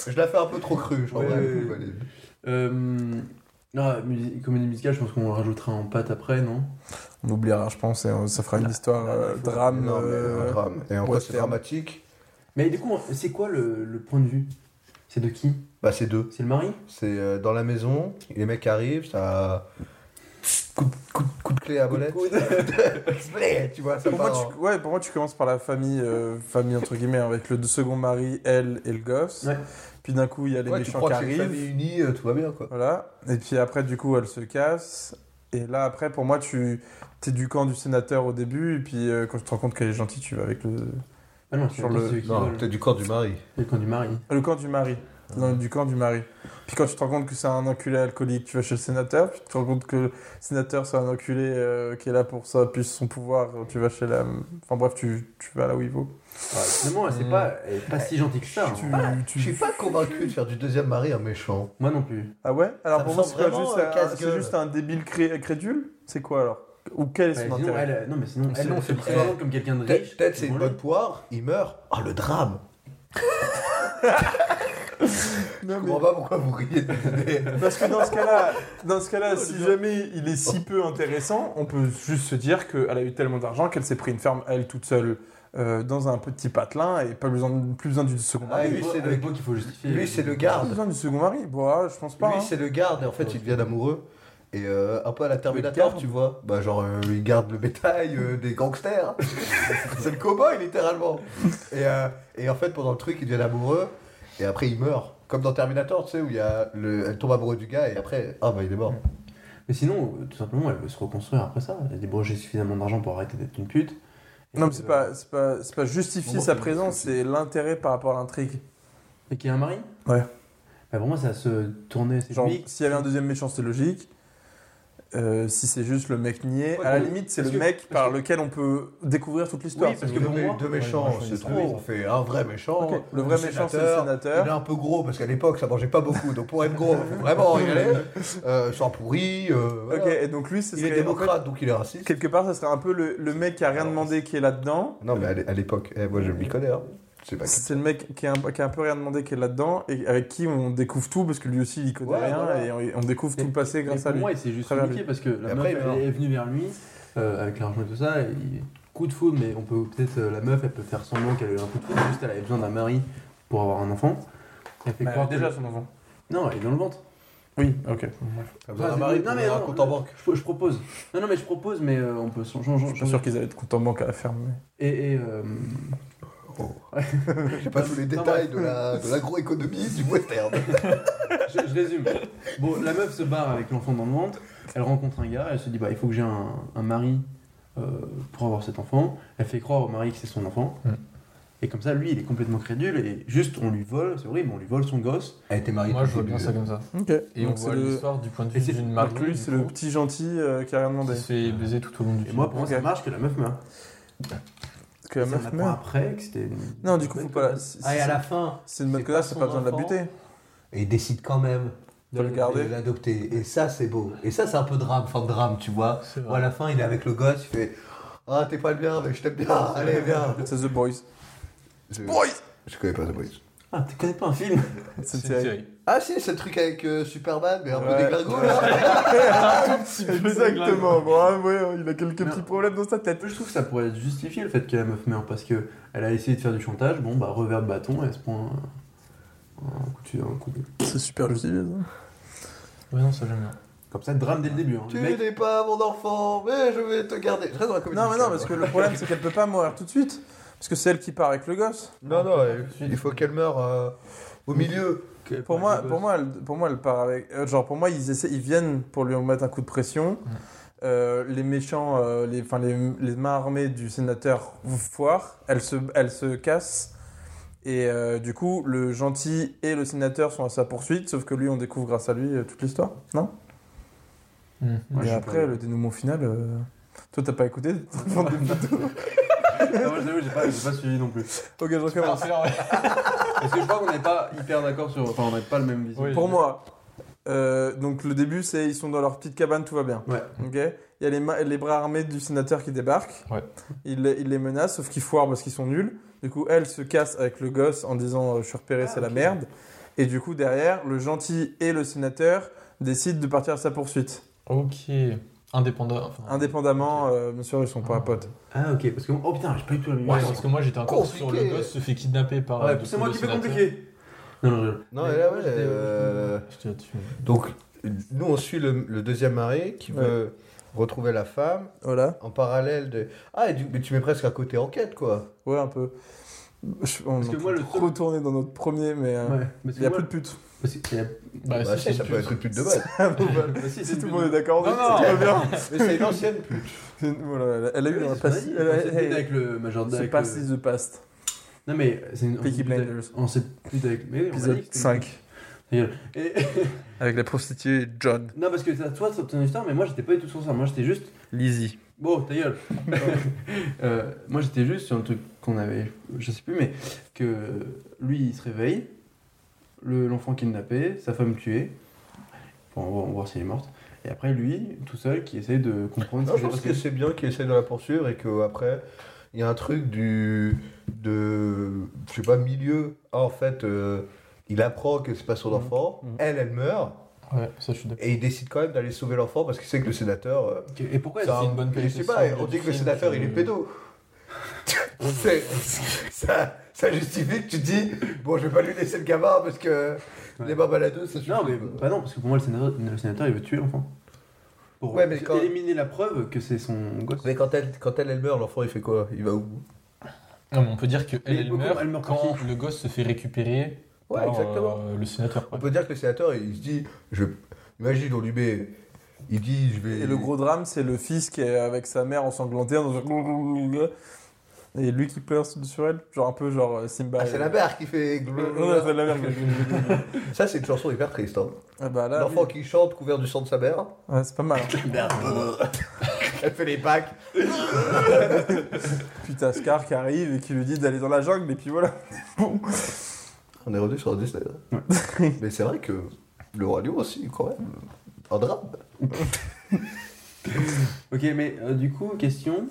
Speaker 1: Je la fais un peu trop crue, je crois.
Speaker 3: Ouais,
Speaker 1: ouais,
Speaker 3: ouais, ouais.
Speaker 1: valide.
Speaker 3: Euh, ah, musi- comédie musicale, je pense qu'on le rajoutera en pâte après, non
Speaker 11: On oubliera, je pense, et on- ça fera une
Speaker 3: Là,
Speaker 11: histoire
Speaker 3: là, là,
Speaker 11: euh,
Speaker 3: il faut-
Speaker 11: drame.
Speaker 1: Énorme,
Speaker 11: euh,
Speaker 1: un drame. Et en vrai, c'est
Speaker 11: western.
Speaker 1: dramatique.
Speaker 3: Mais du coup, c'est quoi le, le point de vue C'est de qui
Speaker 1: Bah, c'est deux.
Speaker 3: C'est le mari
Speaker 1: C'est euh, dans la maison, les mecs arrivent, ça. Coup de, coup de- coup de clé à molette. Blé, tu vois, ça
Speaker 7: Pour moi,
Speaker 1: part.
Speaker 7: tu, ouais, pour moi, tu commences par la famille, euh, famille entre guillemets, avec le second mari, elle et le gosse.
Speaker 3: Ouais.
Speaker 7: Puis d'un coup, il y a les
Speaker 1: Ouais, tu
Speaker 7: méchants
Speaker 1: crois
Speaker 7: qui
Speaker 1: que c'est une
Speaker 7: arrivent.
Speaker 1: famille unie, euh, tout va bien, quoi.
Speaker 7: Voilà. Et puis après, du coup, elle se casse. Et là, après, pour moi, tu es du camp du sénateur au début. Et puis euh, quand tu te rends compte qu'elle est gentille, tu vas avec le,
Speaker 3: Ah non, sur
Speaker 7: Sur le-
Speaker 3: le. Qui
Speaker 1: Non,
Speaker 3: veulent.
Speaker 1: peut-être du corps du mari.
Speaker 3: C'est le camp du mari.
Speaker 7: le camp du mari. T'es dans le- du camp du mari. Puis quand tu te rends compte que c'est un enculé alcoolique, tu vas chez le sénateur. Puis tu te rends compte que le sénateur, c'est un enculé euh, qui est là pour ça, puis son pouvoir, euh, tu vas chez la. Enfin bref, tu, tu vas là où il faut.
Speaker 3: Ouais, Finalement, elle, c'est
Speaker 7: Hmm.
Speaker 3: pas, elle est pas si gentille que ça. hein.
Speaker 7: Tu- tu-
Speaker 1: Je suis pas convaincu de faire du deuxième mari un méchant.
Speaker 3: Moi non plus.
Speaker 7: Ah ouais Alors
Speaker 1: Ça
Speaker 7: pour
Speaker 1: me
Speaker 7: moi, c'est
Speaker 1: semble
Speaker 7: pas
Speaker 1: vraiment,
Speaker 7: juste,
Speaker 1: euh,
Speaker 7: un-
Speaker 1: casse-gueule.
Speaker 7: c'est juste un débile cré- crédule C'est quoi alors Ou quel est
Speaker 3: Ouais,
Speaker 7: son
Speaker 3: sinon,
Speaker 7: intérêt
Speaker 3: elle, euh, non, mais sinon, elle,
Speaker 1: Sinon,
Speaker 3: elle
Speaker 1: c'est
Speaker 3: se
Speaker 1: le
Speaker 3: présente
Speaker 1: frère.
Speaker 3: comme quelqu'un de
Speaker 1: Peut-être
Speaker 3: riche.
Speaker 1: peut-être c'est une
Speaker 3: voilà.
Speaker 1: bonne poire, il meurt. Oh, le drame
Speaker 7: Non,
Speaker 1: Je
Speaker 7: mais-
Speaker 1: comprends pas pourquoi vous riez. de cette idée.
Speaker 7: Parce que dans ce cas-là, dans ce cas-là, si jamais il est si peu intéressant, on peut juste se dire qu'elle a eu tellement d'argent qu'elle s'est pris une ferme elle toute seule euh, dans un petit patelin et pas besoin, plus besoin du second
Speaker 1: Ah,
Speaker 7: mari.
Speaker 1: lui, c'est le,
Speaker 3: Avec moi qu'il faut justifier.
Speaker 1: lui, c'est le
Speaker 7: Pas
Speaker 1: garde.
Speaker 7: besoin du second mari, bon, ah, je pense pas.
Speaker 1: Lui,
Speaker 7: hein.
Speaker 1: c'est le garde, et en fait, ils deviennent amoureux. Et euh, un peu à la Terminator,
Speaker 7: garde.
Speaker 1: tu vois. Bah, genre, euh, il garde le bétail euh, des gangsters. c'est le cowboy, littéralement. Et, euh, et en fait, pendant le truc, ils deviennent amoureux, et après, ils meurent. Comme dans Terminator, tu sais, où il y a le, elle tombe amoureuse du gars, et après, ah bah, il est mort.
Speaker 3: Mais sinon, euh, tout simplement, elle veut se reconstruire après ça. Elle dit bon, j'ai suffisamment d'argent pour arrêter d'être une pute. Et,
Speaker 7: Non, mais c'est
Speaker 3: euh,
Speaker 7: pas, c'est pas, c'est pas justifier
Speaker 1: Bon,
Speaker 7: sa
Speaker 1: bon,
Speaker 7: présence, c'est l'intérêt par rapport à l'intrigue.
Speaker 3: Et qu'il y a un mari
Speaker 7: Ouais.
Speaker 3: Bah, pour moi, ça se tournait. C'est
Speaker 7: Genre,
Speaker 3: lui.
Speaker 7: s'il y avait un deuxième méchant, c'est logique. Euh, si c'est juste le mec niais,
Speaker 3: Ouais,
Speaker 7: à la
Speaker 3: mais-
Speaker 7: limite, c'est
Speaker 3: parce
Speaker 7: le
Speaker 3: que-
Speaker 7: mec
Speaker 3: parce
Speaker 7: par
Speaker 3: que-
Speaker 7: lequel on peut découvrir toute l'histoire.
Speaker 3: Oui, parce
Speaker 7: si
Speaker 3: que
Speaker 1: Deux,
Speaker 7: vous
Speaker 3: pour
Speaker 7: voulez.
Speaker 1: mé-
Speaker 3: moi-
Speaker 1: deux méchants,
Speaker 3: Ouais,
Speaker 1: c'est
Speaker 3: c'est
Speaker 1: trop.
Speaker 3: vrai.
Speaker 1: On fait un vrai méchant.
Speaker 7: Ok, Le vrai méchant, c'est le sénateur.
Speaker 1: Il est un peu gros parce qu'à l'époque ça mangeait pas beaucoup, donc pour être gros, faut vraiment y aller. Euh, sans pourri. euh, voilà.
Speaker 7: Ok, et donc lui, ce
Speaker 1: Il est
Speaker 7: serait- en fait,
Speaker 1: démocrate donc il est raciste.
Speaker 7: quelque part, ça serait un peu le, le mec qui a rien
Speaker 1: Alors,
Speaker 7: demandé qui est là-dedans.
Speaker 1: Non mais à l'é- à l'époque, eh, moi je m'y connais. Hein. Je sais pas. qui-
Speaker 7: C'est le mec qui a, un, qui a un peu rien demandé qui est là-dedans et avec qui on découvre tout parce que lui aussi il connaît
Speaker 1: Ouais,
Speaker 7: rien
Speaker 1: voilà.
Speaker 7: et on, et on découvre
Speaker 3: Mais-
Speaker 7: tout le passé
Speaker 3: Mais
Speaker 7: grâce
Speaker 3: pour
Speaker 7: à lui.
Speaker 3: moi, il s'est juste
Speaker 7: Travers lui.
Speaker 3: niqué parce que la
Speaker 1: Et
Speaker 3: meuf
Speaker 1: après, il meurt.
Speaker 3: elle est venue vers lui euh, avec l'argent et tout ça. et il- Coup de foudre, mais on peut peut-être euh, la meuf, elle peut faire semblant qu'elle a eu un coup de foudre. Juste, elle avait besoin d'un mari pour avoir un enfant. Elle fait
Speaker 7: Bah,
Speaker 3: croire que-
Speaker 7: déjà son enfant.
Speaker 3: Non, elle est dans le ventre.
Speaker 7: Oui, ok.
Speaker 1: T'as besoin d'un
Speaker 3: c'est-
Speaker 1: mari
Speaker 3: non,
Speaker 1: pour
Speaker 3: mais
Speaker 1: un
Speaker 3: non,
Speaker 1: compte en banque.
Speaker 3: Je, je propose. Non, non, mais je propose, mais euh, on peut changer.
Speaker 7: Je suis pas sûr qu'ils allaient être contents banque à la ferme. mais-
Speaker 3: Et, et, euh,
Speaker 1: J'ai pas tous les
Speaker 3: Non,
Speaker 1: détails de la- de l'agroéconomie du western.
Speaker 3: je, je résume. Bon, la meuf se barre avec l'enfant dans le ventre. Elle rencontre un gars. Elle se dit bah il faut que j'ai un, un mari euh, pour avoir cet enfant. Elle fait croire au mari que c'est son enfant.
Speaker 4: Mm.
Speaker 3: Et comme ça, lui, il est complètement crédule et juste on lui vole. C'est horrible, on lui vole son gosse.
Speaker 1: Elle était mariée.
Speaker 4: Moi, je
Speaker 1: depuis le
Speaker 4: vois bien
Speaker 1: début.
Speaker 4: ça comme ça.
Speaker 7: Ok.
Speaker 4: Et on
Speaker 7: Donc, c'est
Speaker 4: voit
Speaker 7: le...
Speaker 4: l'histoire du point de
Speaker 3: Et c'est-
Speaker 4: vue d'une
Speaker 7: donc,
Speaker 4: mariée.
Speaker 7: lui, c'est le petit gentil euh, qui a rien demandé.
Speaker 4: qui se fait baiser tout au long du
Speaker 3: Et
Speaker 4: film.
Speaker 3: moi, pour moi, ça
Speaker 7: Ok.
Speaker 3: marche que la meuf meurt.
Speaker 7: Parce que la
Speaker 3: Et ça, on
Speaker 7: meuf
Speaker 3: apprend
Speaker 7: meurt.
Speaker 3: après que c'était. une-
Speaker 7: Non, du coup, faut pas. si-
Speaker 3: Ah, et à
Speaker 7: si-
Speaker 3: la fin.
Speaker 7: C'est une bonne
Speaker 3: c'est
Speaker 7: connasse,
Speaker 3: pas
Speaker 7: c'est pas
Speaker 3: son
Speaker 7: besoin de la
Speaker 3: enfant.
Speaker 7: buter.
Speaker 1: Et il décide quand même
Speaker 7: De le
Speaker 1: de
Speaker 7: garder.
Speaker 1: l'adopter. Et ça c'est beau. Et ça c'est un peu drame, fin de drame, tu vois.
Speaker 4: C'est
Speaker 1: Ou à
Speaker 4: vrai.
Speaker 1: la fin il est avec le gosse, il fait ah t'es pas le bien mais je t'aime bien. Allez viens.
Speaker 7: C'est The Boys.
Speaker 1: Ah, Je... Je connais pas The Boys.
Speaker 3: Ah, tu connais pas un film
Speaker 7: C'est une série.
Speaker 1: Ah si, c'est le truc avec euh, Superman, mais un peu
Speaker 7: Ouais.
Speaker 1: déglingo là.
Speaker 7: Exactement, bon, ouais, ouais, il a quelques
Speaker 3: Merde.
Speaker 7: petits problèmes dans sa tête.
Speaker 3: Je trouve que ça pourrait justifier le fait que la meuf meurt parce que elle a essayé de faire du chantage, bon bah revers de bâton et elle se prend un, un coup de un coup de.
Speaker 7: C'est super justifié.
Speaker 4: Ouais, non, ça j'aime bien.
Speaker 3: Comme ça, drame dès le début. hein.
Speaker 1: tu
Speaker 3: Le mec,
Speaker 1: n'es pas mon enfant, mais je vais te garder. Je reste dans la comédie
Speaker 7: Non, mais non,
Speaker 1: musicale,
Speaker 3: euh,
Speaker 7: parce que
Speaker 1: moi.
Speaker 7: le problème, c'est qu'elle peut pas mourir tout de suite. Parce que c'est elle qui part avec le gosse.
Speaker 1: Non, non, il- il faut qu'elle meure euh, au milieu.
Speaker 7: Pour moi, pour moi, elle, pour moi, elle part avec. euh, Genre, pour moi, ils, essaient, ils viennent pour lui mettre un coup de pression. Euh, les méchants, euh, les, enfin, les, les mains armées du sénateur foire. Elle se, elle se casse. Et euh, du coup, le gentil et le sénateur sont à sa poursuite. Sauf que lui, on découvre grâce à lui euh, toute l'histoire. Non
Speaker 4: Mmh.
Speaker 3: Ouais, je
Speaker 7: Et
Speaker 3: sais
Speaker 7: après,
Speaker 3: pas.
Speaker 7: le dénouement final. euh, Toi, t'as pas écouté
Speaker 3: Ah, moi, j'avoue, j'ai pas, j'ai pas suivi non plus. Parce
Speaker 7: Ok, je recommence.
Speaker 3: que je crois qu'on n'est pas hyper d'accord sur. Enfin, on n'a pas le même vision.
Speaker 4: Oui.
Speaker 7: Pour moi, euh, donc le début, c'est ils sont dans leur petite cabane, tout va bien.
Speaker 3: Ouais.
Speaker 7: Ok. Il y a les, ma- les bras armés du sénateur qui débarquent.
Speaker 4: Ouais.
Speaker 7: Il, les- il les menace, sauf qu'ils foirent parce qu'ils sont nuls. Du coup, elle se casse avec le gosse en disant euh, Je suis repéré, c'est la merde. Et du coup, derrière, le gentil et le sénateur décident de partir à sa poursuite.
Speaker 4: Ok. Indépendant. enfin,
Speaker 7: Indépendamment, euh, bien sûr, ils sont pas
Speaker 4: Ah.
Speaker 7: potes.
Speaker 3: Ah, ok, parce que. Oh putain, j'ai pas du tout la même
Speaker 4: Ouais,
Speaker 3: vision.
Speaker 4: parce que moi j'étais encore
Speaker 1: Compliqué.
Speaker 4: sur le gosse se fait kidnapper par.
Speaker 3: Ouais,
Speaker 4: euh,
Speaker 3: c'est moi
Speaker 4: le
Speaker 3: qui fais
Speaker 4: sénateur.
Speaker 3: compliqué. Non, non, non.
Speaker 1: Non, et là, ouais. euh,
Speaker 4: J'étais là-dessus.
Speaker 1: Donc, nous, on suit le, le deuxième mari qui
Speaker 7: Ouais.
Speaker 1: veut retrouver la femme
Speaker 7: Voilà.
Speaker 1: en parallèle de. Ah, et du- mais tu mets presque à côté enquête, quoi.
Speaker 7: Ouais, un peu. Je- on
Speaker 3: Parce que
Speaker 7: peut
Speaker 3: moi, le seul-
Speaker 7: retourner dans notre premier, mais euh,
Speaker 3: Ouais, parce
Speaker 7: il
Speaker 3: que
Speaker 7: n'y a
Speaker 3: moi-
Speaker 7: plus de pute.
Speaker 3: parce que c'est la-
Speaker 4: Bah,
Speaker 1: Bah,
Speaker 4: si,
Speaker 1: si,
Speaker 4: c'est
Speaker 1: ça
Speaker 4: le
Speaker 1: peut
Speaker 4: plus-
Speaker 1: être une pute de base.
Speaker 3: bah, si,
Speaker 7: Si
Speaker 3: c'est
Speaker 7: tout le
Speaker 3: une-
Speaker 7: monde est d'accord,
Speaker 4: Non,
Speaker 7: c'est-
Speaker 4: non.
Speaker 7: c'est bien.
Speaker 1: mais c'est une ancienne pute.
Speaker 7: C'est- voilà, elle a- elle a eu
Speaker 3: Oui,
Speaker 7: un
Speaker 3: c'est pas
Speaker 7: passif.
Speaker 3: dit,
Speaker 7: elle
Speaker 3: on
Speaker 7: a-
Speaker 3: s'est
Speaker 7: elle-
Speaker 3: plus avec le Major
Speaker 7: C'est
Speaker 3: Doc,
Speaker 7: pas
Speaker 3: euh,
Speaker 7: Six the Past,
Speaker 3: Non mais c'est une. on
Speaker 7: Peaky
Speaker 3: s'est plus avec-
Speaker 7: Blinders.
Speaker 3: On sait plus avec. Mais oui, on a dit
Speaker 7: épisode
Speaker 3: que c'était-
Speaker 7: 5.
Speaker 3: Et-
Speaker 7: Avec la prostituée John.
Speaker 3: non parce que t'as- toi c'est ton histoire mais moi j'étais pas du tout sur ça. Moi j'étais juste.
Speaker 7: Lizzie.
Speaker 3: Bon ta gueule. Euh, moi j'étais juste sur un truc qu'on avait. Je sais plus mais que lui il se réveille, le- l'enfant kidnappé, sa femme tuée. Bon, on va on va voir si elle est morte. Et après lui tout seul qui essaye de comprendre.
Speaker 1: Non,
Speaker 3: ce
Speaker 1: je
Speaker 3: qui
Speaker 1: pense
Speaker 3: s'est
Speaker 1: que
Speaker 3: passé.
Speaker 1: c'est bien qu'il essaie de la poursuivre et qu'après, il y a un truc du. de. je sais pas, milieu. Ah, en fait, euh, il apprend que c'est pas son enfant.
Speaker 7: Mhm.
Speaker 1: Elle, elle meurt.
Speaker 4: Ouais, ça, je suis d'accord.
Speaker 1: Et il décide quand même d'aller sauver l'enfant parce qu'il sait que le sénateur. euh,
Speaker 3: Et pourquoi
Speaker 1: c'est
Speaker 4: une bonne
Speaker 1: Je sais
Speaker 4: péripétie,
Speaker 1: pas,
Speaker 4: le
Speaker 1: on dit que le
Speaker 4: film,
Speaker 1: sénateur,
Speaker 4: c'est-
Speaker 1: il est
Speaker 3: euh,
Speaker 1: pédo. C'est- ça, ça justifie que tu dis, bon, je vais pas lui laisser le gamin parce que
Speaker 3: Ouais.
Speaker 1: les babas à deux, ça suffit.
Speaker 3: Non, mais bah non, parce que pour moi, le sénateur, le sénateur, il veut tuer l'enfant. Pour
Speaker 1: Ouais, mais quand-
Speaker 3: éliminer la preuve que c'est son gosse.
Speaker 1: Mais quand elle, quand elle, elle meurt, l'enfant, il fait quoi Il va où
Speaker 4: Non, mais on peut dire que
Speaker 3: Mais
Speaker 4: elle, elle
Speaker 3: comment
Speaker 4: meurt,
Speaker 3: elle meurt quand
Speaker 4: quand le gosse se fait récupérer
Speaker 1: Ouais,
Speaker 4: par
Speaker 1: exactement.
Speaker 4: euh, le sénateur.
Speaker 1: On peut dire que le sénateur, il se dit, je... imagine, on lui met. Il dit, je vais.
Speaker 7: Et le gros drame, c'est le fils qui est avec sa mère ensanglantée. Dans un- Et lui qui pleure sur elle. Genre un peu genre euh, Simba.
Speaker 1: Ah, c'est la mère qui fait.
Speaker 7: Non, c'est la mère.
Speaker 1: Ça, c'est une chanson hyper triste. hein.
Speaker 7: Ah bah là,
Speaker 1: L'enfant
Speaker 7: oui.
Speaker 1: qui chante couvert du sang de sa mère.
Speaker 7: Ouais, c'est pas mal. hein.
Speaker 1: bah, Elle fait les packs.
Speaker 7: Puis t'as Scar qui arrive et qui lui dit d'aller dans la jungle, et puis voilà. Bon.
Speaker 1: On est revenu sur Disney. hein. Mais c'est vrai que le Roi Lion aussi, quand même, un drame.
Speaker 3: Ok, mais euh, du coup, question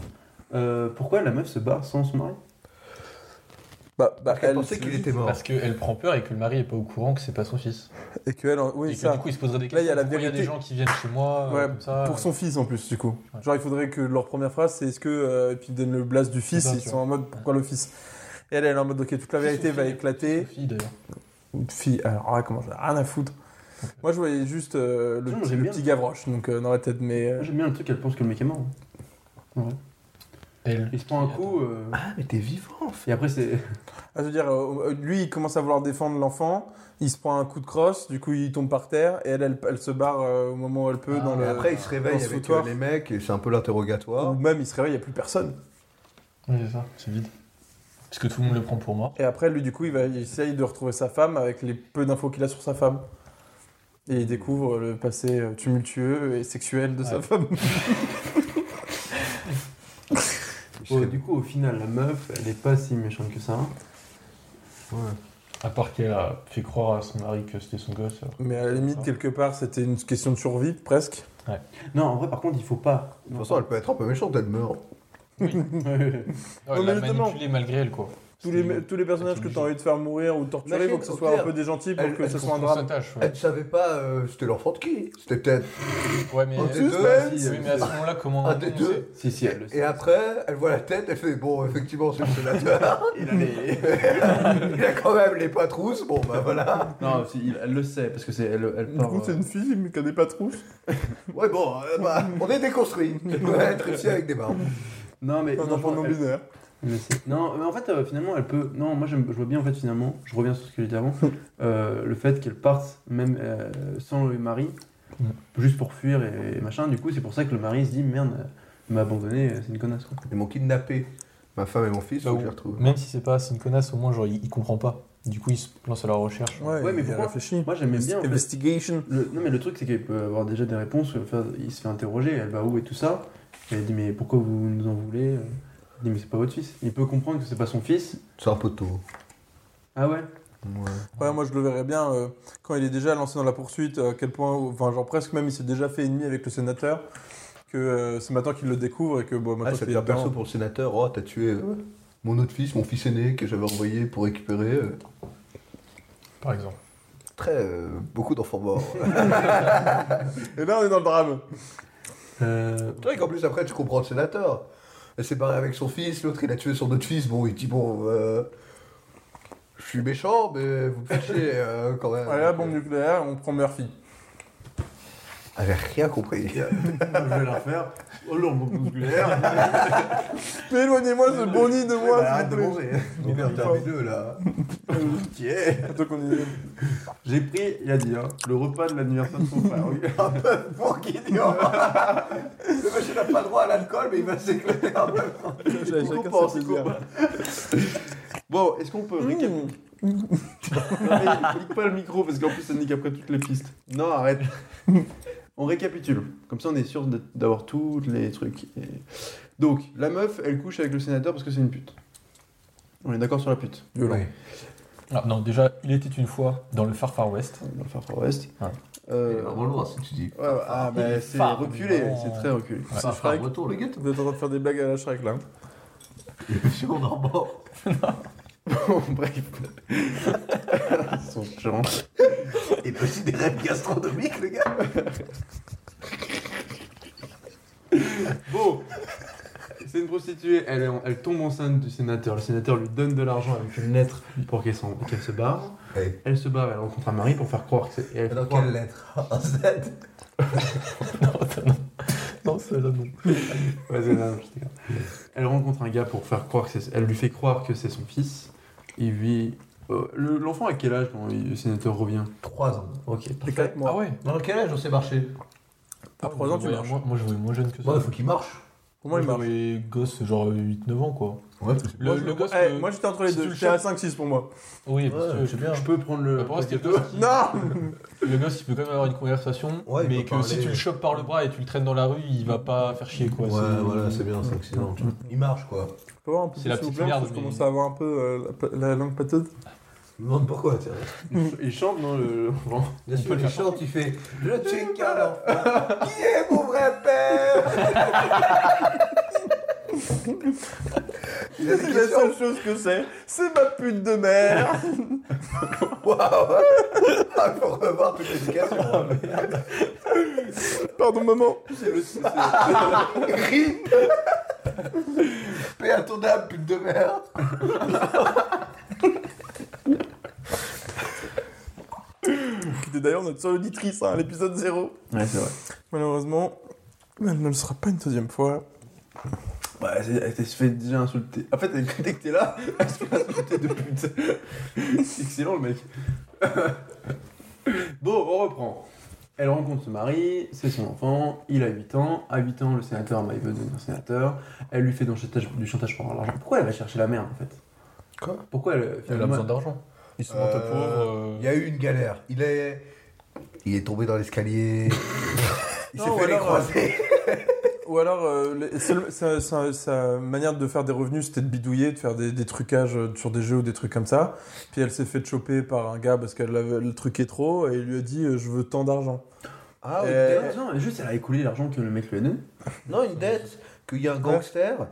Speaker 3: euh, pourquoi la meuf se barre sans se marier
Speaker 7: Bah, bah,
Speaker 1: Parce qu'elle pensait
Speaker 7: se
Speaker 1: qu'il
Speaker 7: dit-
Speaker 1: était mort.
Speaker 4: Parce qu'elle prend peur et que le mari est pas au courant que c'est pas son fils.
Speaker 7: Et que elle, en- oui,
Speaker 4: et que
Speaker 7: ça.
Speaker 4: du coup, il se poserait des questions.
Speaker 7: Là, il y a la
Speaker 4: Pourquoi des
Speaker 7: vérité.
Speaker 4: gens qui viennent chez moi, euh,
Speaker 7: Ouais,
Speaker 4: comme ça.
Speaker 7: pour son fils en plus, du coup.
Speaker 4: Ouais.
Speaker 7: Genre, il faudrait que leur première phrase, c'est est-ce que. euh, et puis ils donnent le blast du fils,
Speaker 4: C'est ça,
Speaker 7: ils
Speaker 4: tu
Speaker 7: sont en mode pourquoi le fils Et elle, elle est en mode ok, toute
Speaker 4: Fils
Speaker 7: la
Speaker 4: ou
Speaker 7: vérité va
Speaker 4: fille
Speaker 7: éclater.
Speaker 4: Sophie, d'ailleurs.
Speaker 7: Une fille, alors ah, comment ça, rien à foutre. Moi, je voyais juste euh, le,
Speaker 3: Non,
Speaker 7: petit-
Speaker 3: j'aime
Speaker 7: le
Speaker 3: bien.
Speaker 7: petit Gavroche, donc euh, dans la tête, mais. euh,
Speaker 3: Moi, J'aime bien le truc, elle pense que le mec est mort.
Speaker 4: Elle.
Speaker 3: Il se prend un coup, euh,
Speaker 1: Ah, mais t'es vivant, en fait.
Speaker 3: et après, c'est.
Speaker 7: Ah, je veux dire, euh, euh, lui, il commence à vouloir défendre l'enfant, il se prend un coup de crosse, du coup, il tombe par terre, et elle, elle, elle se barre euh, au moment où elle peut.
Speaker 4: Ah,
Speaker 7: dans
Speaker 1: Mais
Speaker 7: le...
Speaker 1: après, il se
Speaker 7: dans
Speaker 1: réveille
Speaker 7: ce
Speaker 1: avec euh,
Speaker 7: foutoir.
Speaker 1: les mecs et c'est un peu
Speaker 7: Ou
Speaker 1: l'interrogatoire.
Speaker 7: même, il se réveille, il n'y a plus personne.
Speaker 4: Oui, c'est ça, c'est vide. Parce que tout le monde le prend pour mort.
Speaker 7: Et après, lui, du coup, il, va, il essaye de retrouver sa femme avec les peu d'infos qu'il a sur sa femme. Et il découvre le passé euh, tumultueux et sexuel de sa
Speaker 4: Ouais.
Speaker 7: femme.
Speaker 1: Ah,
Speaker 3: Oh, du coup, au final, la meuf, elle est pas si méchante que ça. hein.
Speaker 4: À part qu'elle a fait croire à son mari que c'était son gosse. alors.
Speaker 7: Mais à la limite, quelque part, c'était une question de survie, presque.
Speaker 3: Non, en vrai, par contre, il faut pas.
Speaker 1: De toute façon, elle peut être un peu méchante, elle meurt.
Speaker 4: Ouais,
Speaker 7: Non,
Speaker 4: elle
Speaker 7: mais
Speaker 4: l'a
Speaker 7: justement.
Speaker 4: manipulé malgré elle, quoi.
Speaker 7: Tous
Speaker 4: C'était-
Speaker 7: les, tous les personnages que tu as envie de faire mourir ou torturer,
Speaker 1: Imagine,
Speaker 7: faut que ce
Speaker 1: au
Speaker 7: soit un
Speaker 1: clair,
Speaker 7: peu des gentils pour
Speaker 1: elle-
Speaker 7: que
Speaker 1: elle
Speaker 7: ce soit un
Speaker 4: Qu'on
Speaker 7: drame.
Speaker 4: s'attache,
Speaker 1: Elle
Speaker 4: ouais.
Speaker 1: ne savait pas, euh, c'était l'enfant de qui C'était peut-être
Speaker 4: Ouais, mais.
Speaker 1: un des
Speaker 4: Oui,
Speaker 1: deux.
Speaker 3: si,
Speaker 4: mais à ce moment-là, comment.
Speaker 1: Un des
Speaker 4: comment on
Speaker 1: deux.
Speaker 3: Si, si, elle le sait.
Speaker 1: Et après, elle voit la tête, elle fait Bon, effectivement, c'est le sénateur.
Speaker 3: Il a les-
Speaker 1: il a quand même les patrousses. Bon, bah voilà.
Speaker 3: non, si, il- elle le sait, parce que c'est. Elle, elle
Speaker 7: Du
Speaker 3: part,
Speaker 7: coup, c'est
Speaker 3: euh,
Speaker 7: une fille, mais qui a des patrouilles.
Speaker 1: Ouais, bon, euh, bah, on est déconstruit. On va être ici avec des barbes.
Speaker 3: Non, mais.
Speaker 7: Un
Speaker 3: non,
Speaker 7: enfant
Speaker 3: je-
Speaker 7: non
Speaker 3: elle-
Speaker 7: binaire.
Speaker 3: Mais c'est- non, mais en fait, euh, finalement, elle peut. Non, moi, j'aime- je vois bien, en fait, finalement, je reviens sur ce que j'ai dit avant, euh, le fait qu'elle parte, même euh, sans le mari,
Speaker 4: Mm.
Speaker 3: juste pour fuir et, machin. Du coup, c'est pour ça que le mari se dit, merde, elle m'a abandonné, euh, c'est une connasse, quoi.
Speaker 1: Ils m'ont kidnappé. Ma femme et mon fils,
Speaker 4: Bah,
Speaker 1: faut que
Speaker 4: ou-
Speaker 1: je les retrouve.
Speaker 4: Même si c'est pas c'est une connasse, au moins, genre, il, il comprend pas. Du coup, il se lance à la recherche.
Speaker 3: Ouais, mais
Speaker 7: il
Speaker 3: pourquoi
Speaker 7: réfléchit.
Speaker 3: Moi, j'aimais bien. en fait.
Speaker 7: Investigation.
Speaker 3: Le- non, mais le truc, c'est qu'elle peut avoir déjà des réponses. euh, faire- il se fait interroger, elle va où et tout ça. Et elle dit, mais pourquoi vous nous en voulez Il dit, mais c'est pas votre fils. Il peut comprendre que c'est pas son fils.
Speaker 1: C'est un peu tôt.
Speaker 3: Ah ouais
Speaker 1: Ouais.
Speaker 7: Ouais, moi je le verrais bien euh, quand il est déjà lancé dans la poursuite, euh, à quel point, enfin, genre presque même, il s'est déjà fait ennemi avec le sénateur, que euh, c'est maintenant qu'il le découvre et que bon,
Speaker 1: Ah,
Speaker 7: maintenant
Speaker 1: ça
Speaker 7: qu'il
Speaker 1: devient
Speaker 7: est
Speaker 1: perso
Speaker 7: perso.
Speaker 1: pour le sénateur. Oh, t'as tué euh, mon autre fils, mon fils aîné que j'avais envoyé pour récupérer. euh,
Speaker 4: Par exemple.
Speaker 1: Très. euh, beaucoup d'enfants morts.
Speaker 7: Et là, on est dans le drame.
Speaker 3: Euh,
Speaker 1: C'est vrai qu'en plus, après, tu comprends le sénateur. Elle s'est barrée avec son fils, l'autre, il a tué son autre fils. Bon, il dit, bon, euh, Je suis méchant, mais vous me faites chier, euh, quand même.
Speaker 4: Bah,
Speaker 7: Allez, la bombe nucléaire, on prend Murphy.
Speaker 1: Ah, J'ai rien compris.
Speaker 3: je vais la refaire. Oh non, mon musculaire.
Speaker 7: Mais éloignez-moi ce boni de
Speaker 4: Bah,
Speaker 7: moi,
Speaker 3: Arrête
Speaker 7: s'il
Speaker 3: de
Speaker 7: vous
Speaker 3: manger.
Speaker 1: Mais hein. merde, t'as mis deux, là.
Speaker 3: Ok.
Speaker 7: plaît. Attends qu'on y est.
Speaker 3: J'ai pris, il a dit, hein, le repas de l'anniversaire de son frère. Oui. Un peu pour qui Le monsieur n'a pas droit à l'alcool, mais il va s'éclater un peu.
Speaker 7: Chacun ses
Speaker 3: Compense,
Speaker 7: plaisirs.
Speaker 3: compense. Bon, est-ce qu'on peut récap...
Speaker 7: Mmh.
Speaker 3: Hmm. Non, mais nique pas le micro, parce qu'en plus, ça nique après toutes les pistes. Non, arrête. On récapitule. Comme ça, on est sûr de- d'avoir tous les trucs. Et- Donc, la meuf, elle couche avec le sénateur parce que c'est une pute. On est d'accord sur la pute.
Speaker 7: Violent.
Speaker 4: Ah, non, déjà, il était une fois dans le Far Far West.
Speaker 3: Dans le Far Far West.
Speaker 4: Ouais.
Speaker 3: Euh,
Speaker 12: C'est vraiment loin si tu dis.
Speaker 3: Ouais, ouais, ah,
Speaker 12: Il est
Speaker 3: bah, c'est
Speaker 12: phare,
Speaker 3: reculé,
Speaker 4: vraiment.
Speaker 3: c'est très reculé.
Speaker 12: Ça fera un retour, le gars.
Speaker 7: Vous êtes en train de faire des blagues à la Shrek là. hein.
Speaker 12: Sur Normand.
Speaker 3: Bon, bref. Ils sont chiants.
Speaker 12: Et puis aussi des rêves gastronomiques, le gars.
Speaker 3: Bon, c'est une prostituée, elle, est en- elle tombe enceinte du sénateur. Le sénateur lui donne de l'argent avec une lettre pour qu'elle s'en- qu'elle se barre.
Speaker 1: Ouais.
Speaker 3: Elle se barre, elle rencontre un mari pour faire croire que c'est. et elle fait
Speaker 12: Dans
Speaker 3: croire-
Speaker 12: quelle lettre En Z
Speaker 4: Non, c'est là non.
Speaker 3: Ouais, c'est- non, non, je t'écarte. Elle rencontre un gars pour faire croire que c'est. Elle lui fait croire que c'est son fils. Il lui. euh, le- L'enfant à quel âge quand il- le sénateur revient
Speaker 12: 3 ans.
Speaker 3: Ok.
Speaker 7: Quatre mois.
Speaker 4: Ah ouais Ah,
Speaker 12: Dans quel âge on s'est marché
Speaker 7: À 3 Ah, ans, tu marches.
Speaker 4: Moi, moi, je voulais moins jeune que ça.
Speaker 12: Bon, il faut qu'il marche.
Speaker 7: Pour moi, il marche.
Speaker 4: Les gosses, genre 8-9 ans, quoi.
Speaker 12: Ouais,
Speaker 4: Le,
Speaker 7: Moi,
Speaker 4: le
Speaker 7: je-
Speaker 4: gosse.
Speaker 7: eh,
Speaker 4: que-
Speaker 7: Moi, j'étais entre les
Speaker 4: si tu
Speaker 7: deux.
Speaker 4: le
Speaker 7: J'étais à
Speaker 4: chopes-
Speaker 7: 5-6 pour moi.
Speaker 4: Oui, parce que-
Speaker 12: c'est bien.
Speaker 3: Je peux prendre le.
Speaker 4: Bah, pour moi, c'était
Speaker 3: paquet
Speaker 4: deux.
Speaker 3: d'eau
Speaker 7: Non
Speaker 4: le gosse, il peut quand même avoir une conversation.
Speaker 12: Ouais, il
Speaker 4: mais
Speaker 12: peut
Speaker 4: que
Speaker 12: parler.
Speaker 4: si tu le chopes par le bras et tu le traînes dans la rue, il va pas faire chier, quoi.
Speaker 12: Ouais,
Speaker 4: C'est-
Speaker 12: voilà, c'est bien, c'est excellent. tu vois. Il marche, quoi.
Speaker 7: Faut voir un peu
Speaker 4: C'est
Speaker 7: plus,
Speaker 4: la
Speaker 7: s'il vous
Speaker 4: petite
Speaker 7: plaît, parce
Speaker 4: merde,
Speaker 7: que Je
Speaker 4: mais-
Speaker 7: commence à avoir un peu euh, la pa- la langue pâteuse.
Speaker 12: Je me demande pourquoi, tiens.
Speaker 3: Il chante, non le...
Speaker 12: Bien sûr, il chante, il fait Le tchéka, l'enfant.
Speaker 1: Qui est mon vrai père Il a des
Speaker 7: C'est la
Speaker 1: questions.
Speaker 7: seule chose que c'est. C'est ma pute de mère.
Speaker 1: Waouh Ah, faut revoir toutes les questions.
Speaker 12: hein.
Speaker 7: Pardon, maman.
Speaker 1: Rip Paix à ton âme, pute de merde
Speaker 7: Ah, Qui était d'ailleurs notre seule auditrice hein, à l'épisode 0.
Speaker 3: Ouais, c'est vrai.
Speaker 7: Malheureusement, elle ne le sera pas une deuxième fois.
Speaker 3: Bah, c'est- elle s'est fait déjà insulter. En fait, elle- dès que t'es là, elle se fait insulter de pute. C'est excellent, le mec. bon, on reprend. Elle rencontre ce mari, c'est son enfant, il a 8 ans. À 8 ans, le sénateur, bah, il veut devenir sénateur. Elle lui fait du chantage, du chantage pour avoir l'argent. Pourquoi elle va chercher la merde, en fait
Speaker 1: Quoi
Speaker 3: Pourquoi elle...
Speaker 4: Elle a besoin d'argent. Ils sont
Speaker 1: Euh,
Speaker 4: un peu pauvres. euh,
Speaker 1: Il y a eu une galère. Il est. Il est tombé dans l'escalier. Il s'est
Speaker 7: Non, ou
Speaker 1: fait les
Speaker 7: alors,
Speaker 1: croiser.
Speaker 7: Ou alors, euh, les- seul- sa, sa- sa manière de faire des revenus, c'était de bidouiller, de faire des, des trucages euh, sur des jeux ou des trucs comme ça. Puis elle s'est fait choper par un gars parce qu'elle l'avait- le truquait trop et il lui a dit euh, Je veux tant d'argent.
Speaker 1: Ah,
Speaker 7: oui.
Speaker 3: Euh, Non, mais juste, elle a écoulé l'argent que le mec lui a donné.
Speaker 1: Non, une dette. Qu'il y a un gangster.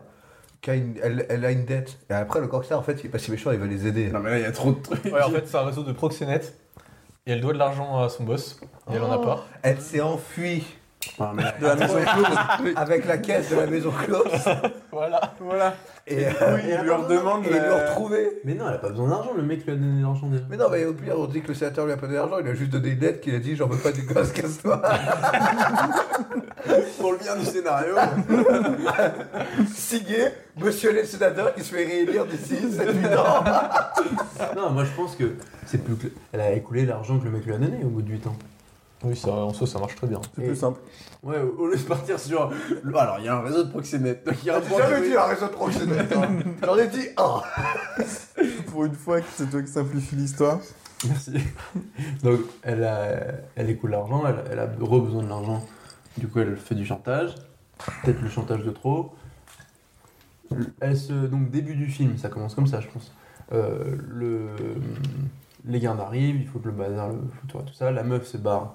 Speaker 1: qui a une- elle, elle a une dette. Et après, le gangster, en fait, il est pas si méchant, il va les aider.
Speaker 3: mais là, il y a trop de trucs.
Speaker 4: euh. Ouais, en fait, c'est un réseau de proxénètes. Et elle doit de l'argent à son boss. Et elle en a pas.
Speaker 1: Elle s'est enfuie
Speaker 3: Ah, mais-
Speaker 1: de la maison close avec la caisse de la maison close.
Speaker 4: Voilà.
Speaker 7: Voilà.
Speaker 1: Et, euh,
Speaker 7: il lui redemande.
Speaker 1: et ils l'ont
Speaker 7: la-
Speaker 3: euh,
Speaker 1: retrouvée.
Speaker 3: Mais non, elle a pas besoin d'argent, le mec lui a donné l'argent déjà.
Speaker 1: Mais non, mais au pire, on dit que le sénateur lui a pas donné d'argent, il a juste donné une lettre qu'il a dit J'en veux pas du gosse, casse-toi.
Speaker 3: pour le bien du scénario.
Speaker 1: Signé, monsieur le sénateur qui se fait réélire d'ici 7-8 ans.
Speaker 3: Non, moi je pense que c'est plus que- Elle a écoulé l'argent que le mec lui a donné au bout de 8 ans.
Speaker 4: Oui, ça, en soi, ça marche très bien.
Speaker 7: C'est plus simple.
Speaker 3: Ouais, au au lieu de partir sur. le- Alors, il y a un réseau de proxénètes. Donc, il y a un
Speaker 1: J'ai
Speaker 3: point
Speaker 1: jamais
Speaker 3: de-
Speaker 1: dit un réseau de professionnels. hein. J'en ai dit un.
Speaker 7: Pour une fois que c'est toi qui simplifie l'histoire.
Speaker 3: Merci. Donc, elle, a- elle écoule l'argent, elle, elle a re besoin de l'argent. Du coup, elle fait du chantage. Peut-être le chantage de trop. Elle se... Donc, début du film, ça commence comme ça, je pense. Euh, le... Les gardes arrivent, ils foutent le bazar, le foutoir, tout ça. La meuf se barre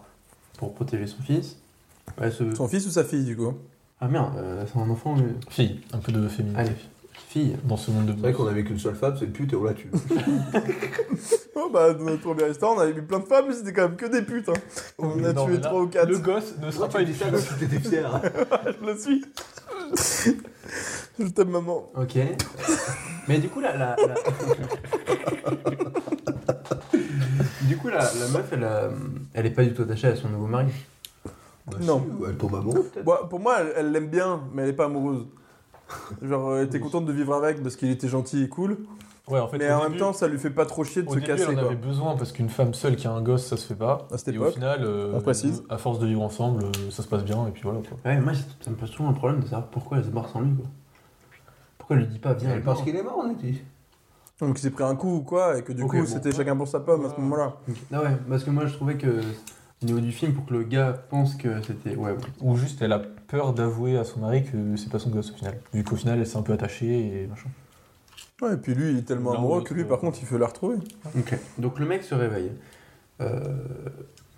Speaker 3: pour protéger son fils. Elle se...
Speaker 7: Son fils ou sa fille, du coup
Speaker 3: Ah merde, euh, c'est un enfant. mais-
Speaker 4: Fille, un peu de féminité.
Speaker 3: Allez, fille.
Speaker 4: Dans ce monde de
Speaker 12: C'est vrai qu'on avait qu'une seule femme, c'est une pute, et on la tue.
Speaker 7: Oh bah, dans notre premier restaurant, on avait mis plein de femmes, mais c'était quand même que des putes. hein. On en a
Speaker 4: Non, mais
Speaker 7: tué
Speaker 4: là,
Speaker 7: 3 ou 4.
Speaker 4: Le gosse ne sera
Speaker 12: Pourquoi
Speaker 4: pas
Speaker 12: tu
Speaker 4: une
Speaker 12: dis
Speaker 4: fille.
Speaker 12: ça comme si t'étais fier
Speaker 7: Je le suis. Je t'aime, maman.
Speaker 3: Ok. Mais du coup, la, la, la- Du coup, la, la meuf, elle, a- elle est pas du tout attachée à son nouveau mari.
Speaker 7: Non.
Speaker 1: Bah, Elle tombe amoureuse.
Speaker 7: Bon, pour moi, elle- elle l'aime bien, mais elle est pas amoureuse. Genre, euh, elle était contente de vivre avec parce qu'il était gentil et cool.
Speaker 4: Ouais, en fait,
Speaker 7: mais
Speaker 4: au
Speaker 7: en
Speaker 4: début-
Speaker 7: même temps, ça lui fait pas trop chier de
Speaker 4: au
Speaker 7: se
Speaker 4: début,
Speaker 7: casser.
Speaker 4: elle en
Speaker 7: quoi.
Speaker 4: avait besoin parce qu'une femme seule qui a un gosse, ça se fait pas.
Speaker 7: À cette
Speaker 4: Et au
Speaker 7: époque,
Speaker 4: final, euh,
Speaker 7: on précise.
Speaker 4: à force de vivre ensemble, euh, ça se passe bien et puis voilà quoi.
Speaker 3: Ouais, mais moi, c'est- ça me pose toujours un problème de savoir pourquoi elle se barre sans lui, quoi. Pourquoi elle lui dit pas, viens, elle
Speaker 13: Parce
Speaker 3: part.
Speaker 13: qu'il est mort, on a dit.
Speaker 7: Donc, il s'est pris un coup ou quoi, et que du
Speaker 3: Ok,
Speaker 7: coup,
Speaker 3: bon.
Speaker 7: c'était chacun pour sa pomme à ce moment-là.
Speaker 3: Ah ouais, parce que moi, je trouvais que au niveau du film, pour que le gars pense que c'était. Ouais, bon.
Speaker 4: Ou juste, elle a peur d'avouer à son mari que c'est pas son gosse au final. Vu qu'au final, elle s'est un peu attachée et machin.
Speaker 7: Ouais, et puis lui, il est tellement
Speaker 4: Non,
Speaker 7: amoureux
Speaker 4: mais-
Speaker 7: que lui, par contre, il veut la retrouver.
Speaker 3: Ok. Donc le mec se réveille. Euh,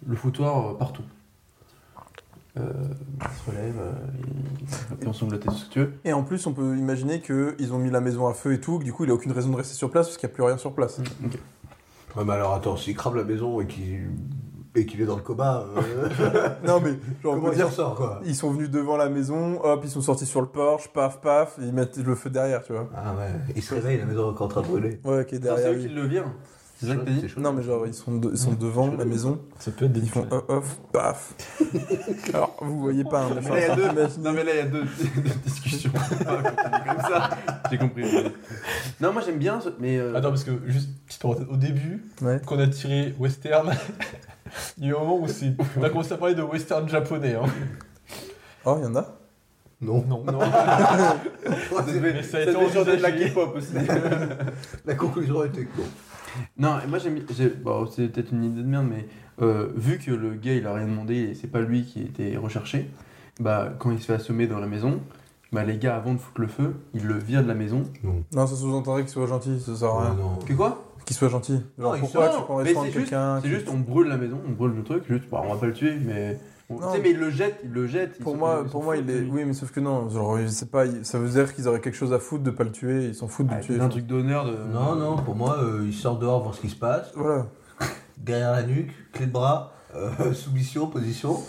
Speaker 3: le foutoir euh, partout. Euh, il se relève, euh, il il fait en sangloter, ce que tu veux.
Speaker 7: Et en plus, on peut imaginer qu'ils ont mis la maison à feu et tout, que du coup, il a aucune raison de rester sur place parce qu'il n'y a plus rien sur
Speaker 3: Mm.
Speaker 7: place.
Speaker 1: Ouais, mais alors attends, s'il crame la maison et qu'il et qu'il est dans le coma, euh,
Speaker 7: non, mais genre, on
Speaker 1: comment
Speaker 7: peut
Speaker 1: il
Speaker 7: dire.
Speaker 1: s'en sort quoi
Speaker 7: Ils sont venus devant la maison, hop, ils sont sortis sur le porche, paf, paf, ils mettent le feu derrière, tu vois.
Speaker 1: Ah ouais, il se réveille, la maison est encore en train de brûler.
Speaker 7: Ouais, qui est
Speaker 3: Non,
Speaker 7: derrière.
Speaker 3: C'est eux
Speaker 7: lui.
Speaker 3: qui le virent. C'est ça que t'as
Speaker 1: C'est
Speaker 3: dit
Speaker 1: chaud.
Speaker 7: Non, mais genre, ils sont, de- ils sont devant la maison,
Speaker 4: Ça peut être des
Speaker 7: ils font off, off, paf. Alors, vous voyez pas, hein, mais
Speaker 3: Mais là, il y a
Speaker 7: enfin,
Speaker 3: deux-
Speaker 7: imaginez.
Speaker 3: Non mais là il y a deux, deux discussions. comme ça. J'ai compris. Non moi j'aime bien ce- mais euh,
Speaker 4: Attends, parce que juste, petite parenthèse, au début,
Speaker 7: Ouais.
Speaker 4: qu'on a tiré western, il y a eu un moment où c'est- on a commencé à parler de western japonais. Hein.
Speaker 7: Oh, il y en a
Speaker 1: Non.
Speaker 4: Non, non. mais ça a été
Speaker 3: ça fait changer de la
Speaker 4: envisagé.
Speaker 3: K-pop aussi.
Speaker 1: La conclusion était que non.
Speaker 3: non et moi j'aime bien- j'ai- bon, c'est peut-être une idée de merde mais euh, vu que le gars il a rien demandé et c'est pas lui qui était recherché, bah quand il se fait assommer dans la maison, bah les gars avant de foutre le feu, ils le virent de la maison.
Speaker 7: Non, ça sous-entendrait qu'il soit gentil, ça sert à rien.
Speaker 1: non.
Speaker 3: Que quoi
Speaker 7: Qu'il soit gentil. Genre,
Speaker 3: Non, il
Speaker 7: pourquoi
Speaker 3: se-
Speaker 7: tu
Speaker 3: mais
Speaker 7: prendrais soin
Speaker 3: c'est
Speaker 7: de
Speaker 3: juste-
Speaker 7: quelqu'un
Speaker 3: C'est
Speaker 7: qui-
Speaker 3: juste on brûle la maison, on brûle le truc, juste bah on va pas le tuer mais on-
Speaker 7: Non.
Speaker 3: tu sais mais il le jette, il le jette. ils
Speaker 7: Pour
Speaker 3: s'en-
Speaker 7: moi,
Speaker 3: ils s'en
Speaker 7: pour moi,
Speaker 3: foutent
Speaker 7: il
Speaker 3: de
Speaker 7: est.
Speaker 3: lui.
Speaker 7: Oui, mais sauf que non, genre, je sais pas, il- ça veut dire qu'ils auraient quelque chose à foutre de pas le tuer, ils s'en foutent de
Speaker 3: Ah,
Speaker 7: le tuer.
Speaker 3: c'est un truc d'honneur de.
Speaker 13: Non, non, pour moi, euh, il sort dehors voir ce qui se passe.
Speaker 7: Voilà.
Speaker 13: Derrière la nuque, clé de bras, euh, soumission, position,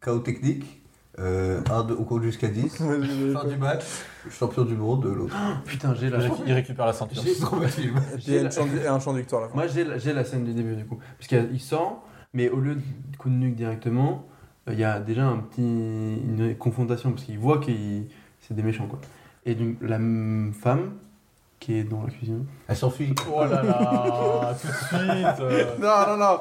Speaker 13: chaos technique. Euh, un, deux, on compte jusqu'à 10. Fin du match, champion du monde, euh, l'autre.
Speaker 3: Putain, j'ai la.
Speaker 4: Il récu- il récupère la ceinture.
Speaker 13: J'ai trop de film.
Speaker 7: Et il y
Speaker 3: j'ai
Speaker 7: a une
Speaker 3: la-
Speaker 7: chance- et un champ de victoire à la fin.
Speaker 3: Moi, j'ai la, j'ai la scène du début, du coup. Parce qu'il y a- il sort, mais au lieu de coup de nuque directement, euh, il y a déjà un petit, une confrontation, parce qu'il voit que c'est des méchants, quoi. Et donc, la m- femme qui est dans la cuisine.
Speaker 13: Elle s'enfuit.
Speaker 4: Oh là là, tout de suite. euh.
Speaker 7: Non, non, non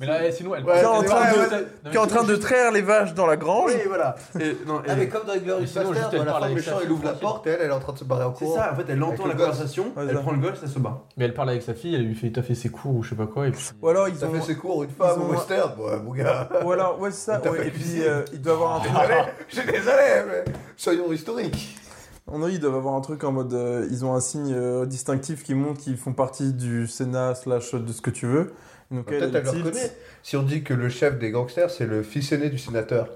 Speaker 4: Mais là, eh, sinon, elle
Speaker 7: Qui est en
Speaker 4: elle-
Speaker 7: train
Speaker 4: elle-
Speaker 7: de-
Speaker 4: elle- non, mais
Speaker 7: Qui est en train de traire les vaches dans la grange
Speaker 3: Oui, voilà. Et, non, et-
Speaker 13: Ah, mais comme dans Glorious
Speaker 4: Sinon, juste,
Speaker 13: Bastard,
Speaker 4: elle
Speaker 13: à la
Speaker 4: parle
Speaker 13: fin,
Speaker 4: avec
Speaker 13: le
Speaker 4: sa
Speaker 13: champ, il ouvre la
Speaker 4: fille.
Speaker 13: porte.
Speaker 1: Porte, elle, elle est en train de se barrer en
Speaker 3: c'est
Speaker 1: courant.
Speaker 3: ça, en fait, elle entend
Speaker 1: le
Speaker 3: la
Speaker 1: gosse.
Speaker 3: conversation,
Speaker 7: Ouais,
Speaker 3: elle
Speaker 7: ça.
Speaker 3: prend le golf, ça se bat.
Speaker 4: Mais elle parle avec sa fille, elle lui fait taffer ses coups ou je sais pas quoi. Et puis...
Speaker 7: Ou alors ils
Speaker 1: Ça
Speaker 7: ont.
Speaker 1: fait ses cours, une femme
Speaker 7: ils ont- Ah.
Speaker 1: au western, ouais, mon gars.
Speaker 7: Ou alors, ouais, c'est ça.
Speaker 1: T'as
Speaker 7: ouais,
Speaker 1: pas
Speaker 7: et
Speaker 1: cuisiné.
Speaker 7: puis, euh, il doit avoir un truc.
Speaker 1: Allez, je suis désolé, mais soyons historiques.
Speaker 7: On a, ils doivent avoir un truc en mode. euh, ils ont un signe euh, distinctif qui montre qu'ils font partie du Sénat, slash de ce que tu veux. Donc, elle,
Speaker 1: Bah, Peut-être
Speaker 7: elle
Speaker 1: elle le
Speaker 7: tilt.
Speaker 1: reconnaît. Si on dit que le chef des gangsters, c'est le fils aîné du sénateur,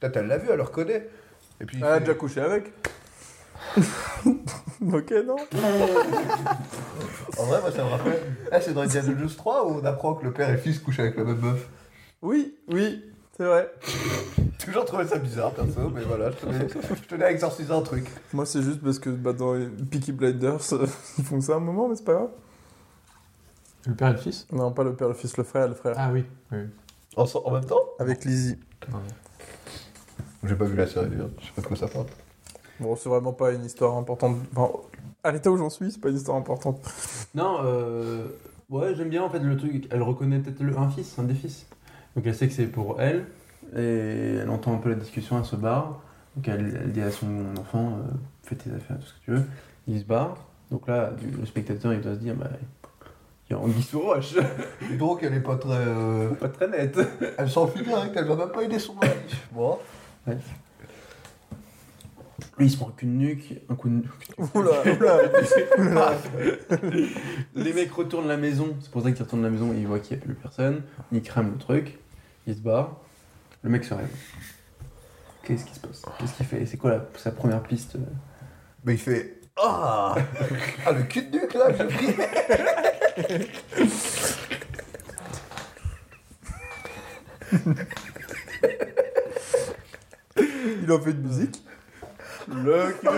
Speaker 1: peut-être elle l'a vu, elle le reconnaît. Et puis, il
Speaker 7: Elle a
Speaker 1: fait-
Speaker 7: déjà couché avec. ok, non
Speaker 1: en vrai, moi, ça me rappelle. Ah, c'est dans Indiana Jones 3 où on apprend que le père et le fils couchent avec la même meuf.
Speaker 7: Oui, oui, c'est vrai.
Speaker 1: Toujours trouvé ça bizarre, perso, mais voilà, je tenais, je tenais à exorciser un truc.
Speaker 7: Moi, c'est juste parce que bah, dans les Peaky Blinders, euh, ils font ça un moment, mais c'est pas grave.
Speaker 4: Le père et le fils
Speaker 7: Non, pas le père, le fils, le frère, le frère.
Speaker 4: Ah oui. oui.
Speaker 1: En, en même temps
Speaker 7: Avec Lizzie.
Speaker 1: J'ai pas vu la série, hein. je sais pas de quoi ça parle.
Speaker 7: Bon, c'est vraiment pas une histoire importante. Enfin, à l'état où j'en suis, c'est pas une histoire importante.
Speaker 3: Non, euh, ouais, j'aime bien en fait le truc. Elle reconnaît peut-être le- un fils, un des fils. Donc elle sait que c'est pour elle. Et elle entend un peu la discussion, elle se barre. Donc elle, elle dit à son enfant euh, Fais tes affaires, tout ce que tu veux. Il se barre. Donc là, du- le spectateur, il doit se dire Bah, il y a Anguille sous roche.
Speaker 1: Donc, elle est pas très. euh,
Speaker 3: Pas très net.
Speaker 1: Elle s'enfuit direct, elle va même pas aider son mari. Bon. hein.
Speaker 3: Lui, il se prend qu'une nuque, un coup de nuque.
Speaker 7: Oula, oula.
Speaker 3: Les mecs retournent la maison, c'est pour ça qu'ils retournent la maison et ils voient qu'il n'y a plus personne. Ils crament le truc, ils se barrent. Le mec se rêve. Qu'est-ce qui se passe Qu'est-ce qu'il fait C'est quoi la- sa première piste
Speaker 1: Mais il fait Ah Ah, le cul de nuque là, j'ai pris
Speaker 7: Il en fait de musique.
Speaker 3: Le cul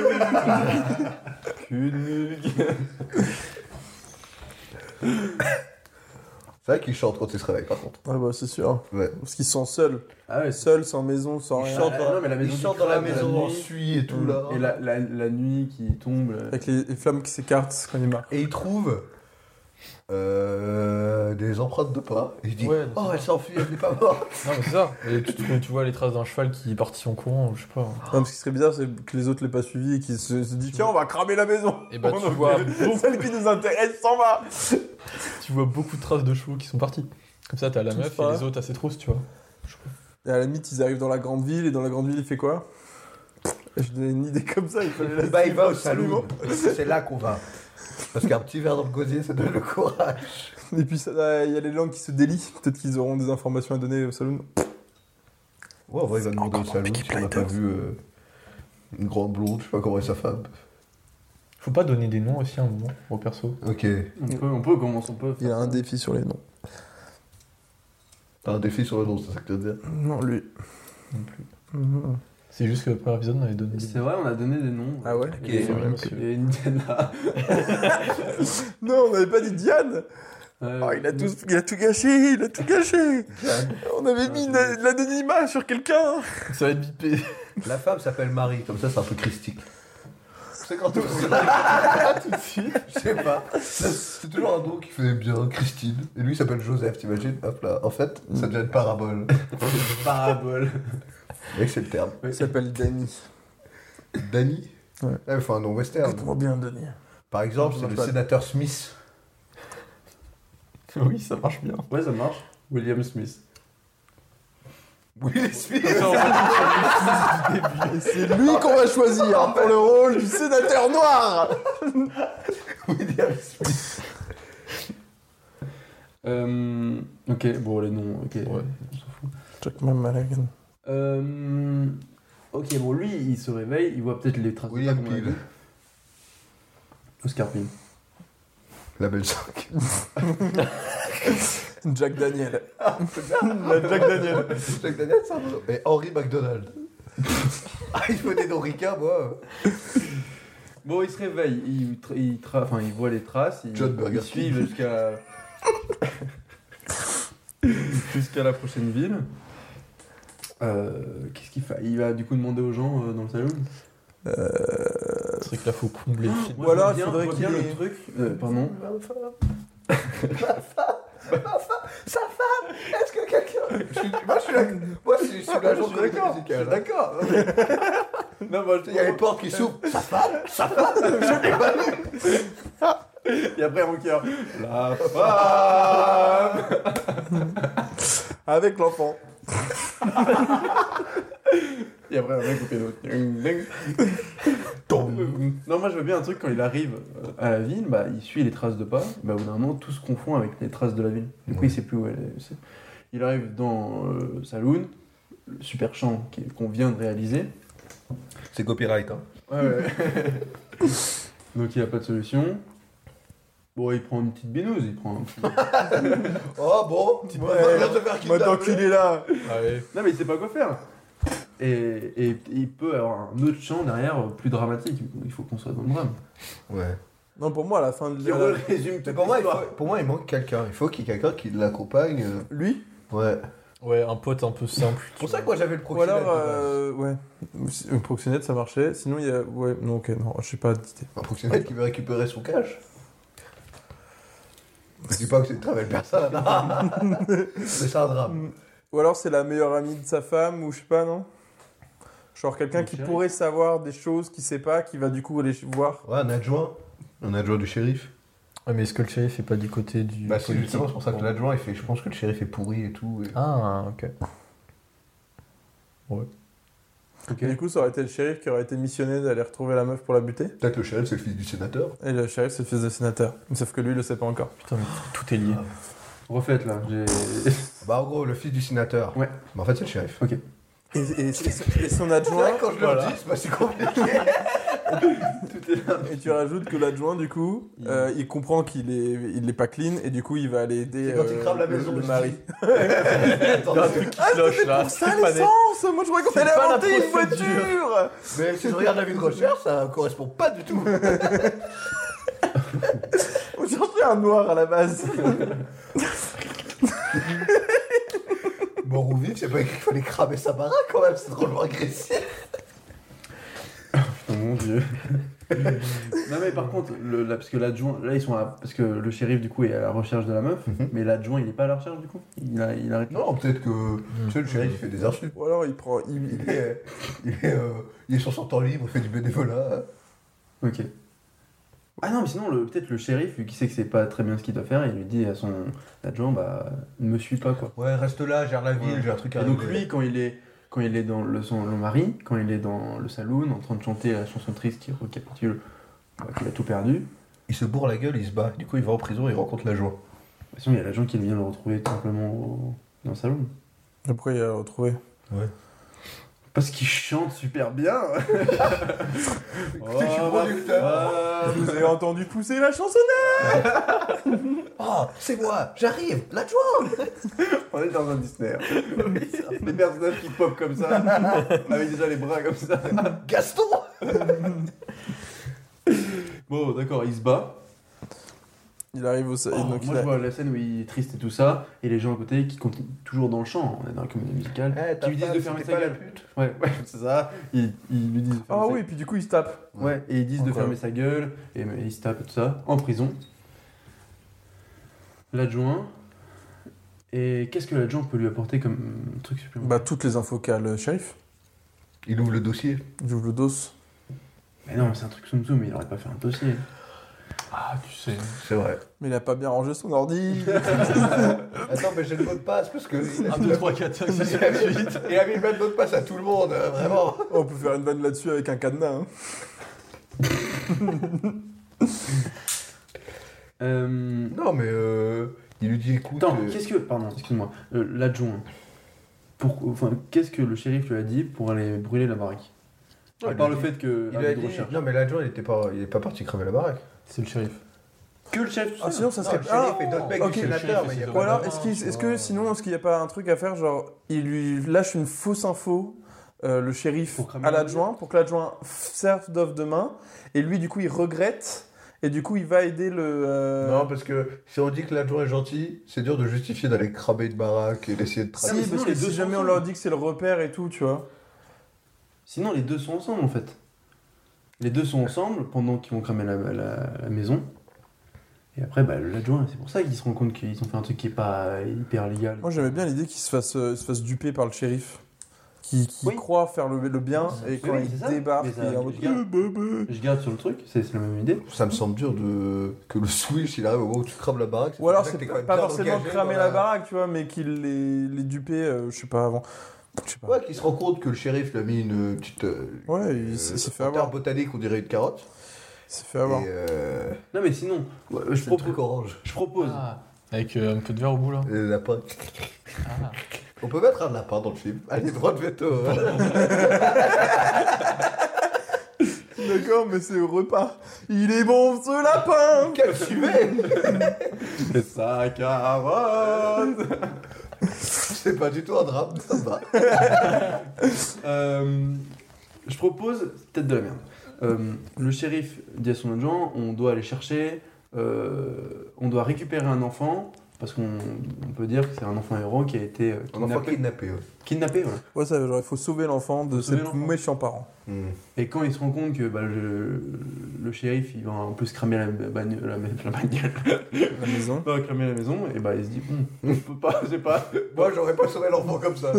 Speaker 3: Cul
Speaker 1: C'est vrai qu'ils chantent quand ils se réveillent, par contre.
Speaker 7: Ouais, bah, c'est sûr.
Speaker 1: Ouais.
Speaker 7: Parce qu'ils sont seuls.
Speaker 3: Ah ouais,
Speaker 7: Seuls, sans maison, sans
Speaker 1: Ils
Speaker 7: rien.
Speaker 1: chantent hein.
Speaker 3: Ah,
Speaker 1: dans la,
Speaker 3: non, mais la
Speaker 1: ils
Speaker 3: maison qui
Speaker 1: chantent dans la
Speaker 3: crame, la
Speaker 1: maison en
Speaker 3: nuit.
Speaker 1: suie et tout, là.
Speaker 3: Et la, la, la nuit qui tombe. euh, là.
Speaker 7: Avec les, les flammes qui s'écartent quand il marche.
Speaker 1: Et il trouve euh, des empreintes de pas. Et il dit
Speaker 4: Ouais,
Speaker 1: Oh, elle s'enfuit, elle n'est pas morte.
Speaker 4: Non, mais c'est ça. Et tu, tu- tu vois les traces d'un cheval qui est parti en courant, je sais pas.
Speaker 7: Non, ce qui serait bizarre, c'est que les autres l'aient pas suivi et qu'ils se, se disent Tiens, on va cramer la maison
Speaker 4: Et bah,
Speaker 7: On
Speaker 4: tu
Speaker 7: en
Speaker 4: vois,
Speaker 7: fait- Celle qui nous intéresse s'en va
Speaker 4: tu vois beaucoup de traces de chevaux qui sont partis. Comme ça, t'as la
Speaker 7: Tout
Speaker 4: meuf
Speaker 7: ça.
Speaker 4: et les autres à ses trousses, tu vois.
Speaker 7: Et à la limite, ils arrivent dans la grande ville et dans la grande ville, il fait quoi Je donnais une idée comme ça, il fallait la
Speaker 1: Et bah, il va au
Speaker 7: absolument.
Speaker 1: salon. C'est là qu'on va. Parce qu'un petit verre dans le gosier, ça donne le courage.
Speaker 7: Et puis, ça- là, il y a les langues qui se délient. Peut-être qu'ils auront des informations à donner au saloon.
Speaker 1: Ouais, en vrai, il va demander au salon si on n'a pas vu euh, une grande blonde, je sais pas comment est sa femme.
Speaker 4: Faut pas donner des noms aussi à un moment, au perso.
Speaker 1: Ok.
Speaker 3: On peut, on peut commencer, on peut.
Speaker 7: Il y a un défi sur les noms.
Speaker 1: T'as un défi sur le nom, c'est ça que tu veux dire
Speaker 7: Non, lui.
Speaker 4: Non plus. C'est juste que le premier épisode, on avait donné des
Speaker 3: C'est vrai, on a donné des noms.
Speaker 7: Ah ouais
Speaker 3: Il y a-
Speaker 4: C'est vrai, monsieur.
Speaker 3: il y a une Diana.
Speaker 7: Non, on n'avait pas dit Diane
Speaker 3: Euh,
Speaker 7: Ah, il, a tout, il a tout gâché, il a tout gâché On avait mis une- de l'anonymat sur quelqu'un
Speaker 4: Ça va être bipé.
Speaker 1: La femme s'appelle Marie, comme ça, c'est un peu christique. C'est quand tout Je sais pas. C'est toujours un nom qui fait bien Christine. Et lui, il s'appelle Joseph, t'imagines Hop là. En fait, ça devient une parabole.
Speaker 3: Parabole.
Speaker 1: Mec, c'est le terme.
Speaker 7: Il s'appelle Danny.
Speaker 1: Danny
Speaker 7: Ouais.
Speaker 1: Ah, il faut un nom western.
Speaker 7: Trop bien, Danny.
Speaker 1: Par exemple, c'est
Speaker 7: Non,
Speaker 1: le
Speaker 7: pas-
Speaker 1: sénateur Smith.
Speaker 4: Oui, ça marche bien.
Speaker 3: Ouais, ça marche. William Smith.
Speaker 1: Will Smith
Speaker 7: Et c'est lui qu'on va choisir pour le rôle du sénateur noir
Speaker 1: William Smith.
Speaker 3: Euh, ok, bon, les noms, ok.
Speaker 7: Jackman Malagan.
Speaker 3: Euh, ok, bon, lui, il se réveille, il voit peut-être les traces. de
Speaker 1: William
Speaker 3: pas qu'on a
Speaker 1: Peel.
Speaker 3: vues. Oscar Peel.
Speaker 1: La belle 5.
Speaker 7: Jack Daniel.
Speaker 1: Jack Daniel. Jack Daniel, c'est un nom. Et Henry McDonald. ah, il venait d'Orica, moi.
Speaker 3: Bon, il se réveille, il, tra- il, tra- enfin, il voit les traces, il,
Speaker 1: John
Speaker 3: il
Speaker 1: Burger King.
Speaker 3: suit jusqu'à. jusqu'à la prochaine ville. Euh, Qu'est-ce qu'il fait Il va du coup demander aux gens euh, dans le salon.
Speaker 4: C'est vrai que là, faut combler le film.
Speaker 3: Moi, je
Speaker 7: alors,
Speaker 3: vois bien-
Speaker 7: il faudrait
Speaker 3: je vois
Speaker 7: qu'il
Speaker 3: bien
Speaker 7: ait-
Speaker 3: le truc. euh, pardon.
Speaker 1: Est-ce que quelqu'un. Je suis- Moi, je suis la- Moi, je suis- Ah, je suis l'agent de comédie musicale. D'accord.
Speaker 3: Non, moi, je-
Speaker 1: Il y a les portes qui s'ouvrent. Ça va Ça va Je l'ai pas vu.
Speaker 3: Et après, mon cœur. La
Speaker 1: Ah
Speaker 7: Avec l'enfant.
Speaker 3: Et après, un mec au piano. Ding, ding. non, moi je veux bien un truc quand il arrive euh, à la ville, bah, il suit les traces de pas, bah, au bout d'un moment tout se confond avec les traces de la ville. Du coup, il sait plus où elle est. C'est- Il arrive dans euh, Saloon, le super champ qui- qu'on vient de réaliser.
Speaker 1: C'est copyright, hein.
Speaker 3: Ouais, ouais. Donc il a pas de solution. Bon, il prend une petite binouse, il prend un petit-
Speaker 1: Oh bon, on va bien se faire
Speaker 7: Maintenant
Speaker 1: kidnapper.
Speaker 7: qu'il est là.
Speaker 4: Allez.
Speaker 3: Non, mais il sait pas quoi faire. Et, et il peut avoir un autre champ derrière euh, plus dramatique. Il faut qu'on soit dans le drame.
Speaker 1: Ouais.
Speaker 7: Non, pour moi, à la fin de
Speaker 3: Qui résume
Speaker 1: Mais
Speaker 3: toute
Speaker 1: pour moi, il
Speaker 3: l'histoire.
Speaker 1: faut- pour moi, il manque quelqu'un. Il faut qu'il y ait quelqu'un qui l'accompagne. euh,
Speaker 7: Lui
Speaker 1: Ouais.
Speaker 4: Ouais, un pote un peu simple.
Speaker 1: C'est pour ça que moi j'avais le
Speaker 7: Ou
Speaker 1: proxénète.
Speaker 7: alors, euh, ouais. Une proxénète, ça marchait. Sinon, il y a. Ouais, non, ok, non, je sais pas d'idée.
Speaker 1: Un proxénète qui veut récupérer son cash. Je dis pas que c'est une très belle personne. Mais c'est un drame.
Speaker 7: Ou alors, c'est la meilleure amie de sa femme, ou je sais pas, non Genre quelqu'un
Speaker 3: Mon
Speaker 7: qui
Speaker 3: chéri.
Speaker 7: pourrait savoir des choses qu'il sait pas, qui va du coup aller voir.
Speaker 1: Ouais, un adjoint. Un adjoint du shérif.
Speaker 4: Ouais, mais est-ce que le shérif est pas du côté du.
Speaker 1: Bah, c'est
Speaker 4: politique
Speaker 1: justement c'est pour ça que l'adjoint, il fait. Je pense que le shérif est pourri et tout. et-
Speaker 4: Ah, ok.
Speaker 3: Ok.
Speaker 7: Et Du coup, ça aurait été le shérif qui aurait été missionné d'aller retrouver la meuf pour la buter.
Speaker 1: Peut-être le shérif, c'est le fils du sénateur.
Speaker 7: Et le shérif, c'est le fils de sénateur. Sauf que lui, il le sait pas encore.
Speaker 4: Putain, mais tout est lié.
Speaker 3: Refaites là, j'ai.
Speaker 1: Bah, en gros, le fils du sénateur.
Speaker 3: Ouais.
Speaker 1: Mais en fait, c'est le shérif.
Speaker 7: Et, et- et son- et son
Speaker 1: C'est
Speaker 7: adjoint.
Speaker 1: vrai que quand je
Speaker 7: voilà.
Speaker 1: le dis, c'est pas si compliqué.
Speaker 7: Et tu rajoutes que l'adjoint, du coup,
Speaker 3: Il-
Speaker 7: euh, il comprend qu'il est, il est pas clean et du coup, il va aller aider
Speaker 1: C'est quand il crame la
Speaker 7: le-
Speaker 1: maison,
Speaker 7: le
Speaker 1: je
Speaker 7: mari.
Speaker 1: Attends,
Speaker 7: Ah, c'était pour ça l'essence Moi, je crois qu'on allait
Speaker 4: pas la
Speaker 7: inventer une
Speaker 4: procédure.
Speaker 7: voiture
Speaker 1: mais si je regarde la vie de recherche, ça correspond pas du tout.
Speaker 7: On cherchait suis un noir à la base.
Speaker 1: Mort ou vif, c'est pas écrit qu'il fallait cramer sa baraque quand même, c'est drôlement agressif.
Speaker 3: Oh mon dieu. non mais par contre, le, là, parce que l'adjoint, là ils sont à, parce que le shérif du coup est à la recherche de la meuf,
Speaker 1: Mhm.
Speaker 3: mais l'adjoint il est pas à la recherche du coup. Il a, il arrête.
Speaker 1: Non, peut-être que c'est le shérif qui fait des archives.
Speaker 7: Ou alors il prend. il-
Speaker 1: Il est, il est, euh, il est sur son temps libre, il fait du bénévolat.
Speaker 3: Ok. Ah non mais sinon le- peut-être le shérif vu qu'il sait que c'est pas très bien ce qu'il doit faire, il lui dit à son adjoint bah me suis pas quoi.
Speaker 14: Ouais, reste là, gère la ville,
Speaker 3: Ouais.
Speaker 14: j'ai un truc à
Speaker 3: Et donc
Speaker 14: régler.
Speaker 3: lui quand il est quand il est dans le son le mari, quand il est dans le saloon en train de chanter la chanson triste qui récapitule bah, qu'il a tout perdu.
Speaker 1: Il se bourre la gueule, il se bat. Du coup, il va en prison et il rencontre la joie.
Speaker 3: Bah, Sinon il y a l'adjoint qui vient le retrouver tout simplement au- dans le salon.
Speaker 7: Après, il a retrouvé.
Speaker 3: Parce qu'il chante super bien. Oh,
Speaker 1: Écoutez, je suis producteur.
Speaker 7: Ah, Vous avez entendu pousser la chansonnette
Speaker 1: Oh, c'est moi, j'arrive, la joie.
Speaker 3: On est dans un Disney. Des personnages qui pop comme ça, avec déjà les bras comme ça.
Speaker 1: Gaston
Speaker 3: Bon, d'accord, il se bat.
Speaker 7: Il arrive au. sa-
Speaker 3: Oh,
Speaker 7: donc,
Speaker 3: moi,
Speaker 7: il a-
Speaker 3: je vois la scène où il est triste et tout ça, et les gens à côté qui continuent toujours dans le champ. On est dans la comédie musicale. qui lui disent de fermer sa gueule. Ouais, ouais, c'est ça. Ils, ils lui disent de fermer
Speaker 7: Ah
Speaker 3: sa-
Speaker 7: oui, puis du coup, il se tape.
Speaker 3: Ouais, et ils disent de
Speaker 7: Encore.
Speaker 3: fermer sa gueule, et mais il se tape et tout ça, en prison. L'adjoint. Et qu'est-ce que l'adjoint peut lui apporter comme truc supplémentaire
Speaker 7: Bah, toutes les infos qu'a le shérif.
Speaker 1: Il ouvre le dossier.
Speaker 7: J'ouvre le dos.
Speaker 1: Bah.
Speaker 3: Mais non, c'est un truc soum soum, mais il aurait pas fait un dossier.
Speaker 15: Ah, tu sais.
Speaker 1: C'est vrai.
Speaker 7: Mais il a pas bien rangé son ordi.
Speaker 1: Attends, mais j'ai le mot de passe parce que. Il
Speaker 15: 1, 2, 3, 4, 5, 6,
Speaker 1: il
Speaker 15: 7,
Speaker 1: a mis- il a mis le même mot de passe à tout le monde, euh, vraiment.
Speaker 7: On peut faire une vanne là-dessus avec un cadenas. hein.
Speaker 3: Euh,
Speaker 1: Non, mais euh, il lui dit écoute.
Speaker 3: Attends,
Speaker 1: euh,
Speaker 3: qu'est-ce que. Pardon, excuse-moi. Euh, L'adjoint. Pour- Enfin, qu'est-ce que le shérif lui a dit pour aller brûler la baraque
Speaker 1: Ouais,
Speaker 3: À
Speaker 1: il
Speaker 3: part
Speaker 1: lui
Speaker 3: le
Speaker 1: dit-
Speaker 3: fait que.
Speaker 1: il
Speaker 3: un
Speaker 1: lui a
Speaker 3: but de
Speaker 1: dit-
Speaker 3: recherche.
Speaker 1: Non, mais l'adjoint, il était pas, il est pas parti crever la baraque.
Speaker 15: C'est le shérif.
Speaker 3: Que le shérif.
Speaker 7: Ah, sinon, ça
Speaker 1: Non,
Speaker 7: serait.
Speaker 1: le
Speaker 7: Ah,
Speaker 1: shérif et d'autres mecs
Speaker 7: ok.
Speaker 1: du sénateur, mais il y a
Speaker 7: Ou
Speaker 1: pas
Speaker 7: alors,
Speaker 1: de-
Speaker 7: est-ce, qu'il- est-ce que sinon, est-ce qu'il n'y a pas un truc à faire Genre, il lui lâche une fausse info, euh, le shérif,
Speaker 3: Pour cramer
Speaker 7: à
Speaker 3: la
Speaker 7: l'adjoint, pour que l'adjoint f- serve d'offre demain, et lui, du coup, il regrette, et du coup, il va aider le. euh,
Speaker 1: Non, parce que si on dit que l'adjoint est gentil, c'est dur de justifier d'aller cramer une baraque et d'essayer de
Speaker 7: si,
Speaker 1: traquer.
Speaker 3: mais sinon,
Speaker 7: parce
Speaker 3: les
Speaker 7: que si
Speaker 3: deux sont
Speaker 7: jamais on
Speaker 3: ensemble.
Speaker 7: leur dit que c'est le repère et tout, tu vois.
Speaker 3: Sinon, les deux sont ensemble en fait. Les deux sont ensemble pendant qu'ils vont cramer la, la- la maison. Et après, bah, l'adjoint, c'est pour ça qu'ils se rendent compte qu'ils ont fait un truc qui est pas hyper légal.
Speaker 7: Moi, j'aimais bien l'idée qu'il se fasse, euh, se fasse duper par le shérif, qui, qui
Speaker 3: Oui.
Speaker 7: croit faire le, le bien, et quand
Speaker 3: oui,
Speaker 7: il
Speaker 3: c'est ça.
Speaker 7: débarque,
Speaker 3: Mais ça-
Speaker 7: il est en mode. Euh, bah,
Speaker 3: je garde- Je garde sur le truc, c'est c'est la même idée.
Speaker 1: Ça me semble dur de que le switch il arrive au moment où tu crames la baraque.
Speaker 7: Ou alors,
Speaker 1: pour ça que
Speaker 7: c'est
Speaker 1: t'es quand
Speaker 7: pas,
Speaker 1: même
Speaker 7: pas
Speaker 1: bien
Speaker 7: forcément
Speaker 1: engagé
Speaker 7: cramer
Speaker 1: dans
Speaker 7: la... baraque, tu vois, mais qu'il les, les dupé, euh, je sais pas, avant. Je sais pas.
Speaker 1: Ouais, qui se rend compte que le shérif lui a mis une petite. euh,
Speaker 7: Ouais, il s'est
Speaker 1: euh,
Speaker 7: s'est fait
Speaker 1: en
Speaker 7: avoir. Ah,
Speaker 1: terre botanique, on dirait une carotte.
Speaker 7: Il s'est fait avoir.
Speaker 1: Et euh,
Speaker 3: Non, mais sinon, euh, je,
Speaker 1: c'est le
Speaker 3: propose,
Speaker 1: truc orange.
Speaker 3: je propose.
Speaker 1: Ah.
Speaker 4: Avec euh, un peu de verre au bout là.
Speaker 1: Et le lapin. Ah. On peut mettre un lapin dans le film. Allez, droit de veto. hein.
Speaker 7: D'accord, mais c'est au repas. Il est bon ce lapin
Speaker 1: Quel fumée
Speaker 3: C'est ça, carotte
Speaker 1: C'est pas du tout un drame, ça va.
Speaker 3: Euh, je propose tête de la merde. Euh, le shérif dit à son adjoint on doit aller chercher, euh, on doit récupérer un enfant, parce qu'on on peut dire que c'est un enfant errant qui a été euh,
Speaker 1: Un enfant
Speaker 3: kidnappé.
Speaker 1: kidnappé. ouais.
Speaker 3: kidnappé, voilà.
Speaker 7: Ouais, ça, genre, il faut sauver l'enfant de
Speaker 3: Sauver
Speaker 7: ses
Speaker 3: l'enfant.
Speaker 7: méchants parents.
Speaker 1: Hmm.
Speaker 3: Et quand il se rend compte que bah, le, le shérif il va un peu se cramer la, bagne- la, la bagnole,
Speaker 7: La maison.
Speaker 3: il va cramer la maison, et bah il se dit Hum, on peut pas, je sais pas.
Speaker 1: Moi, j'aurais pas sauvé l'enfant comme ça.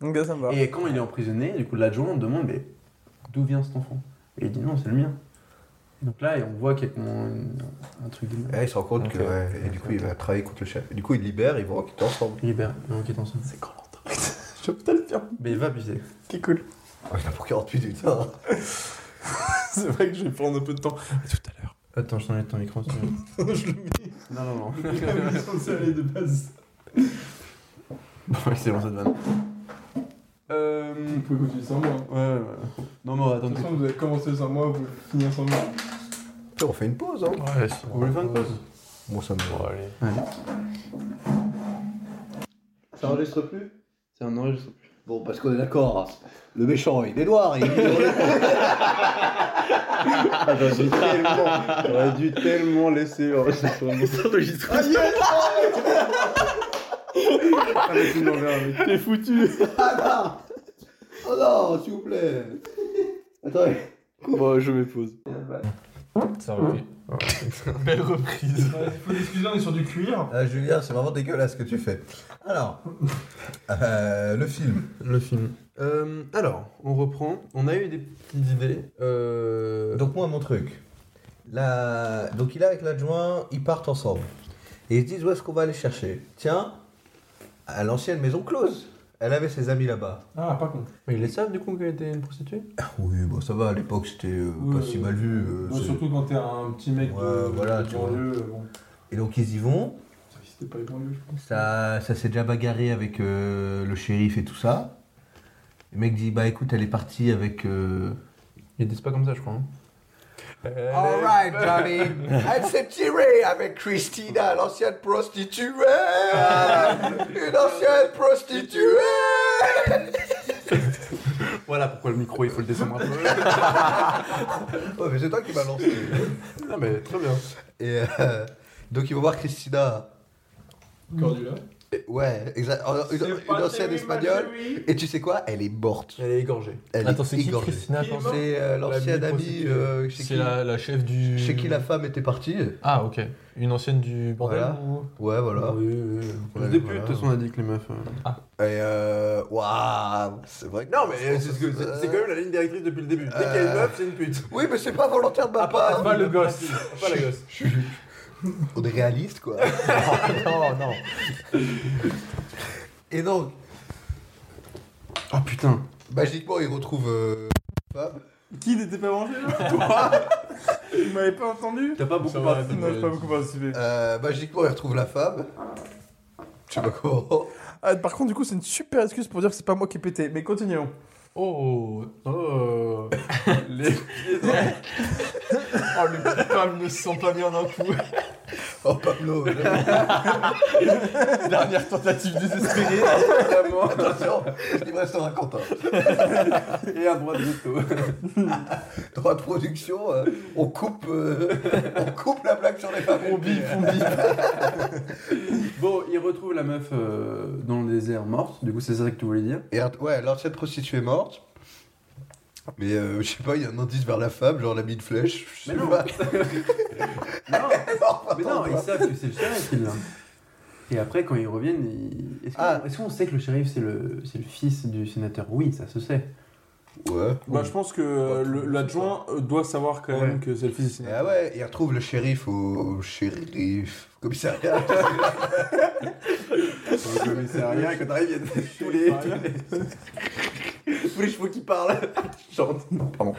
Speaker 7: Donc là, ça me va.
Speaker 3: Et quand il est emprisonné, du coup l'adjoint demande mais d'où vient cet enfant Et il dit non, c'est le mien. Donc là, et on voit qu'il y a un, un truc de merde.
Speaker 1: Et il Eh, se rend compte que.
Speaker 3: Ok.
Speaker 1: ouais, et du coup, il va travailler contre le chef. Et du coup, il libère, ils vont enquêter ensemble.
Speaker 3: Libère, on enquête ensemble. C'est quand
Speaker 7: Je peux le dire.
Speaker 3: Mais il va abuser.
Speaker 7: Qui cool.
Speaker 1: Oh, il a pour 48 minutes. hein.
Speaker 7: C'est vrai que je vais prendre un peu de temps.
Speaker 3: Attends, je t'enlève ton micro. si tu veux.
Speaker 7: je le mets.
Speaker 3: non, non, non.
Speaker 7: de base.
Speaker 3: bon, excellent cette vanne. Euh.
Speaker 15: Vous pouvez continuer sans moi. hein.
Speaker 3: Ouais, ouais, ouais. Non, mais
Speaker 15: De toute
Speaker 3: attendez.
Speaker 15: façon, vous avez commencé sans moi, vous finir sans moi.
Speaker 1: Putain, On fait une pause. Hein.
Speaker 4: Ouais, c'est
Speaker 3: Vous voulez faire une pause
Speaker 1: Bon, ça me.
Speaker 4: bon, allez.
Speaker 3: Ça enregistre plus Ça n'enregistre plus.
Speaker 1: Bon, parce qu'on est d'accord, hein. le méchant, il est noir. Il... Ah, J'aurais dû tellement, j'aurais dû tellement laisser l'enregistrement.
Speaker 16: T'enregistres.
Speaker 1: Ah, mais tu m'enverras, mais-
Speaker 16: T'es foutu.
Speaker 1: Ah, non Oh non, s'il vous plaît Attendez.
Speaker 16: Bon, je m'épose.
Speaker 4: Ça aurait été- Belle reprise.
Speaker 3: faut l'excuser, on est sur du cuir.
Speaker 1: Ah, Julien, c'est vraiment dégueulasse ce que tu fais. Alors, euh, le film.
Speaker 3: Le film. Euh, alors, on reprend. On a eu des petites idées. Euh,
Speaker 1: Donc, moi, mon truc. La... Donc, il est avec l'adjoint, ils partent ensemble. Et ils se disent où est-ce qu'on va aller chercher Tiens, à l'ancienne maison close. Elle avait ses amis là-bas.
Speaker 3: Ah, pas con. Mais ils le savent du coup qu'elle était une prostituée
Speaker 1: Ah Oui, bon, ça va, à l'époque, c'était euh, pas
Speaker 17: Ouais,
Speaker 1: si
Speaker 17: ouais.
Speaker 1: mal vu. euh, c'est-
Speaker 17: surtout quand t'es un petit mec
Speaker 1: Ouais,
Speaker 17: de,
Speaker 1: voilà,
Speaker 17: de
Speaker 1: tu vois.
Speaker 17: banlieue, euh, bon,
Speaker 1: Et donc, ils y vont.
Speaker 17: ça c'était pas les banlieues, je pense.
Speaker 1: Ça, ça s'est déjà bagarré avec euh, le shérif et tout ça. Le mec dit Bah écoute, elle est partie avec. euh,
Speaker 3: Ils disent pas comme ça, je crois. hein.
Speaker 1: Alright, Johnny. Elle s'est tirée avec Christina, l'ancienne prostituée. Une ancienne prostituée.
Speaker 3: Voilà pourquoi le micro, il faut le descendre un peu.
Speaker 1: Oh, mais c'est toi qui m'as lancé.
Speaker 3: Ah, mais très bien.
Speaker 1: Et euh, donc, ils vont voir Christina.
Speaker 17: Cordula.
Speaker 1: Et- Ouais, exact. en- Une, une ancienne espagnole. Et tu sais quoi Elle est morte.
Speaker 3: Elle est égorgée.
Speaker 1: Elle
Speaker 4: Attends,
Speaker 1: est
Speaker 4: c'est qui
Speaker 1: égorgée.
Speaker 4: Christina attends, c'est-
Speaker 1: C'est euh, l'ancienne
Speaker 4: La
Speaker 1: amie
Speaker 4: prostituée.
Speaker 1: euh, chez,
Speaker 4: C'est
Speaker 1: qui,
Speaker 4: la, la chef du.
Speaker 1: chez qui la femme était partie.
Speaker 4: Ah, ok. Une ancienne du bordel
Speaker 1: Voilà.
Speaker 4: ou-
Speaker 1: Ouais, voilà.
Speaker 3: Ah Oui, oui, oui.
Speaker 1: On a-
Speaker 3: Des putes, de
Speaker 1: voilà.
Speaker 3: toute façon, on a dit que les meufs. euh.
Speaker 1: Et euh. Waouh C'est vrai que.
Speaker 3: Non, mais c'est ce que- c'est- c'est quand même la ligne directrice depuis le début. Dès qu'il y a une
Speaker 1: Euh.
Speaker 3: meuf, c'est une pute.
Speaker 1: Oui, mais c'est pas volontaire de ma part hein.
Speaker 4: Pas le gosse.
Speaker 3: Pas la gosse.
Speaker 1: On est réaliste, quoi
Speaker 4: non, non.
Speaker 1: Et donc,
Speaker 3: Ah putain.
Speaker 1: magiquement, il retrouve. euh, femme.
Speaker 17: Qui n'était pas mangé là Toi Vous m'avez pas entendu
Speaker 3: T'as pas beaucoup
Speaker 17: Ça va,
Speaker 3: parlé.
Speaker 17: Non, j'ai pas beaucoup participé.
Speaker 1: Euh, magiquement, il retrouve la femme. Je sais pas comment.
Speaker 17: Ah, par contre, du coup, c'est une super excuse pour dire que c'est pas moi qui ai pété. Mais continuons.
Speaker 4: Oh, oh.
Speaker 17: Les...
Speaker 4: Oh, le petit homme ne se sent pas bien d'un coup.
Speaker 1: Oh, Pablo
Speaker 4: Dernière tentative désespérée.
Speaker 1: Attention Il me restera Quentin.
Speaker 3: Et un droit de veto.
Speaker 1: Droit de production, euh, on coupe. euh, on coupe la blague sur les femmes. On bip, on bip.
Speaker 3: Bon, il retrouve la meuf euh, dans le désert morte. Du coup, c'est ça que tu voulais dire.
Speaker 1: Et alors- ouais, l'ancienne prostituée est morte. Mais euh, je sais pas, il y a un indice vers la femme, genre elle a mis une flèche. Je sais
Speaker 3: Mais non.
Speaker 1: pas.
Speaker 3: Non, mais non,
Speaker 1: Attends,
Speaker 3: ils savent que c'est le shérif qui l'a. Et après, quand ils reviennent, ils- est-ce qu'on
Speaker 1: Ah.
Speaker 3: est-ce qu'on sait que le shérif, c'est le, c'est le fils du sénateur Oui, ça se sait.
Speaker 1: Ouais.
Speaker 7: Bah, je pense que euh, le- l'adjoint euh, doit savoir quand même que c'est le fils du
Speaker 1: Ah ouais, il retrouve le shérif au, au shérif commissariat.
Speaker 3: Dans le commissariat, quand t'arrives, il y a tous les, tous les, tous les chevaux qui parlent. Chante. Pardon.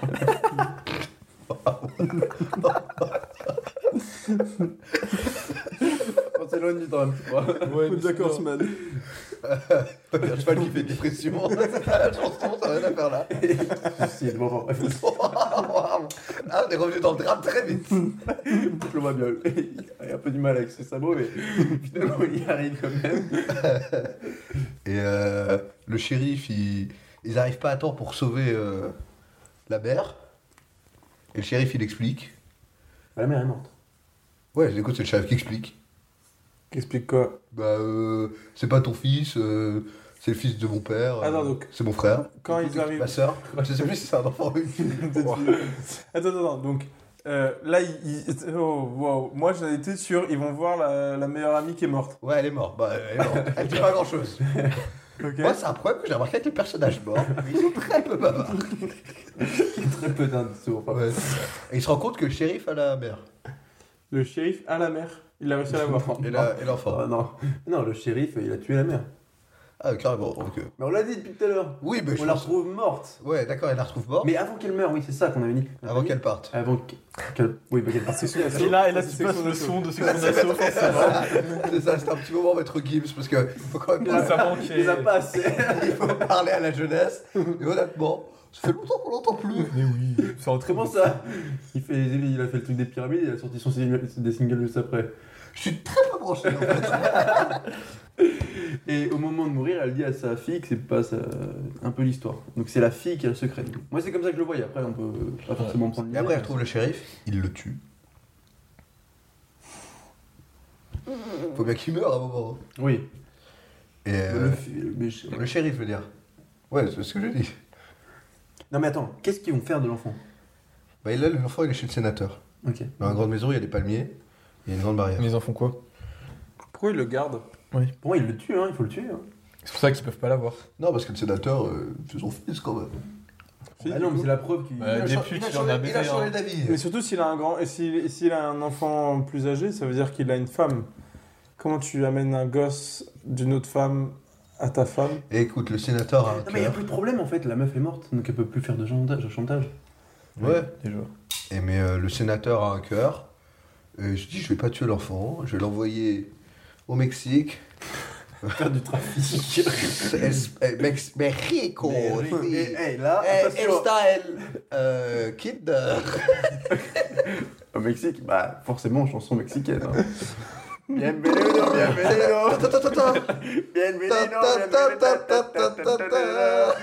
Speaker 3: On s'éloigne du drame, je crois.
Speaker 7: Ouais, d'accord,
Speaker 1: Il y a un cheval qui fait dépression. la chanson, ça n'a rien à faire là.
Speaker 3: Si, bon, bon,
Speaker 1: ah, on est revenu dans le drame très vite.
Speaker 3: le voit bien. Il a un peu du mal avec ses sabots, mais finalement, il y arrive quand même.
Speaker 1: Et euh, le shérif, il- ils arrivent pas à temps pour sauver euh, la mère. Et le shérif, il explique.
Speaker 3: La mère est morte.
Speaker 1: Ouais, écoute, c'est le shérif qui explique.
Speaker 7: Explique quoi
Speaker 1: Bah, euh, c'est pas ton fils, euh, c'est le fils de mon père. euh,
Speaker 7: Attends, donc-
Speaker 1: C'est mon frère.
Speaker 7: Quand ils arrivent.
Speaker 1: Ma soeur. Je sais plus si c'est un enfant ou une fille.
Speaker 7: Attends, attends, attends, donc. euh, là, il, il- oh, wow. moi j'avais été sûr, ils vont voir la, la meilleure amie qui est morte.
Speaker 1: Ouais, elle est morte. Bah, elle est morte. Elle dit pas grand chose.
Speaker 7: Ok.
Speaker 1: Moi, c'est un problème que j'ai remarqué avec les personnages morts. Ils sont très peu bavards.
Speaker 3: Très peu d'un tour.
Speaker 1: Ouais. Et il se rend compte que le shérif a la mère.
Speaker 7: Le shérif à la mère, il a réussi à la voir.
Speaker 1: Et la- et l'enfant.
Speaker 3: Oh, non. non, le shérif, il a tué la mère.
Speaker 1: Ah, carrément. donc, euh,
Speaker 3: Mais on l'a dit depuis tout à l'heure.
Speaker 1: Oui, mais je
Speaker 3: On la
Speaker 1: pense...
Speaker 3: retrouve morte.
Speaker 1: Ouais, d'accord, elle la retrouve morte.
Speaker 3: Mais avant qu'elle meure, oui, c'est ça qu'on avait dit.
Speaker 1: Avant qu'elle parte.
Speaker 3: Avant que- qu'elle. Oui, bah qu'elle parte.
Speaker 4: Et là, et là tu passes le son de section d'assaut, forcément.
Speaker 1: C'est ça, c'est un petit moment maître Gibbs parce que faut quand même parler,
Speaker 4: Ça
Speaker 3: Il les a
Speaker 4: manquait.
Speaker 3: pas assez.
Speaker 1: il faut parler à la jeunesse. Et honnêtement, ça fait longtemps qu'on l'entend plus.
Speaker 4: Mais oui, c'est un très
Speaker 3: Comment ça il, fait, il a fait le truc des pyramides, il a sorti son single, des singles juste après.
Speaker 1: Je suis très peu branché en fait.
Speaker 3: Et au moment de mourir, elle dit à sa fille que c'est pas sa- un peu l'histoire. Donc c'est la fille qui a le secret. Moi, c'est comme ça que je le voyais. Après, on peut pas forcément prendre
Speaker 1: Et après, elle retrouve le shérif, il le tue. Faut bien qu'il meure à un moment.
Speaker 3: Oui.
Speaker 1: Et
Speaker 3: Le
Speaker 1: euh,
Speaker 3: fi- mais je-
Speaker 1: le, shérif, je veux dire. Ouais, c'est ce que je dis.
Speaker 3: Non, mais attends, qu'est-ce qu'ils vont faire de l'enfant
Speaker 1: Bah, et là, l'enfant, il est chez le sénateur.
Speaker 3: Ok.
Speaker 1: Dans la grande maison, il y a des palmiers, il y a une grande barrière.
Speaker 4: Mais ils en font quoi
Speaker 7: Pourquoi ils le gardent
Speaker 3: Bon, il le tue, hein, il faut le tuer. Hein.
Speaker 4: C'est pour ça qu'ils peuvent pas l'avoir.
Speaker 1: Non, parce que le sénateur, euh, c'est son fils quand même.
Speaker 3: Ah non, mais c'est la preuve qu'il.
Speaker 4: Ouais.
Speaker 1: Il a
Speaker 4: Des
Speaker 1: cha-
Speaker 4: putes,
Speaker 1: il a
Speaker 4: il en
Speaker 1: changé-
Speaker 4: a
Speaker 1: il a
Speaker 4: baisé,
Speaker 1: changé
Speaker 4: hein.
Speaker 1: d'avis.
Speaker 7: Mais surtout s'il a un grand, et s'il et s'il a un enfant plus âgé, ça veut dire qu'il a une femme. Comment tu amènes un gosse d'une autre femme à ta femme
Speaker 1: Et écoute, le sénateur a un
Speaker 3: Non, mais il n'y a
Speaker 1: cœur.
Speaker 3: plus de problème en fait, la meuf est morte, donc elle peut plus faire de chantage. chantage.
Speaker 1: Ouais.
Speaker 4: Déjà.
Speaker 1: Et mais euh, le sénateur a un cœur. Et je dis, je vais pas tuer l'enfant, je vais l'envoyer au Mexique.
Speaker 3: Faire du trafic.
Speaker 1: Es- eh, Mex- Mexico.
Speaker 3: Mais,
Speaker 1: sí.
Speaker 3: eh, là,
Speaker 1: Eh,
Speaker 3: attention.
Speaker 1: style, euh, kid.
Speaker 3: Au Mexique, bah forcément, chanson mexicaine. hein.
Speaker 1: Bienvenido, bienvenido. Ta, ta, ta, ta, ta. Ta, ta, ta, ta, ta, ta, ta, ta.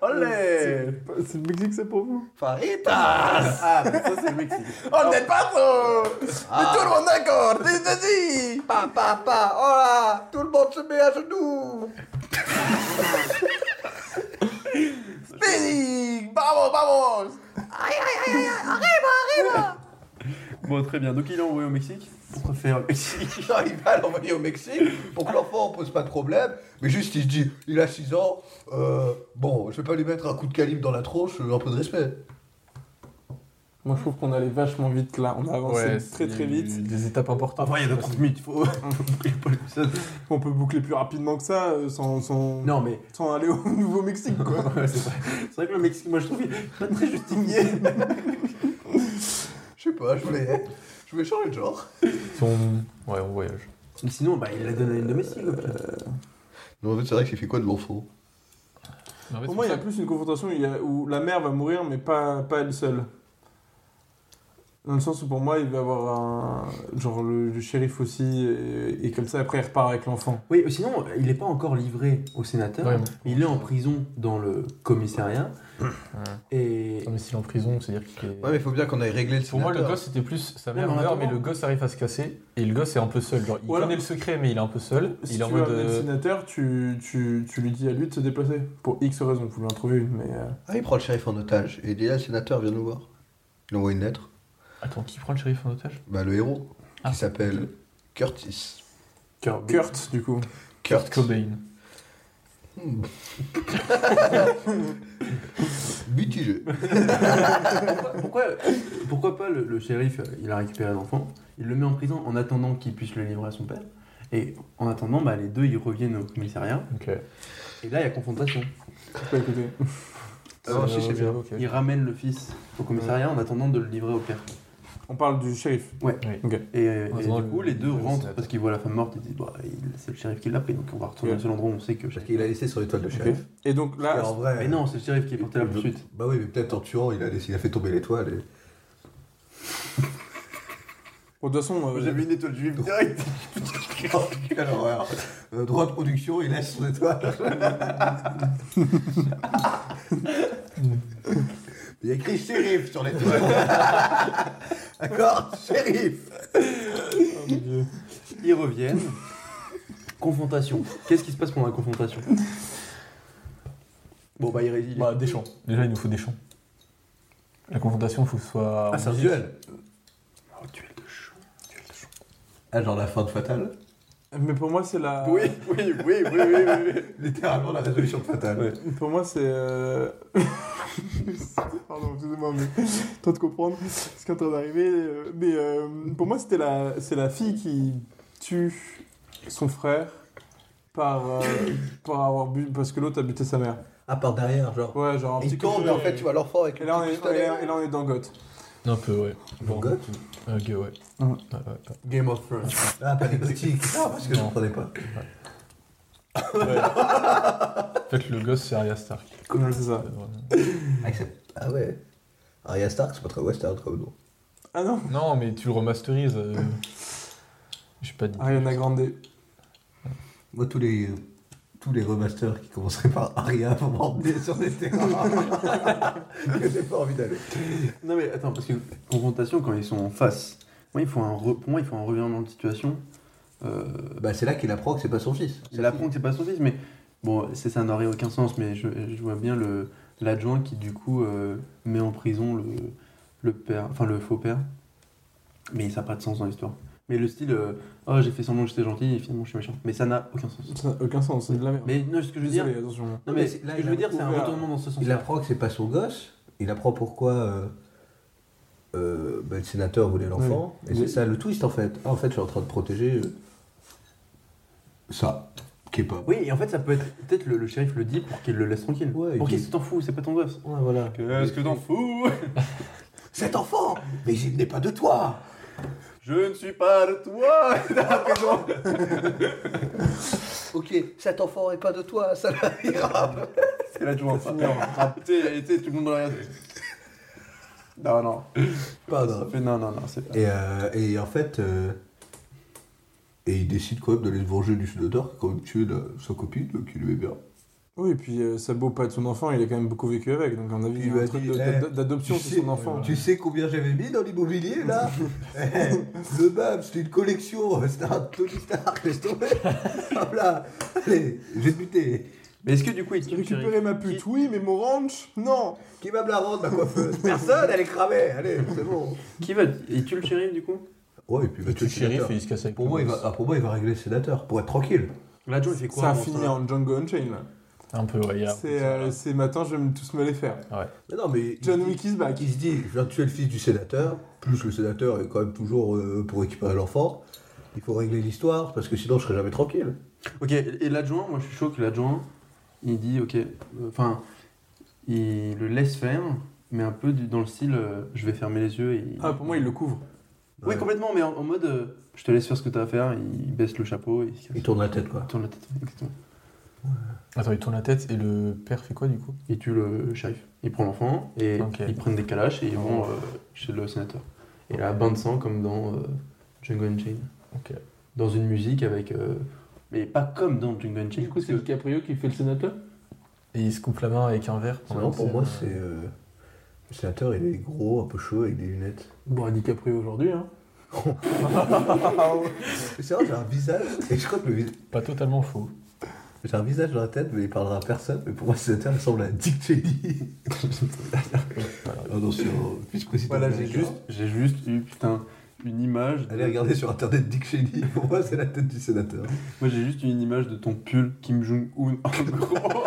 Speaker 3: Olé
Speaker 7: C'est le Mexique, c'est pour vous
Speaker 1: Fajitas.
Speaker 3: Ah, mais ça c'est le Mexique.
Speaker 7: Oh, del Paso
Speaker 1: Ah.
Speaker 7: le monde d'accord Dis,
Speaker 1: Pa, pa, pa. Hola, tout le monde se met à genoux.
Speaker 7: dis Vamos, vamos
Speaker 3: Bon, très bien. Donc il est envoyé au Mexique pour faire le Mexique.
Speaker 1: Non, il va l'envoyer au Mexique pour que l'enfant ne pose pas de problème. Mais juste, il se dit, il a 6 ans, euh, bon, je vais pas lui mettre un coup de calibre dans la tronche, euh, un peu de respect.
Speaker 7: Moi, je trouve qu'on allait vachement vite là, on a avancé très très vite.
Speaker 4: Des étapes importantes.
Speaker 3: Enfin, il y a 30 minutes, il faut.
Speaker 7: On peut boucler plus rapidement que ça euh, sans, sans,
Speaker 3: non, mais.
Speaker 7: sans aller au Nouveau-Mexique quoi.
Speaker 3: Ouais, c'est vrai. C'est vrai que le Mexique, moi je trouve, il est pas très justifié.
Speaker 1: Je sais pas, je voulais, je voulais changer de genre.
Speaker 4: Ouais, on voyage.
Speaker 3: Mais sinon, bah, il la donne à une domestique. au pire.
Speaker 1: Non, en fait, c'est vrai qu'il fait quoi de l'enfant
Speaker 7: Pour moi, il y a plus une confrontation où, il y a- où la mère va mourir, mais pas, pas elle seule. Dans le sens où pour moi, il va y avoir un. Genre le, le shérif aussi, et, et comme ça, après, il repart avec l'enfant.
Speaker 3: Oui, euh, sinon, il n'est pas encore livré au sénateur.
Speaker 4: Ouais, bon.
Speaker 3: mais il est en prison dans le commissariat. Et.
Speaker 4: Non, mais s'il est en prison, c'est-à-dire qu'il est.
Speaker 1: Ouais, mais il faut bien qu'on aille régler le
Speaker 4: Pour moi, le
Speaker 1: sénateur.
Speaker 4: gosse, c'était plus sa mère
Speaker 3: mais en
Speaker 4: meurt,
Speaker 3: attendant-
Speaker 4: mais le gosse arrive à se casser, et le gosse est un peu seul. Genre, il
Speaker 7: Ou alors-
Speaker 4: connaît le secret, mais il est un peu seul.
Speaker 7: Si
Speaker 4: il est en
Speaker 7: tu veux
Speaker 4: mode.
Speaker 7: amener le
Speaker 4: euh,
Speaker 7: sénateur, tu, tu, tu lui dis à lui de se déplacer. Pour X raisons, vous lui en trouvez une, mais. euh,
Speaker 1: Ah, il prend le shérif en otage. Et il dit, là, le sénateur, viens nous voir. Il envoie une lettre.
Speaker 4: Attends, qui prend le shérif en otage
Speaker 1: Bah, le héros,
Speaker 4: Ah.
Speaker 1: qui s'appelle Curtis.
Speaker 3: Kirby.
Speaker 7: Kurt, du coup.
Speaker 1: Kurt
Speaker 4: Cobain.
Speaker 1: Mitigé.
Speaker 3: Pourquoi, pourquoi, pourquoi pas le, le shérif, euh, il a récupéré l'enfant, il le met en prison en attendant qu'il puisse le livrer à son père. Et en attendant, bah, les deux, ils reviennent au commissariat.
Speaker 4: Ok.
Speaker 3: Et là, il y a confrontation.
Speaker 7: Je peux écouter.
Speaker 1: Non, si,
Speaker 4: Euh,
Speaker 1: c'est
Speaker 4: ok,
Speaker 1: bien.
Speaker 4: ok.
Speaker 3: Il ramène le fils au commissariat en attendant de le livrer au père.
Speaker 7: On parle du shérif.
Speaker 3: Et, euh,
Speaker 4: En
Speaker 3: et
Speaker 4: attendant
Speaker 3: du coup,
Speaker 4: le-
Speaker 3: les deux
Speaker 4: le
Speaker 3: rentrent
Speaker 4: sénateur.
Speaker 3: parce qu'ils voient la femme morte et disent bah, il- c'est le shérif qui l'a pris, donc on va retourner
Speaker 7: Ouais.
Speaker 3: au seul endroit où on sait que.
Speaker 1: Parce qu'il a laissé sur l'étoile de shérif.
Speaker 7: Et donc
Speaker 1: Et
Speaker 7: là,
Speaker 1: en vrai. euh,
Speaker 3: Mais non, c'est le shérif qui est porté la poursuite.
Speaker 1: Bah oui, mais peut-être en tuant, il a, laissé- il a fait tomber l'étoile. et-
Speaker 7: bon, de toute façon. euh,
Speaker 3: une étoile juive
Speaker 1: direct. Oh, Quelle horreur. Euh, droit de production, il laisse son étoile. Il y a écrit shérif sur l'étoile. D'accord Shérif.
Speaker 7: Oh
Speaker 3: Ils reviennent. confrontation. Qu'est-ce qui se passe pendant la confrontation Bon, bah, il réside.
Speaker 4: Bah, des champs. Déjà, il nous faut des champs. La confrontation, il faut que ce soit.
Speaker 1: Ah, c'est un duel.
Speaker 3: Oh, duel de chou. Duel de chou.
Speaker 1: Ah, genre la fin de Fatale.
Speaker 7: Mais pour moi, c'est la.
Speaker 3: Oui, oui, oui, oui, oui, oui, oui.
Speaker 1: Littéralement la résolution de Fatale.
Speaker 7: Pour moi, c'est. euh, Pardon, excusez-moi, mais. Toi de comprendre ce qui est en train d'arriver. euh, Mais euh, pour moi, c'était la... c'est la fille qui tue son frère par, euh, par avoir bu. Parce que l'autre a buté sa mère.
Speaker 1: Ah, par derrière, genre.
Speaker 7: Ouais, genre un
Speaker 1: Il
Speaker 7: petit coup
Speaker 1: tombe,
Speaker 7: de-
Speaker 1: en fait, tu vois l'enfant avec
Speaker 7: Et
Speaker 1: le
Speaker 7: là, on
Speaker 1: petit
Speaker 7: est,
Speaker 1: pistolet.
Speaker 7: et là- et là, on est dans Goth.
Speaker 4: Un peu, ouais. Bon,
Speaker 1: Goth
Speaker 4: euh, Goth, ouais.
Speaker 7: Mm.
Speaker 4: Ouais, ouais, ouais.
Speaker 3: Game of Thrones.
Speaker 1: Ah, pas l'exotique. Ah, parce que je
Speaker 4: Non.
Speaker 1: comprenais pas.
Speaker 4: En fait, le gosse, c'est Arya Stark. Euh,
Speaker 7: Ouais, c'est ça.
Speaker 1: Accepte. Ah ouais. Arya Stark, c'est pas très western comme nom.
Speaker 7: Ah non
Speaker 4: Non, mais tu le remasterises. euh, Je sais pas
Speaker 1: Ah,
Speaker 4: dit.
Speaker 18: Ariana Grande.
Speaker 1: Moi, tous les, tous les remasters qui commenceraient par Aria vont m'emmener sur des terrains que j'ai pas envie d'aller.
Speaker 3: Non mais attends, parce que confrontation quand ils sont en face, moi il faut un re- pour moi il faut un revirement de situation. Euh,
Speaker 1: Bah, c'est là qu'il apprend que c'est pas son fils.
Speaker 3: il apprend que c'est pas son fils, mais bon, c'est- ça n'aurait aucun sens, mais je, je vois bien le l'adjoint qui du coup euh, met en prison le, le père, enfin le faux père. Mais ça n'a pas de sens dans l'histoire. Mais le style, euh, oh j'ai fait semblant que j'étais gentil et finalement je suis méchant. Mais ça n'a aucun sens.
Speaker 18: Ça n'a aucun sens, c'est de la merde.
Speaker 3: Mais non, ce que je veux dire,
Speaker 18: Désolé, attention.
Speaker 3: non, mais,
Speaker 1: Mais
Speaker 3: ce
Speaker 1: là,
Speaker 3: que
Speaker 1: il
Speaker 3: je
Speaker 1: a
Speaker 3: veux dire, c'est un
Speaker 18: ouvert-
Speaker 3: retournement dans ce sens.
Speaker 1: Il apprend que c'est pas son gosse. Il apprend pourquoi euh, euh, bah, le sénateur voulait l'enfant. Et c'est ça le twist en fait. Ah, en fait, je suis en train de protéger euh, ça, qui est pas.
Speaker 3: Oui, et en fait, ça peut être. Peut-être le, le shérif le dit pour qu'il le laisse tranquille.
Speaker 1: Ouais, il
Speaker 3: pour
Speaker 1: dit-
Speaker 3: qu'il se t'en fout, c'est pas ton gosse.
Speaker 1: Ouais, voilà.
Speaker 3: Qu'est-ce que t'en fous
Speaker 1: Cet enfant, mais il n'est pas de toi.
Speaker 3: Je ne suis pas de toi
Speaker 1: Ok, cet enfant n'est pas de toi, ça ira.
Speaker 3: C'est l'adjoint. Ah, tu sais, tu sais, tout le monde dans la regarde. Non, non.
Speaker 1: Pardon.
Speaker 3: Mais Non, non, non, c'est pas.
Speaker 1: Et, euh, et en fait, euh, et il décide quand même d'aller se venger du sénateur qui a quand même tué la- sa copine euh, qui lui est bien.
Speaker 7: Oui, et puis euh, ça beau pas être son enfant, il a quand même beaucoup vécu avec, donc à mon avis,
Speaker 1: Il
Speaker 7: il y
Speaker 1: lui
Speaker 7: a un
Speaker 1: a
Speaker 7: truc
Speaker 1: dit,
Speaker 7: de-
Speaker 1: eh,
Speaker 7: de- d'adoption, c'est son enfant.
Speaker 1: Tu sais combien j'avais mis dans l'immobilier là Eh, Le BAM, c'était une collection, c'était un Tony Stark, laisse tomber. Hop là, allez, j'ai buté.
Speaker 3: Mais est-ce que du coup, il
Speaker 7: J'ai
Speaker 3: tue le shérif
Speaker 7: récupéré ma pute, oui, mais mon ranch, non
Speaker 1: Qui va me la rendre ma coiffeuse Personne, elle est cramée, allez, c'est bon.
Speaker 3: Qui va Il tue le shérif du coup
Speaker 1: Ouais, et puis il va tuer
Speaker 4: Tu
Speaker 1: le
Speaker 4: shérif
Speaker 1: sénateur.
Speaker 4: et il se casse avec
Speaker 1: Pour
Speaker 4: le
Speaker 1: moi, il va,
Speaker 4: boss.
Speaker 1: ah, pour moi, il va régler le sénateur, pour être tranquille.
Speaker 3: L'adjoint, il fait quoi
Speaker 7: Ça a
Speaker 3: avant
Speaker 7: fini en Django Unchained, là.
Speaker 4: Un peu, ouais. il y a un peu de
Speaker 7: C'est
Speaker 4: ça,
Speaker 7: euh,
Speaker 4: là.
Speaker 7: c'est maintenant, je vais me- tous me les faire.
Speaker 1: Mais non, mais.
Speaker 7: John Wick is back.
Speaker 1: Il se dit, je viens de tuer le fils du sénateur, plus le sénateur est quand même toujours euh, pour récupérer l'enfant. Il faut régler l'histoire, parce que sinon je serai jamais tranquille.
Speaker 3: Ok, et l'adjoint, moi je suis chaud que l'adjoint, il dit, ok, euh, enfin, il le laisse faire, mais un peu du- dans le style, euh, je vais fermer les yeux et.
Speaker 7: Ah, pour moi, il le couvre.
Speaker 3: Oui, complètement, mais en, en mode, euh, je te laisse faire ce que t'as à faire, il baisse le chapeau, il, se casse.
Speaker 1: Il tourne la tête, quoi.
Speaker 3: Il tourne la tête, exactement.
Speaker 4: Attends, il tourne la tête et le père fait quoi du coup
Speaker 3: Il tue le shérif. Il prend l'enfant et
Speaker 4: Ok.
Speaker 3: ils prennent des calaches et ils vont euh, chez le sénateur. Et là, bain de sang comme dans euh, Django Unchained.
Speaker 4: Ok.
Speaker 3: Dans une musique avec. euh, mais pas comme dans Django Unchained.
Speaker 19: Du coup,
Speaker 3: parce
Speaker 19: c'est
Speaker 3: que-
Speaker 19: DiCaprio qui fait le sénateur
Speaker 4: Et il se coupe la main avec un verre.
Speaker 1: C'est marrant, Ah, pour moi, c'est. euh, le sénateur, il est gros, un peu chaud, avec des lunettes.
Speaker 7: Bon, DiCaprio aujourd'hui, hein.
Speaker 1: Mais C'est vrai, j'ai un visage, et je crois que le vis-
Speaker 4: Pas totalement faux.
Speaker 1: j'ai un visage dans la tête, mais il parlera à personne. Mais pour moi, le sénateur, il ressemble à Dick Cheney. Ah non, sur. vice-président
Speaker 3: Voilà, j'ai
Speaker 1: américain.
Speaker 3: juste, j'ai juste eu putain une image. de-
Speaker 1: Allez regarder sur internet Dick Cheney, pour moi, c'est la tête du sénateur.
Speaker 3: Moi j'ai juste eu une image de ton pull Kim Jong Un en gros.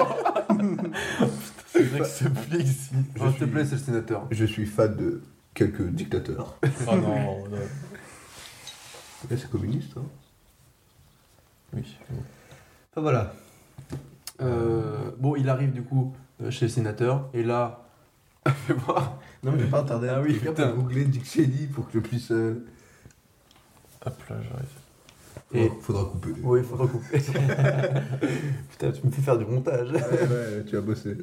Speaker 4: C'est vrai que ce pli existe.
Speaker 3: Oh, S'il te plaît, c'est le sénateur.
Speaker 1: Je suis fan de quelques dictateurs.
Speaker 4: Oh non, non.
Speaker 1: Là, c'est communiste, hein.
Speaker 4: Oui.
Speaker 1: Enfin voilà.
Speaker 3: Euh, bon, il arrive du coup euh, chez le sénateur et là, fais voir.
Speaker 1: Non, mais j'ai pas internet.
Speaker 3: Ah oui,
Speaker 1: Quelqu'un
Speaker 3: putain.
Speaker 1: peut googler Dick Cheney pour que je puisse. euh,
Speaker 4: Hop là, j'arrive.
Speaker 3: Et-
Speaker 1: faudra- Faudra couper.
Speaker 3: Oui, faut recouper. Putain, tu me fais faire du montage.
Speaker 1: Ouais, ouais, tu as bossé.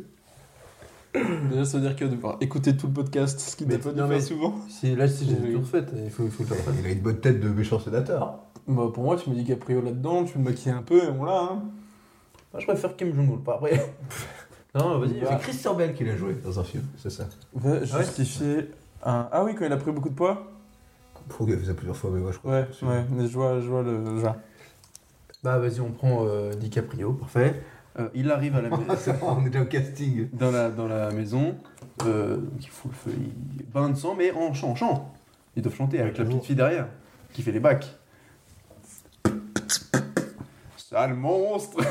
Speaker 20: Déjà, ça veut dire que devoir écouter tout le podcast, ce qui
Speaker 3: Mais-
Speaker 20: n'est pas dû
Speaker 3: non,
Speaker 20: faire
Speaker 3: mais-
Speaker 20: souvent.
Speaker 3: Si, là, si j'ai
Speaker 20: Oui.
Speaker 3: tout refait, il faut, il faut que je le refasse.
Speaker 1: Il a une bonne tête de méchant sénateur.
Speaker 7: Bah, pour moi, tu mets DiCaprio là-dedans, tu le maquilles un peu, et on l'a, hein.
Speaker 3: Moi, je préfère Kim Jong-un, pas après. non, vas-y.
Speaker 1: C'est Christian Bell qui l'a joué dans un film, c'est ça.
Speaker 7: Va justifier un... Ah oui, quand il a pris beaucoup de poids
Speaker 1: Faut qu'il a fait ça plusieurs fois, mais moi je crois.
Speaker 7: Ouais,
Speaker 1: que c'est-
Speaker 7: ouais, mais je vois, je vois le genre.
Speaker 3: Bah, vas-y, on prend euh, DiCaprio, parfait. Euh, il arrive à la maison.
Speaker 1: Ah, ça va, on est déjà au casting.
Speaker 3: dans la, dans la maison. Euh, donc il fout le feu, il bain de sang, mais en chant, en chant. Ils doivent chanter avec la petite fille derrière, qui fait les bacs. Sale monstre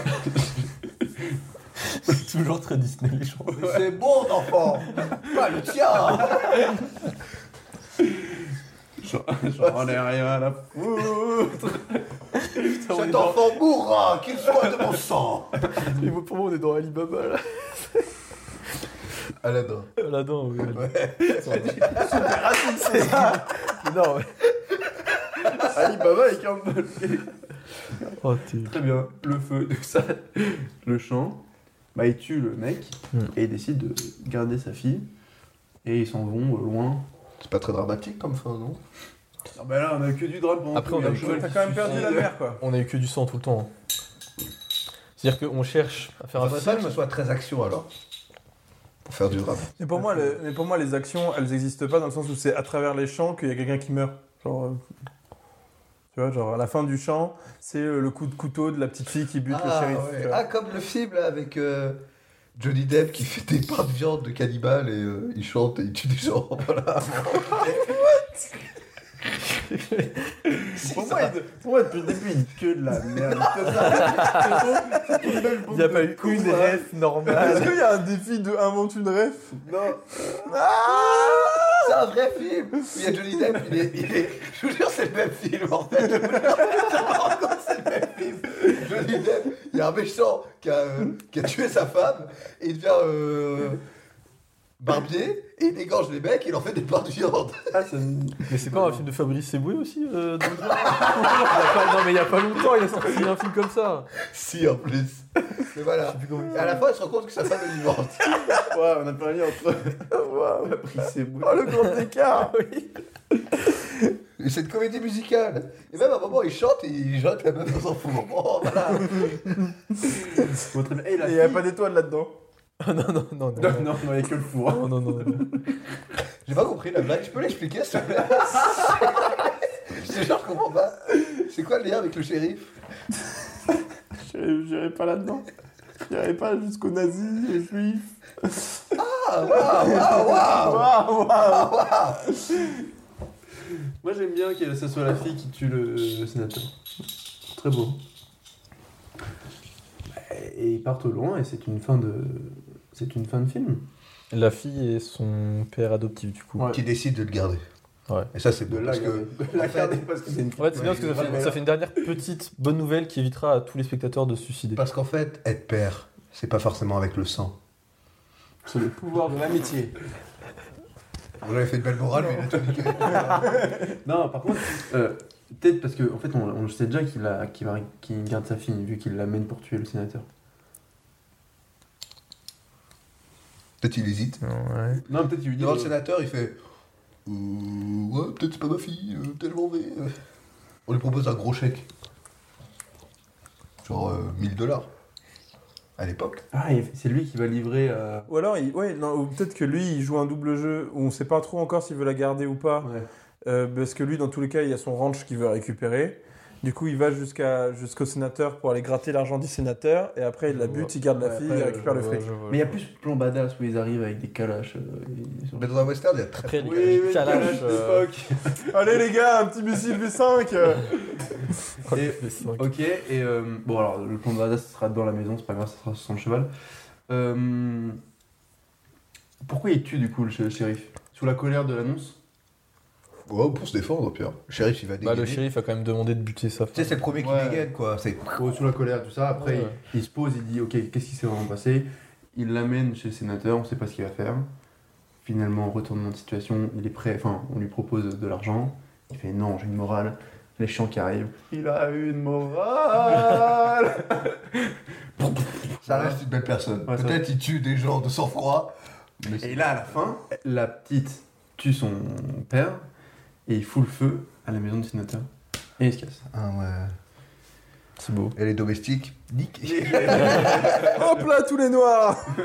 Speaker 4: Toujours très Disney, les gens.
Speaker 1: Mais C'est bon, enfant Pas le tien
Speaker 3: J'en j'en ai rien à la foutre Putain, on est
Speaker 1: Cet
Speaker 3: dans-
Speaker 1: enfant mourra, qu'il soit de mon sang
Speaker 4: Mais pour moi, on est dans Alibaba là.
Speaker 1: Aladdin.
Speaker 4: Aladdin, oui. Aladdin.
Speaker 3: Alibaba et Campbell.
Speaker 4: Oh, t'es.
Speaker 3: Très bien, le feu, tout ça, le chant. Bah, il tue le mec
Speaker 4: Mm.
Speaker 3: et il décide de garder sa fille. Et ils s'en vont euh, loin.
Speaker 21: C'est pas très dramatique comme fin, non
Speaker 3: Non, bah là, on a eu que du drame pendant
Speaker 4: Après,
Speaker 3: tout,
Speaker 4: on a
Speaker 3: hein.
Speaker 4: eu
Speaker 3: Je
Speaker 4: que
Speaker 3: vois
Speaker 4: du
Speaker 3: que
Speaker 7: T'as quand même perdu
Speaker 3: suicide.
Speaker 7: la mer, quoi.
Speaker 4: On a eu que du sang tout le temps. hein. C'est-à-dire qu'on cherche à faire un
Speaker 1: Enfin, ça, que
Speaker 4: passage.
Speaker 1: ce soit très action alors. Pour faire du rap.
Speaker 7: Mais pour, moi, le- mais pour moi, les actions, elles n'existent pas dans le sens où c'est à travers les champs qu'il y a quelqu'un qui meurt. Genre, euh, tu vois, genre à la fin du champ, c'est euh, le coup de couteau de la petite fille qui bute
Speaker 1: Ah,
Speaker 7: le shérif. euh.
Speaker 1: ouais.
Speaker 7: tu vois.
Speaker 1: Ah, comme le film là, avec euh, Johnny Depp qui fait des pains de viande de cannibale et euh, il chante et il tue des gens. Voilà.
Speaker 3: Pour moi, il- pour moi, depuis le début, il dit que de la merde. Que ça. C'est une belle bande
Speaker 4: Il n'y a pas
Speaker 3: de
Speaker 4: eu
Speaker 3: cons,
Speaker 4: une
Speaker 3: hein.
Speaker 4: ref normale.
Speaker 1: Ah,
Speaker 7: Est-ce qu'il y a un défi de invente une ref
Speaker 3: Non,
Speaker 1: Ah. C'est un vrai film où Il y a Johnny Depp, il est, il est- Je vous jure, c'est le même film en fait. Je vous jure, je me rends compte, c'est le même film. Johnny Depp, il y a un méchant qui a, euh, qui a tué sa femme et il devient euh, barbier et il égorge les mecs et il en fait des pains de viande.
Speaker 3: ah, ça me-
Speaker 4: Mais c'est pas un film de Fabrice Eboué aussi euh, dans le genre Il y a pas- Non, mais il y a pas longtemps, il a sorti un film comme ça.
Speaker 1: Si, en plus. Mais voilà. Et à la fin, elle se rend compte que sa femme est vivante.
Speaker 3: Waouh, on a parlé entre. Waouh, on a pris ses mots.
Speaker 7: Oh, le grand
Speaker 1: Ah,
Speaker 7: écart
Speaker 1: Et C'est une comédie musicale. Et même à un moment, il chante et il jette la meuf dans son four. Oh, voilà.
Speaker 3: Votre- Eh,
Speaker 7: Et
Speaker 3: la
Speaker 7: il n'y a
Speaker 3: fille-
Speaker 7: pas d'étoile là-dedans.
Speaker 4: Ah, non, non, non,
Speaker 3: Non,
Speaker 4: non.
Speaker 3: non, il n'y a que le four.
Speaker 4: Non, non, non.
Speaker 1: J'ai pas compris la blague. Tu peux l'expliquer, s'il te plaît Je te jure, je comprends pas. C'est quoi le lien avec le shérif
Speaker 3: J'irai j'irai pas là-dedans. J'irai pas jusqu'aux nazis, aux juifs.
Speaker 1: Ah, waouh, waouh, waouh
Speaker 7: Ah,
Speaker 3: Waouh, waouh, Moi j'aime bien que ce soit la fille qui tue le, euh, le sénateur. Très beau. Bah, Et ils partent au loin et c'est une fin de. C'est une fin de film.
Speaker 4: La fille et son père adoptif, du coup.
Speaker 3: Ouais.
Speaker 1: Qui décide de le garder.
Speaker 4: Ouais.
Speaker 1: Et ça, c'est beau.
Speaker 3: De la
Speaker 1: Parce que
Speaker 3: garder. De la
Speaker 1: en fait-
Speaker 3: garder parce que c'est une
Speaker 4: En fait, c'est bien parce que ça fait, ça fait une dernière petite bonne nouvelle qui évitera à tous les spectateurs de se suicider.
Speaker 1: Parce qu'en fait, être père, c'est pas forcément avec le sang.
Speaker 3: C'est le pouvoir de l'amitié.
Speaker 1: Vous avez fait une belle morale, mais il a tout niqué.
Speaker 3: Non, par contre, euh, peut-être parce que en fait, on, on sait déjà qu'il a- qu'il va- qu'il garde sa fille vu qu'il l'amène pour tuer le sénateur.
Speaker 1: Peut-être il hésite.
Speaker 4: Ouais.
Speaker 3: Non, peut-être qu'il lui
Speaker 1: Il
Speaker 3: dit.
Speaker 1: devant le sénateur, il fait Euh, Ouais, peut-être c'est pas ma fille, euh, peut-être je m'en vais. euh. On lui propose un gros chèque. Genre euh, 1000 dollars. À l'époque.
Speaker 3: Ah, il- c'est lui qui va livrer. euh,
Speaker 7: Ou alors, il- ouais, non, ou peut-être que lui, il joue un double jeu où on ne sait pas trop encore s'il veut la garder ou pas.
Speaker 3: Ouais.
Speaker 7: Euh, parce que lui, dans tous les cas, il y a son ranch qu'il veut récupérer. Du coup, il va jusqu'à jusqu'au sénateur pour aller gratter l'argent du sénateur. Et après, il la bute, il garde la
Speaker 3: Ouais,
Speaker 7: fille,
Speaker 3: après,
Speaker 7: il récupère le fric.
Speaker 3: Mais il y a plus plan badass où ils arrivent avec des calaches. euh, ils sont-
Speaker 1: Mais dans un western, il y a très
Speaker 4: Après, les,
Speaker 3: Oui,
Speaker 4: les
Speaker 3: oui,
Speaker 4: calaches,
Speaker 3: calaches
Speaker 4: euh,
Speaker 3: d'époque.
Speaker 7: Allez les gars, un petit missile V5 euh.
Speaker 3: Et-
Speaker 4: les cinq.
Speaker 3: Ok, et euh, bon, alors le plan badass sera dans la maison, c'est pas grave, ça sera sans le cheval. Euh, Pourquoi il tue du coup le sh- shérif Sous la colère de l'annonce
Speaker 1: Ouais, pour se défendre, Pierre. Le shérif, il va
Speaker 4: Bah,
Speaker 1: dégainer.
Speaker 4: le shérif a quand même demandé de buter sa
Speaker 1: Tu sais,
Speaker 4: femme.
Speaker 1: c'est le premier qui
Speaker 3: Ouais.
Speaker 1: dégaine, quoi. C'est
Speaker 3: Oh, Sous la colère, tout ça. Après,
Speaker 4: Ouais.
Speaker 3: il, il se pose, il dit Ok, qu'est-ce qui s'est vraiment passé Il l'amène chez le sénateur, on sait pas ce qu'il va faire. Finalement, retournement de situation, il est prêt, enfin, on lui propose de l'argent. Il fait Non, j'ai une morale. Les chants qui arrivent. Il a une morale
Speaker 1: ça reste une belle personne.
Speaker 3: Ouais, ça
Speaker 1: Peut-être il tue des gens de sang-froid. Mais
Speaker 3: Et là, à la fin, la petite tue son père et il fout le feu à la maison du sénateur. Et il se casse.
Speaker 1: Ah ouais.
Speaker 4: C'est beau.
Speaker 1: Elle est domestique. Nick.
Speaker 7: Hop là, tous les noirs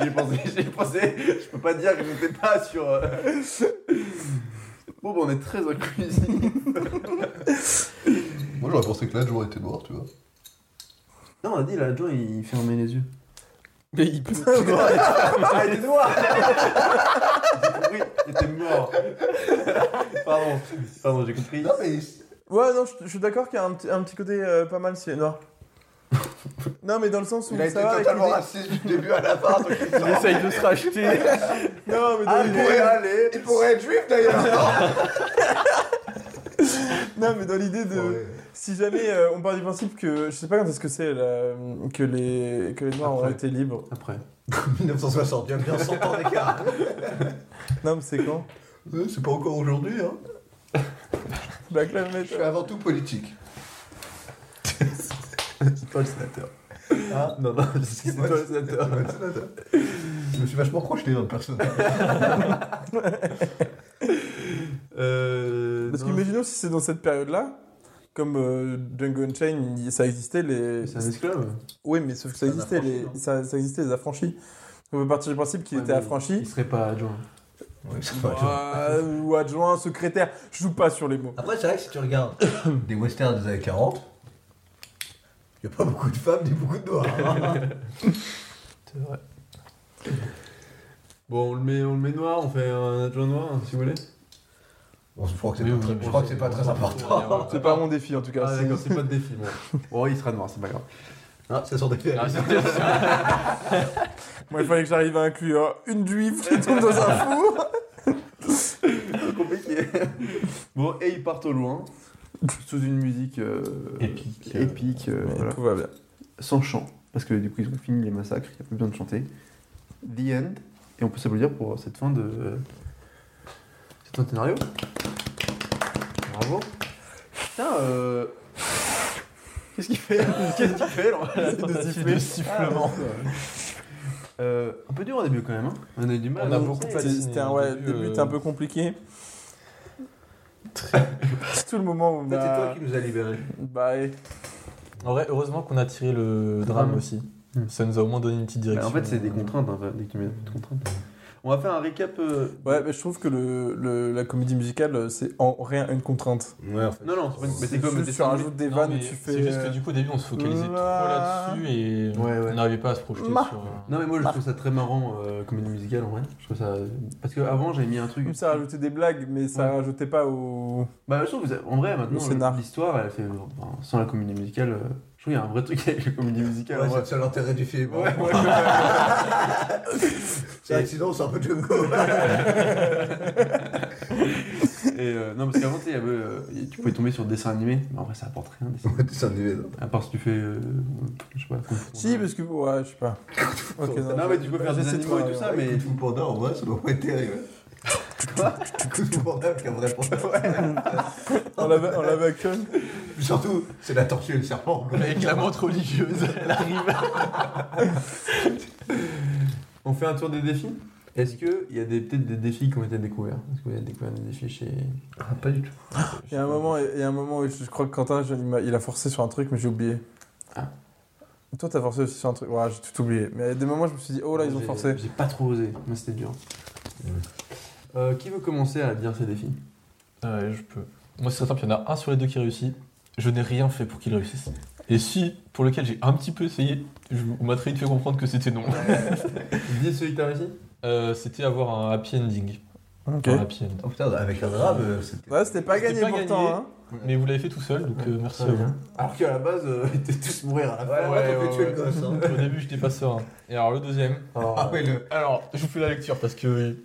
Speaker 3: J'y ai pensé, j'y ai pensé. Je peux pas dire que j'étais pas sur. euh, Bon, bah, on est très inclusif.
Speaker 1: Moi, j'aurais pensé que là, j'aurais été noir, tu vois.
Speaker 3: Non, on a dit, l'adjoint, il fermait les yeux.
Speaker 4: Mais il peut.
Speaker 3: Ah, il est noir J'ai compris, il était mort. Pardon, pardon, j'ai compris.
Speaker 1: Non, mais
Speaker 7: Ouais, non, je, je suis d'accord qu'il y a un, petit- un petit côté euh, pas mal si noir. non, mais dans le sens où
Speaker 1: il a
Speaker 7: ça
Speaker 1: été
Speaker 7: va avec
Speaker 1: totalement
Speaker 7: l'idée-
Speaker 1: raciste du début à la fin. donc il
Speaker 4: Il
Speaker 1: sort.
Speaker 4: essaye de se racheter.
Speaker 7: Non, mais dans
Speaker 1: Ah, il
Speaker 7: l'idée-
Speaker 1: pourrait aller. Il pourrait être juif, d'ailleurs.
Speaker 7: non, mais dans l'idée de...
Speaker 1: Ouais.
Speaker 7: Si jamais euh, on part du principe que... Je sais pas quand est-ce que c'est la- que, les... que les noirs
Speaker 3: Après.
Speaker 7: auraient été libres.
Speaker 3: Après.
Speaker 1: 1960, il y a bien 100 ans d'écart.
Speaker 7: Non, mais c'est quand
Speaker 1: Ouais, C'est pas encore aujourd'hui, hein.
Speaker 7: Black Lives
Speaker 1: Je
Speaker 7: Matter.
Speaker 1: suis avant tout politique.
Speaker 3: C'est toi le sénateur.
Speaker 1: Ah.
Speaker 3: Non, non, Hein c'est toi le sénateur.
Speaker 1: Je me suis vachement projeté dans le personnage.
Speaker 3: Euh,
Speaker 7: Parce
Speaker 3: non.
Speaker 7: qu'imaginons si c'est dans cette période-là, comme euh, Django Unchained, il- ça existait les.
Speaker 22: C'est un esclave.
Speaker 7: Oui, mais sauf que ça
Speaker 1: C'est un
Speaker 7: existait,
Speaker 1: affranchi,
Speaker 7: les...
Speaker 1: non
Speaker 7: ça, ça existait les affranchis. On peut partir du principe qu'il
Speaker 22: Ouais,
Speaker 7: était
Speaker 22: mais
Speaker 7: affranchi.
Speaker 22: Il serait pas adjoint.
Speaker 23: Ouais, ça va,
Speaker 7: Ah, ou adjoint, secrétaire. Je joue pas sur les mots.
Speaker 1: Après, c'est vrai que si tu regardes des westerns des années 40, il n'y a pas beaucoup de femmes ni beaucoup de noirs. hein.
Speaker 3: Bon, on le, met, on le met noir, on fait un adjoint noir, hein, si vous voulez.
Speaker 1: Bon, je crois que c'est
Speaker 3: Oui,
Speaker 1: pas,
Speaker 3: oui,
Speaker 1: très-
Speaker 3: bon,
Speaker 1: je crois que c'est
Speaker 3: c'est-
Speaker 1: pas très
Speaker 3: on-
Speaker 1: important.
Speaker 7: C'est pas mon défi en tout cas.
Speaker 3: Ah,
Speaker 7: C'est-
Speaker 3: d'accord, c'est pas de défi, bon. Bon, Oh, il sera noir, c'est pas grave.
Speaker 1: Ah, ça sort des faits.
Speaker 7: Moi, il fallait que j'arrive à inclure une juive qui tombe dans un four.
Speaker 3: compliqué. bon, et ils partent au loin, sous une musique euh,
Speaker 22: Épique.
Speaker 3: épique, euh, voilà.
Speaker 7: Tout va bien.
Speaker 3: sans chant, parce que du coup ils ont fini les massacres, il n'y a plus besoin de chanter. The end, et on peut s'applaudir pour cette fin de. euh, Cette fin de scénario. Bravo. Putain, euh. Qu'est-ce qu'il fait Qu'est-ce qu'il fait là La tentative de sifflement. Euh, un peu dur au début quand même. hein. On a eu du mal.
Speaker 4: On a
Speaker 3: hein.
Speaker 4: beaucoup
Speaker 7: C'était Bah, c'était un ouais, le début était un peu compliqué. C'est tout le moment où on
Speaker 1: C'est toi
Speaker 7: a...
Speaker 1: qui nous as libérés.
Speaker 7: Bah, et-
Speaker 4: En vrai, heureusement qu'on a tiré le drame aussi. Ça nous a au moins donné une petite
Speaker 3: Bah,
Speaker 4: direction.
Speaker 3: en fait, c'est
Speaker 7: euh,
Speaker 3: des contraintes. hein, dès que tu mets des contraintes. On va faire un récap. euh,
Speaker 7: ouais, mais je trouve que le, le- la comédie musicale, euh, c'est en rien une contrainte.
Speaker 1: Ouais, en fait.
Speaker 3: Non, non, c'est pas une- mais c'est
Speaker 7: C'est
Speaker 3: comme.
Speaker 7: juste, tu rajoutes des
Speaker 4: Non,
Speaker 7: vannes
Speaker 4: mais
Speaker 7: et tu fais... euh,
Speaker 4: C'est juste que du coup, au début, on se focalisait trop
Speaker 7: Ouah.
Speaker 4: là-dessus et
Speaker 3: Ouais, ouais.
Speaker 4: on n'arrivait pas à se projeter
Speaker 7: Ma-
Speaker 4: sur. euh,
Speaker 3: Non mais moi je trouve ça très marrant euh, comédie musicale en vrai. Je trouve ça parce que avant j'avais mis un truc.
Speaker 7: euh, Comme ça rajoutait des blagues, mais ça
Speaker 3: Ouais.
Speaker 7: rajoutait pas au...
Speaker 3: Bah je trouve que vous avez- en vrai
Speaker 7: Le
Speaker 3: maintenant
Speaker 7: scénar.
Speaker 3: l'histoire elle fait enfin, sans la comédie musicale. euh, Je trouve qu'il y a un vrai truc avec la comédie musicale.
Speaker 1: Ouais,
Speaker 3: en
Speaker 1: c'est
Speaker 3: vrai.
Speaker 1: le seul intérêt du film.
Speaker 3: Ouais, ouais,
Speaker 1: C'est vrai que sinon, c'est un peu Django.
Speaker 3: Et euh, non parce qu'avant tu sais, il y avait, euh, tu pouvais tomber sur dessin animé, mais en vrai ça apporte rien. dessin animé.
Speaker 1: C'est un événement.
Speaker 3: À part si tu fais euh, je sais pas. Kung Fu
Speaker 7: Si,
Speaker 3: Panda.
Speaker 7: parce que... Ouais, je sais pas. Ok,
Speaker 3: Non, mais tu peux faire des
Speaker 7: j'essaie de
Speaker 3: animaux et
Speaker 7: voir,
Speaker 3: tout ça
Speaker 1: Ouais,
Speaker 3: mais.
Speaker 1: Kung Fu Panda, en vrai, ça doit pas être terrible. Quoi Kung Fu Panda avec un vrai panda.
Speaker 7: En live- en live action
Speaker 1: Surtout, c'est la tortue et le serpent.
Speaker 3: Avec la montre religieuse, elle arrive. On fait un tour des défis Est-ce qu'il y a des- peut-être des défis qui ont été découverts Est-ce que vous avez découvert des défis chez.
Speaker 23: Ah, pas du tout.
Speaker 7: Il y a un moment, il y a un moment où je crois que Quentin, je- il m'a- il a forcé sur un truc, mais j'ai oublié.
Speaker 3: Ah.
Speaker 7: Toi, t'as forcé aussi sur un truc. Ouais, j'ai tout oublié. Mais à des moments, je me suis dit, oh là, ils ont
Speaker 3: J'ai-
Speaker 7: forcé.
Speaker 3: J'ai pas trop osé, mais c'était dur. Euh, qui veut commencer à dire ses défis
Speaker 4: euh, Ouais, je peux. Moi, c'est certain qu'il y en a un sur les deux qui réussit. Je n'ai rien fait pour qu'il réussisse. Et si, pour lequel j'ai un petit peu essayé, je on m'a très vite fait comprendre que c'était non.
Speaker 3: Dis celui que t'as réussi
Speaker 4: Euh, c'était avoir un happy ending.
Speaker 7: Ok.
Speaker 4: Un happy end.
Speaker 1: Oh putain, avec un drame, euh, c'était.
Speaker 7: Ouais, c'était pas
Speaker 4: C'était
Speaker 7: gagné
Speaker 4: pas
Speaker 7: pourtant.
Speaker 4: gagné.
Speaker 7: Hein.
Speaker 4: Mais vous l'avez fait tout seul, donc euh, merci à
Speaker 3: Très
Speaker 4: vous.
Speaker 3: bien. Alors qu'à la base, euh, ils étaient tous mourir à la fin.
Speaker 1: Ouais,
Speaker 4: ouais,
Speaker 1: ouais, tu es
Speaker 4: ouais.
Speaker 1: le gosse. hein.
Speaker 4: Au début, j'étais pas serein. Et alors, le deuxième. Euh,
Speaker 1: Ah ouais, le.
Speaker 4: Alors, je vous fais la lecture parce que.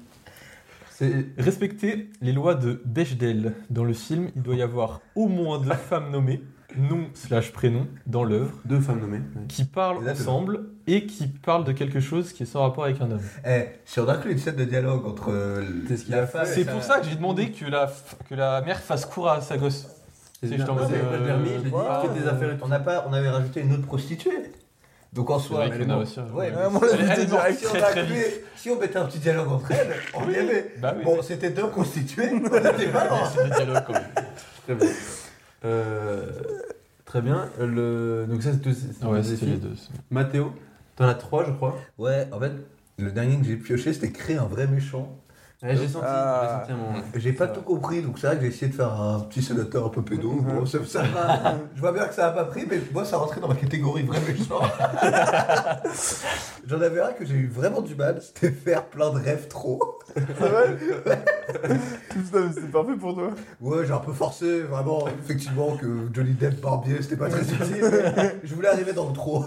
Speaker 3: C'est
Speaker 4: Respecter les lois de Bechdel. Dans le film, il doit y avoir au moins deux femmes nommées, nom/slash prénom, dans l'œuvre,
Speaker 3: deux femmes nommées. ouais.
Speaker 4: qui parlent
Speaker 1: Exactement.
Speaker 4: ensemble et qui parlent de quelque chose qui est sans rapport avec un homme.
Speaker 1: Eh, si on inclut une scène de dialogue entre euh, l-
Speaker 3: C'est ce qu'il a
Speaker 1: la
Speaker 3: fait.
Speaker 1: femme.
Speaker 4: C'est pour ça que j'ai demandé que la, que la mère fasse court à sa gosse.
Speaker 3: Ah, C'est
Speaker 4: C'est juste en
Speaker 3: bien.
Speaker 4: mode,
Speaker 3: Ouais,
Speaker 4: euh,
Speaker 3: Je l'ai remis, je l'ai dit,
Speaker 7: voilà,
Speaker 3: fais tes affaires et tout.
Speaker 1: On n'a pas, on avait rajouté une autre prostituée. Donc en soi,
Speaker 4: vrai qu'il y en a aussi, ouais.
Speaker 1: Ouais, mais
Speaker 7: Ouais, moi,
Speaker 1: si-
Speaker 7: on l'a
Speaker 4: Elle
Speaker 7: vu
Speaker 4: est morte
Speaker 7: direct.
Speaker 1: si, on
Speaker 4: très, très
Speaker 1: incluait- si on mettait un petit dialogue entre elles, on y avait.
Speaker 4: Bah oui.
Speaker 1: Bon, c'était deux prostituées, on n'était pas loin.
Speaker 4: C'est des dialogues quand même.
Speaker 3: Très bien. Euh, très bien. Le... Donc ça, c'est tous c'est
Speaker 4: Ouais,
Speaker 3: tous les
Speaker 4: c'était
Speaker 3: défis.
Speaker 4: les deux.
Speaker 3: Mathéo, t'en as trois, je crois.
Speaker 1: Ouais, en fait, le dernier que j'ai pioché, c'était créer un vrai méchant.
Speaker 3: Ouais, j'ai senti, j'ai
Speaker 7: Ah.
Speaker 3: senti un moment. ouais.
Speaker 1: J'ai pas tout compris, donc c'est vrai que j'ai essayé de faire un petit sénateur un peu pédo. Bon, ça, ça va. je vois bien que ça a pas pris, mais moi, ça rentrait dans ma catégorie vrai méchant. J'en avais un que j'ai eu vraiment du mal, c'était faire plein de rêves trop.
Speaker 7: Putain, mais c'était parfait pour toi.
Speaker 1: Ouais, j'ai un peu forcé, vraiment, effectivement, que Johnny Depp barbier, c'était pas très utile. mais Je voulais arriver dans le trop.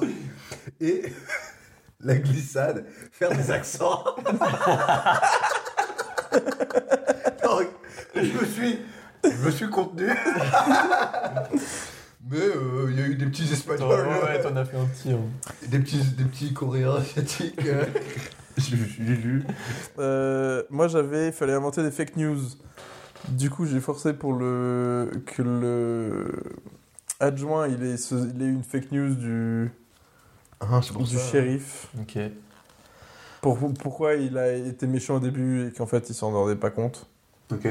Speaker 1: Et la glissade, faire des accents. Donc, je me suis, je me suis contenu. Mais euh, il y a eu des petits
Speaker 4: T'en-
Speaker 1: espagnols,
Speaker 4: Ouais, t'en as fait un petit. hein.
Speaker 1: des petits, des petits coréens asiatiques. euh.
Speaker 7: Euh, moi, j'avais. Il fallait inventer des fake news. Du coup, j'ai forcé pour le. que le. adjoint, il ait, ce- il ait une fake news du. du shérif.
Speaker 4: Ok.
Speaker 7: Pour- pourquoi il a été méchant au début et qu'en fait il s'en rendait pas compte.
Speaker 3: Ok.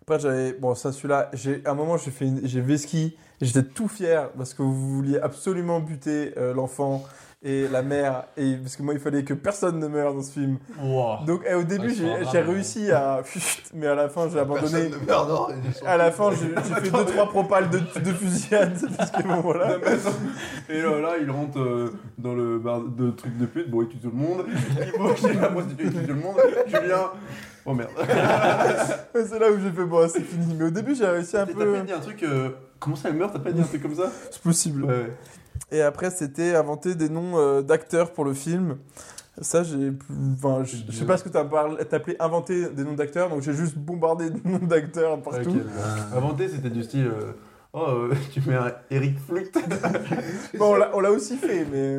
Speaker 7: Après, j'avais. Bon, ça, celui-là, j'ai, à un moment, j'ai fait une- j'ai Veski. J'étais tout fier parce que vous vouliez absolument buter euh, l'enfant et la mère. Et, parce que moi, il fallait que personne ne meure dans ce film.
Speaker 3: Oh.
Speaker 7: Donc, eh, au début,
Speaker 4: Ouais, c'est
Speaker 7: j'ai-
Speaker 4: un drame,
Speaker 7: j'ai
Speaker 4: ouais.
Speaker 7: réussi à. Mais à la fin, j'ai abandonné. Ah.
Speaker 1: Personne ne meurt, non, ils sont-
Speaker 7: À la fin, j'ai j'ai fait deux trois propales de, de fusillade parce que bon voilà.
Speaker 3: Et là, là, il rentre euh, dans le bar de trucs de pute, bon, il tue tout le monde. Il va chez la prostituée, il tue tout le monde. Julien. Oh merde.
Speaker 7: Ouais, C'est là où j'ai fait bon, c'est fini. Mais au début, j'ai réussi un
Speaker 3: T'as
Speaker 7: peu.
Speaker 3: pas dit un truc. euh, Comment ça, elle meurt T'as pas dit un truc comme ça
Speaker 7: C'est possible.
Speaker 3: Ouais.
Speaker 7: Et après, c'était inventer des noms euh, d'acteurs pour le film. Ça, j'ai. plus- Enfin, je je sais pas ce que t'as parlé- t'as appelé inventer des noms d'acteurs, donc j'ai juste bombardé de noms d'acteurs partout.
Speaker 3: Ok, bon. Inventé, c'était du style. euh, Oh, euh, tu mets un Eric Flucht.
Speaker 7: Bon, on l'a- on l'a aussi fait, mais.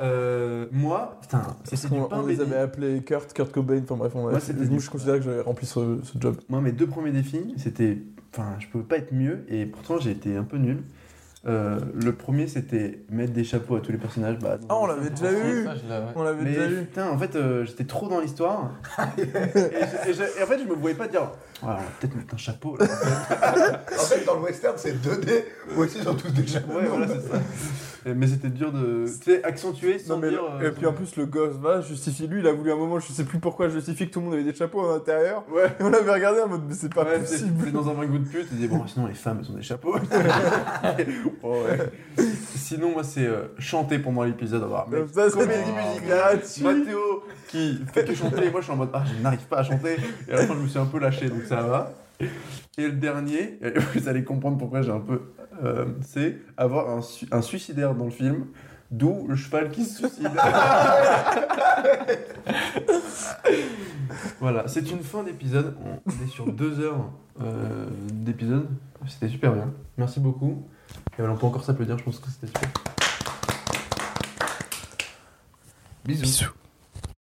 Speaker 3: Euh, moi, putain,
Speaker 7: Parce
Speaker 3: c'était du
Speaker 7: qu'on
Speaker 3: pain
Speaker 7: on les
Speaker 3: béni.
Speaker 7: avait appelés Kurt, Kurt Cobain, enfin bref, on
Speaker 3: Moi,
Speaker 7: avait
Speaker 3: c'était
Speaker 7: Moi,
Speaker 3: du-
Speaker 7: je considère que j'avais rempli ce, ce job.
Speaker 3: Moi, mes deux premiers défis, c'était. Enfin, je pouvais pas être mieux et pourtant j'ai été un peu nul. Euh, le premier, c'était mettre des chapeaux à tous les personnages. Bah,
Speaker 7: Ah, on l'avait déjà eu
Speaker 4: Ça, je l'ai- ouais.
Speaker 7: On l'avait
Speaker 3: Mais
Speaker 7: déjà eu
Speaker 3: putain, en fait, euh, j'étais trop dans l'histoire. et, je- et je- et en fait, je me voyais pas dire. Ouais, on va peut-être mettre un chapeau là.
Speaker 1: En fait, dans le western, c'est 2D. Moi aussi, ils ont tous des chapeaux.
Speaker 3: Ouais, voilà, c'est ça. Et- Mais c'était dur de. Tu sais, accentuer sans
Speaker 7: Non, mais
Speaker 3: dire.
Speaker 7: le-
Speaker 3: euh,
Speaker 7: et puis en plus, le gosse va justifier. Lui, il a voulu un moment, je sais plus pourquoi, justifier que tout le monde avait des chapeaux à l'intérieur.
Speaker 3: Ouais.
Speaker 7: Et on l'avait regardé en mode, mais c'est pas
Speaker 3: Ouais, c'est-
Speaker 7: possible.
Speaker 3: c'est dans un vingou de pute, il dit bon, sinon les femmes elles ont des chapeaux. Oh, ouais. Sinon, moi c'est euh, chanter pendant l'épisode. Alors, mec,
Speaker 7: Comme ça, c'était
Speaker 3: comédie musicale, Mathéo qui fait que chanter, et moi je suis en mode ah, je n'arrive pas à chanter. Et à la fin, je me suis un peu lâché, donc ça va. Et le dernier, et vous allez comprendre pourquoi j'ai un peu. euh, c'est avoir un, su- un suicidaire dans le film, d'où le cheval qui se suicide. Voilà, c'est une fin d'épisode. On est sur deux heures euh, d'épisode. C'était super bien. Merci beaucoup. Et voilà, on peut encore s'applaudir, je pense que c'était super.
Speaker 24: Bisous.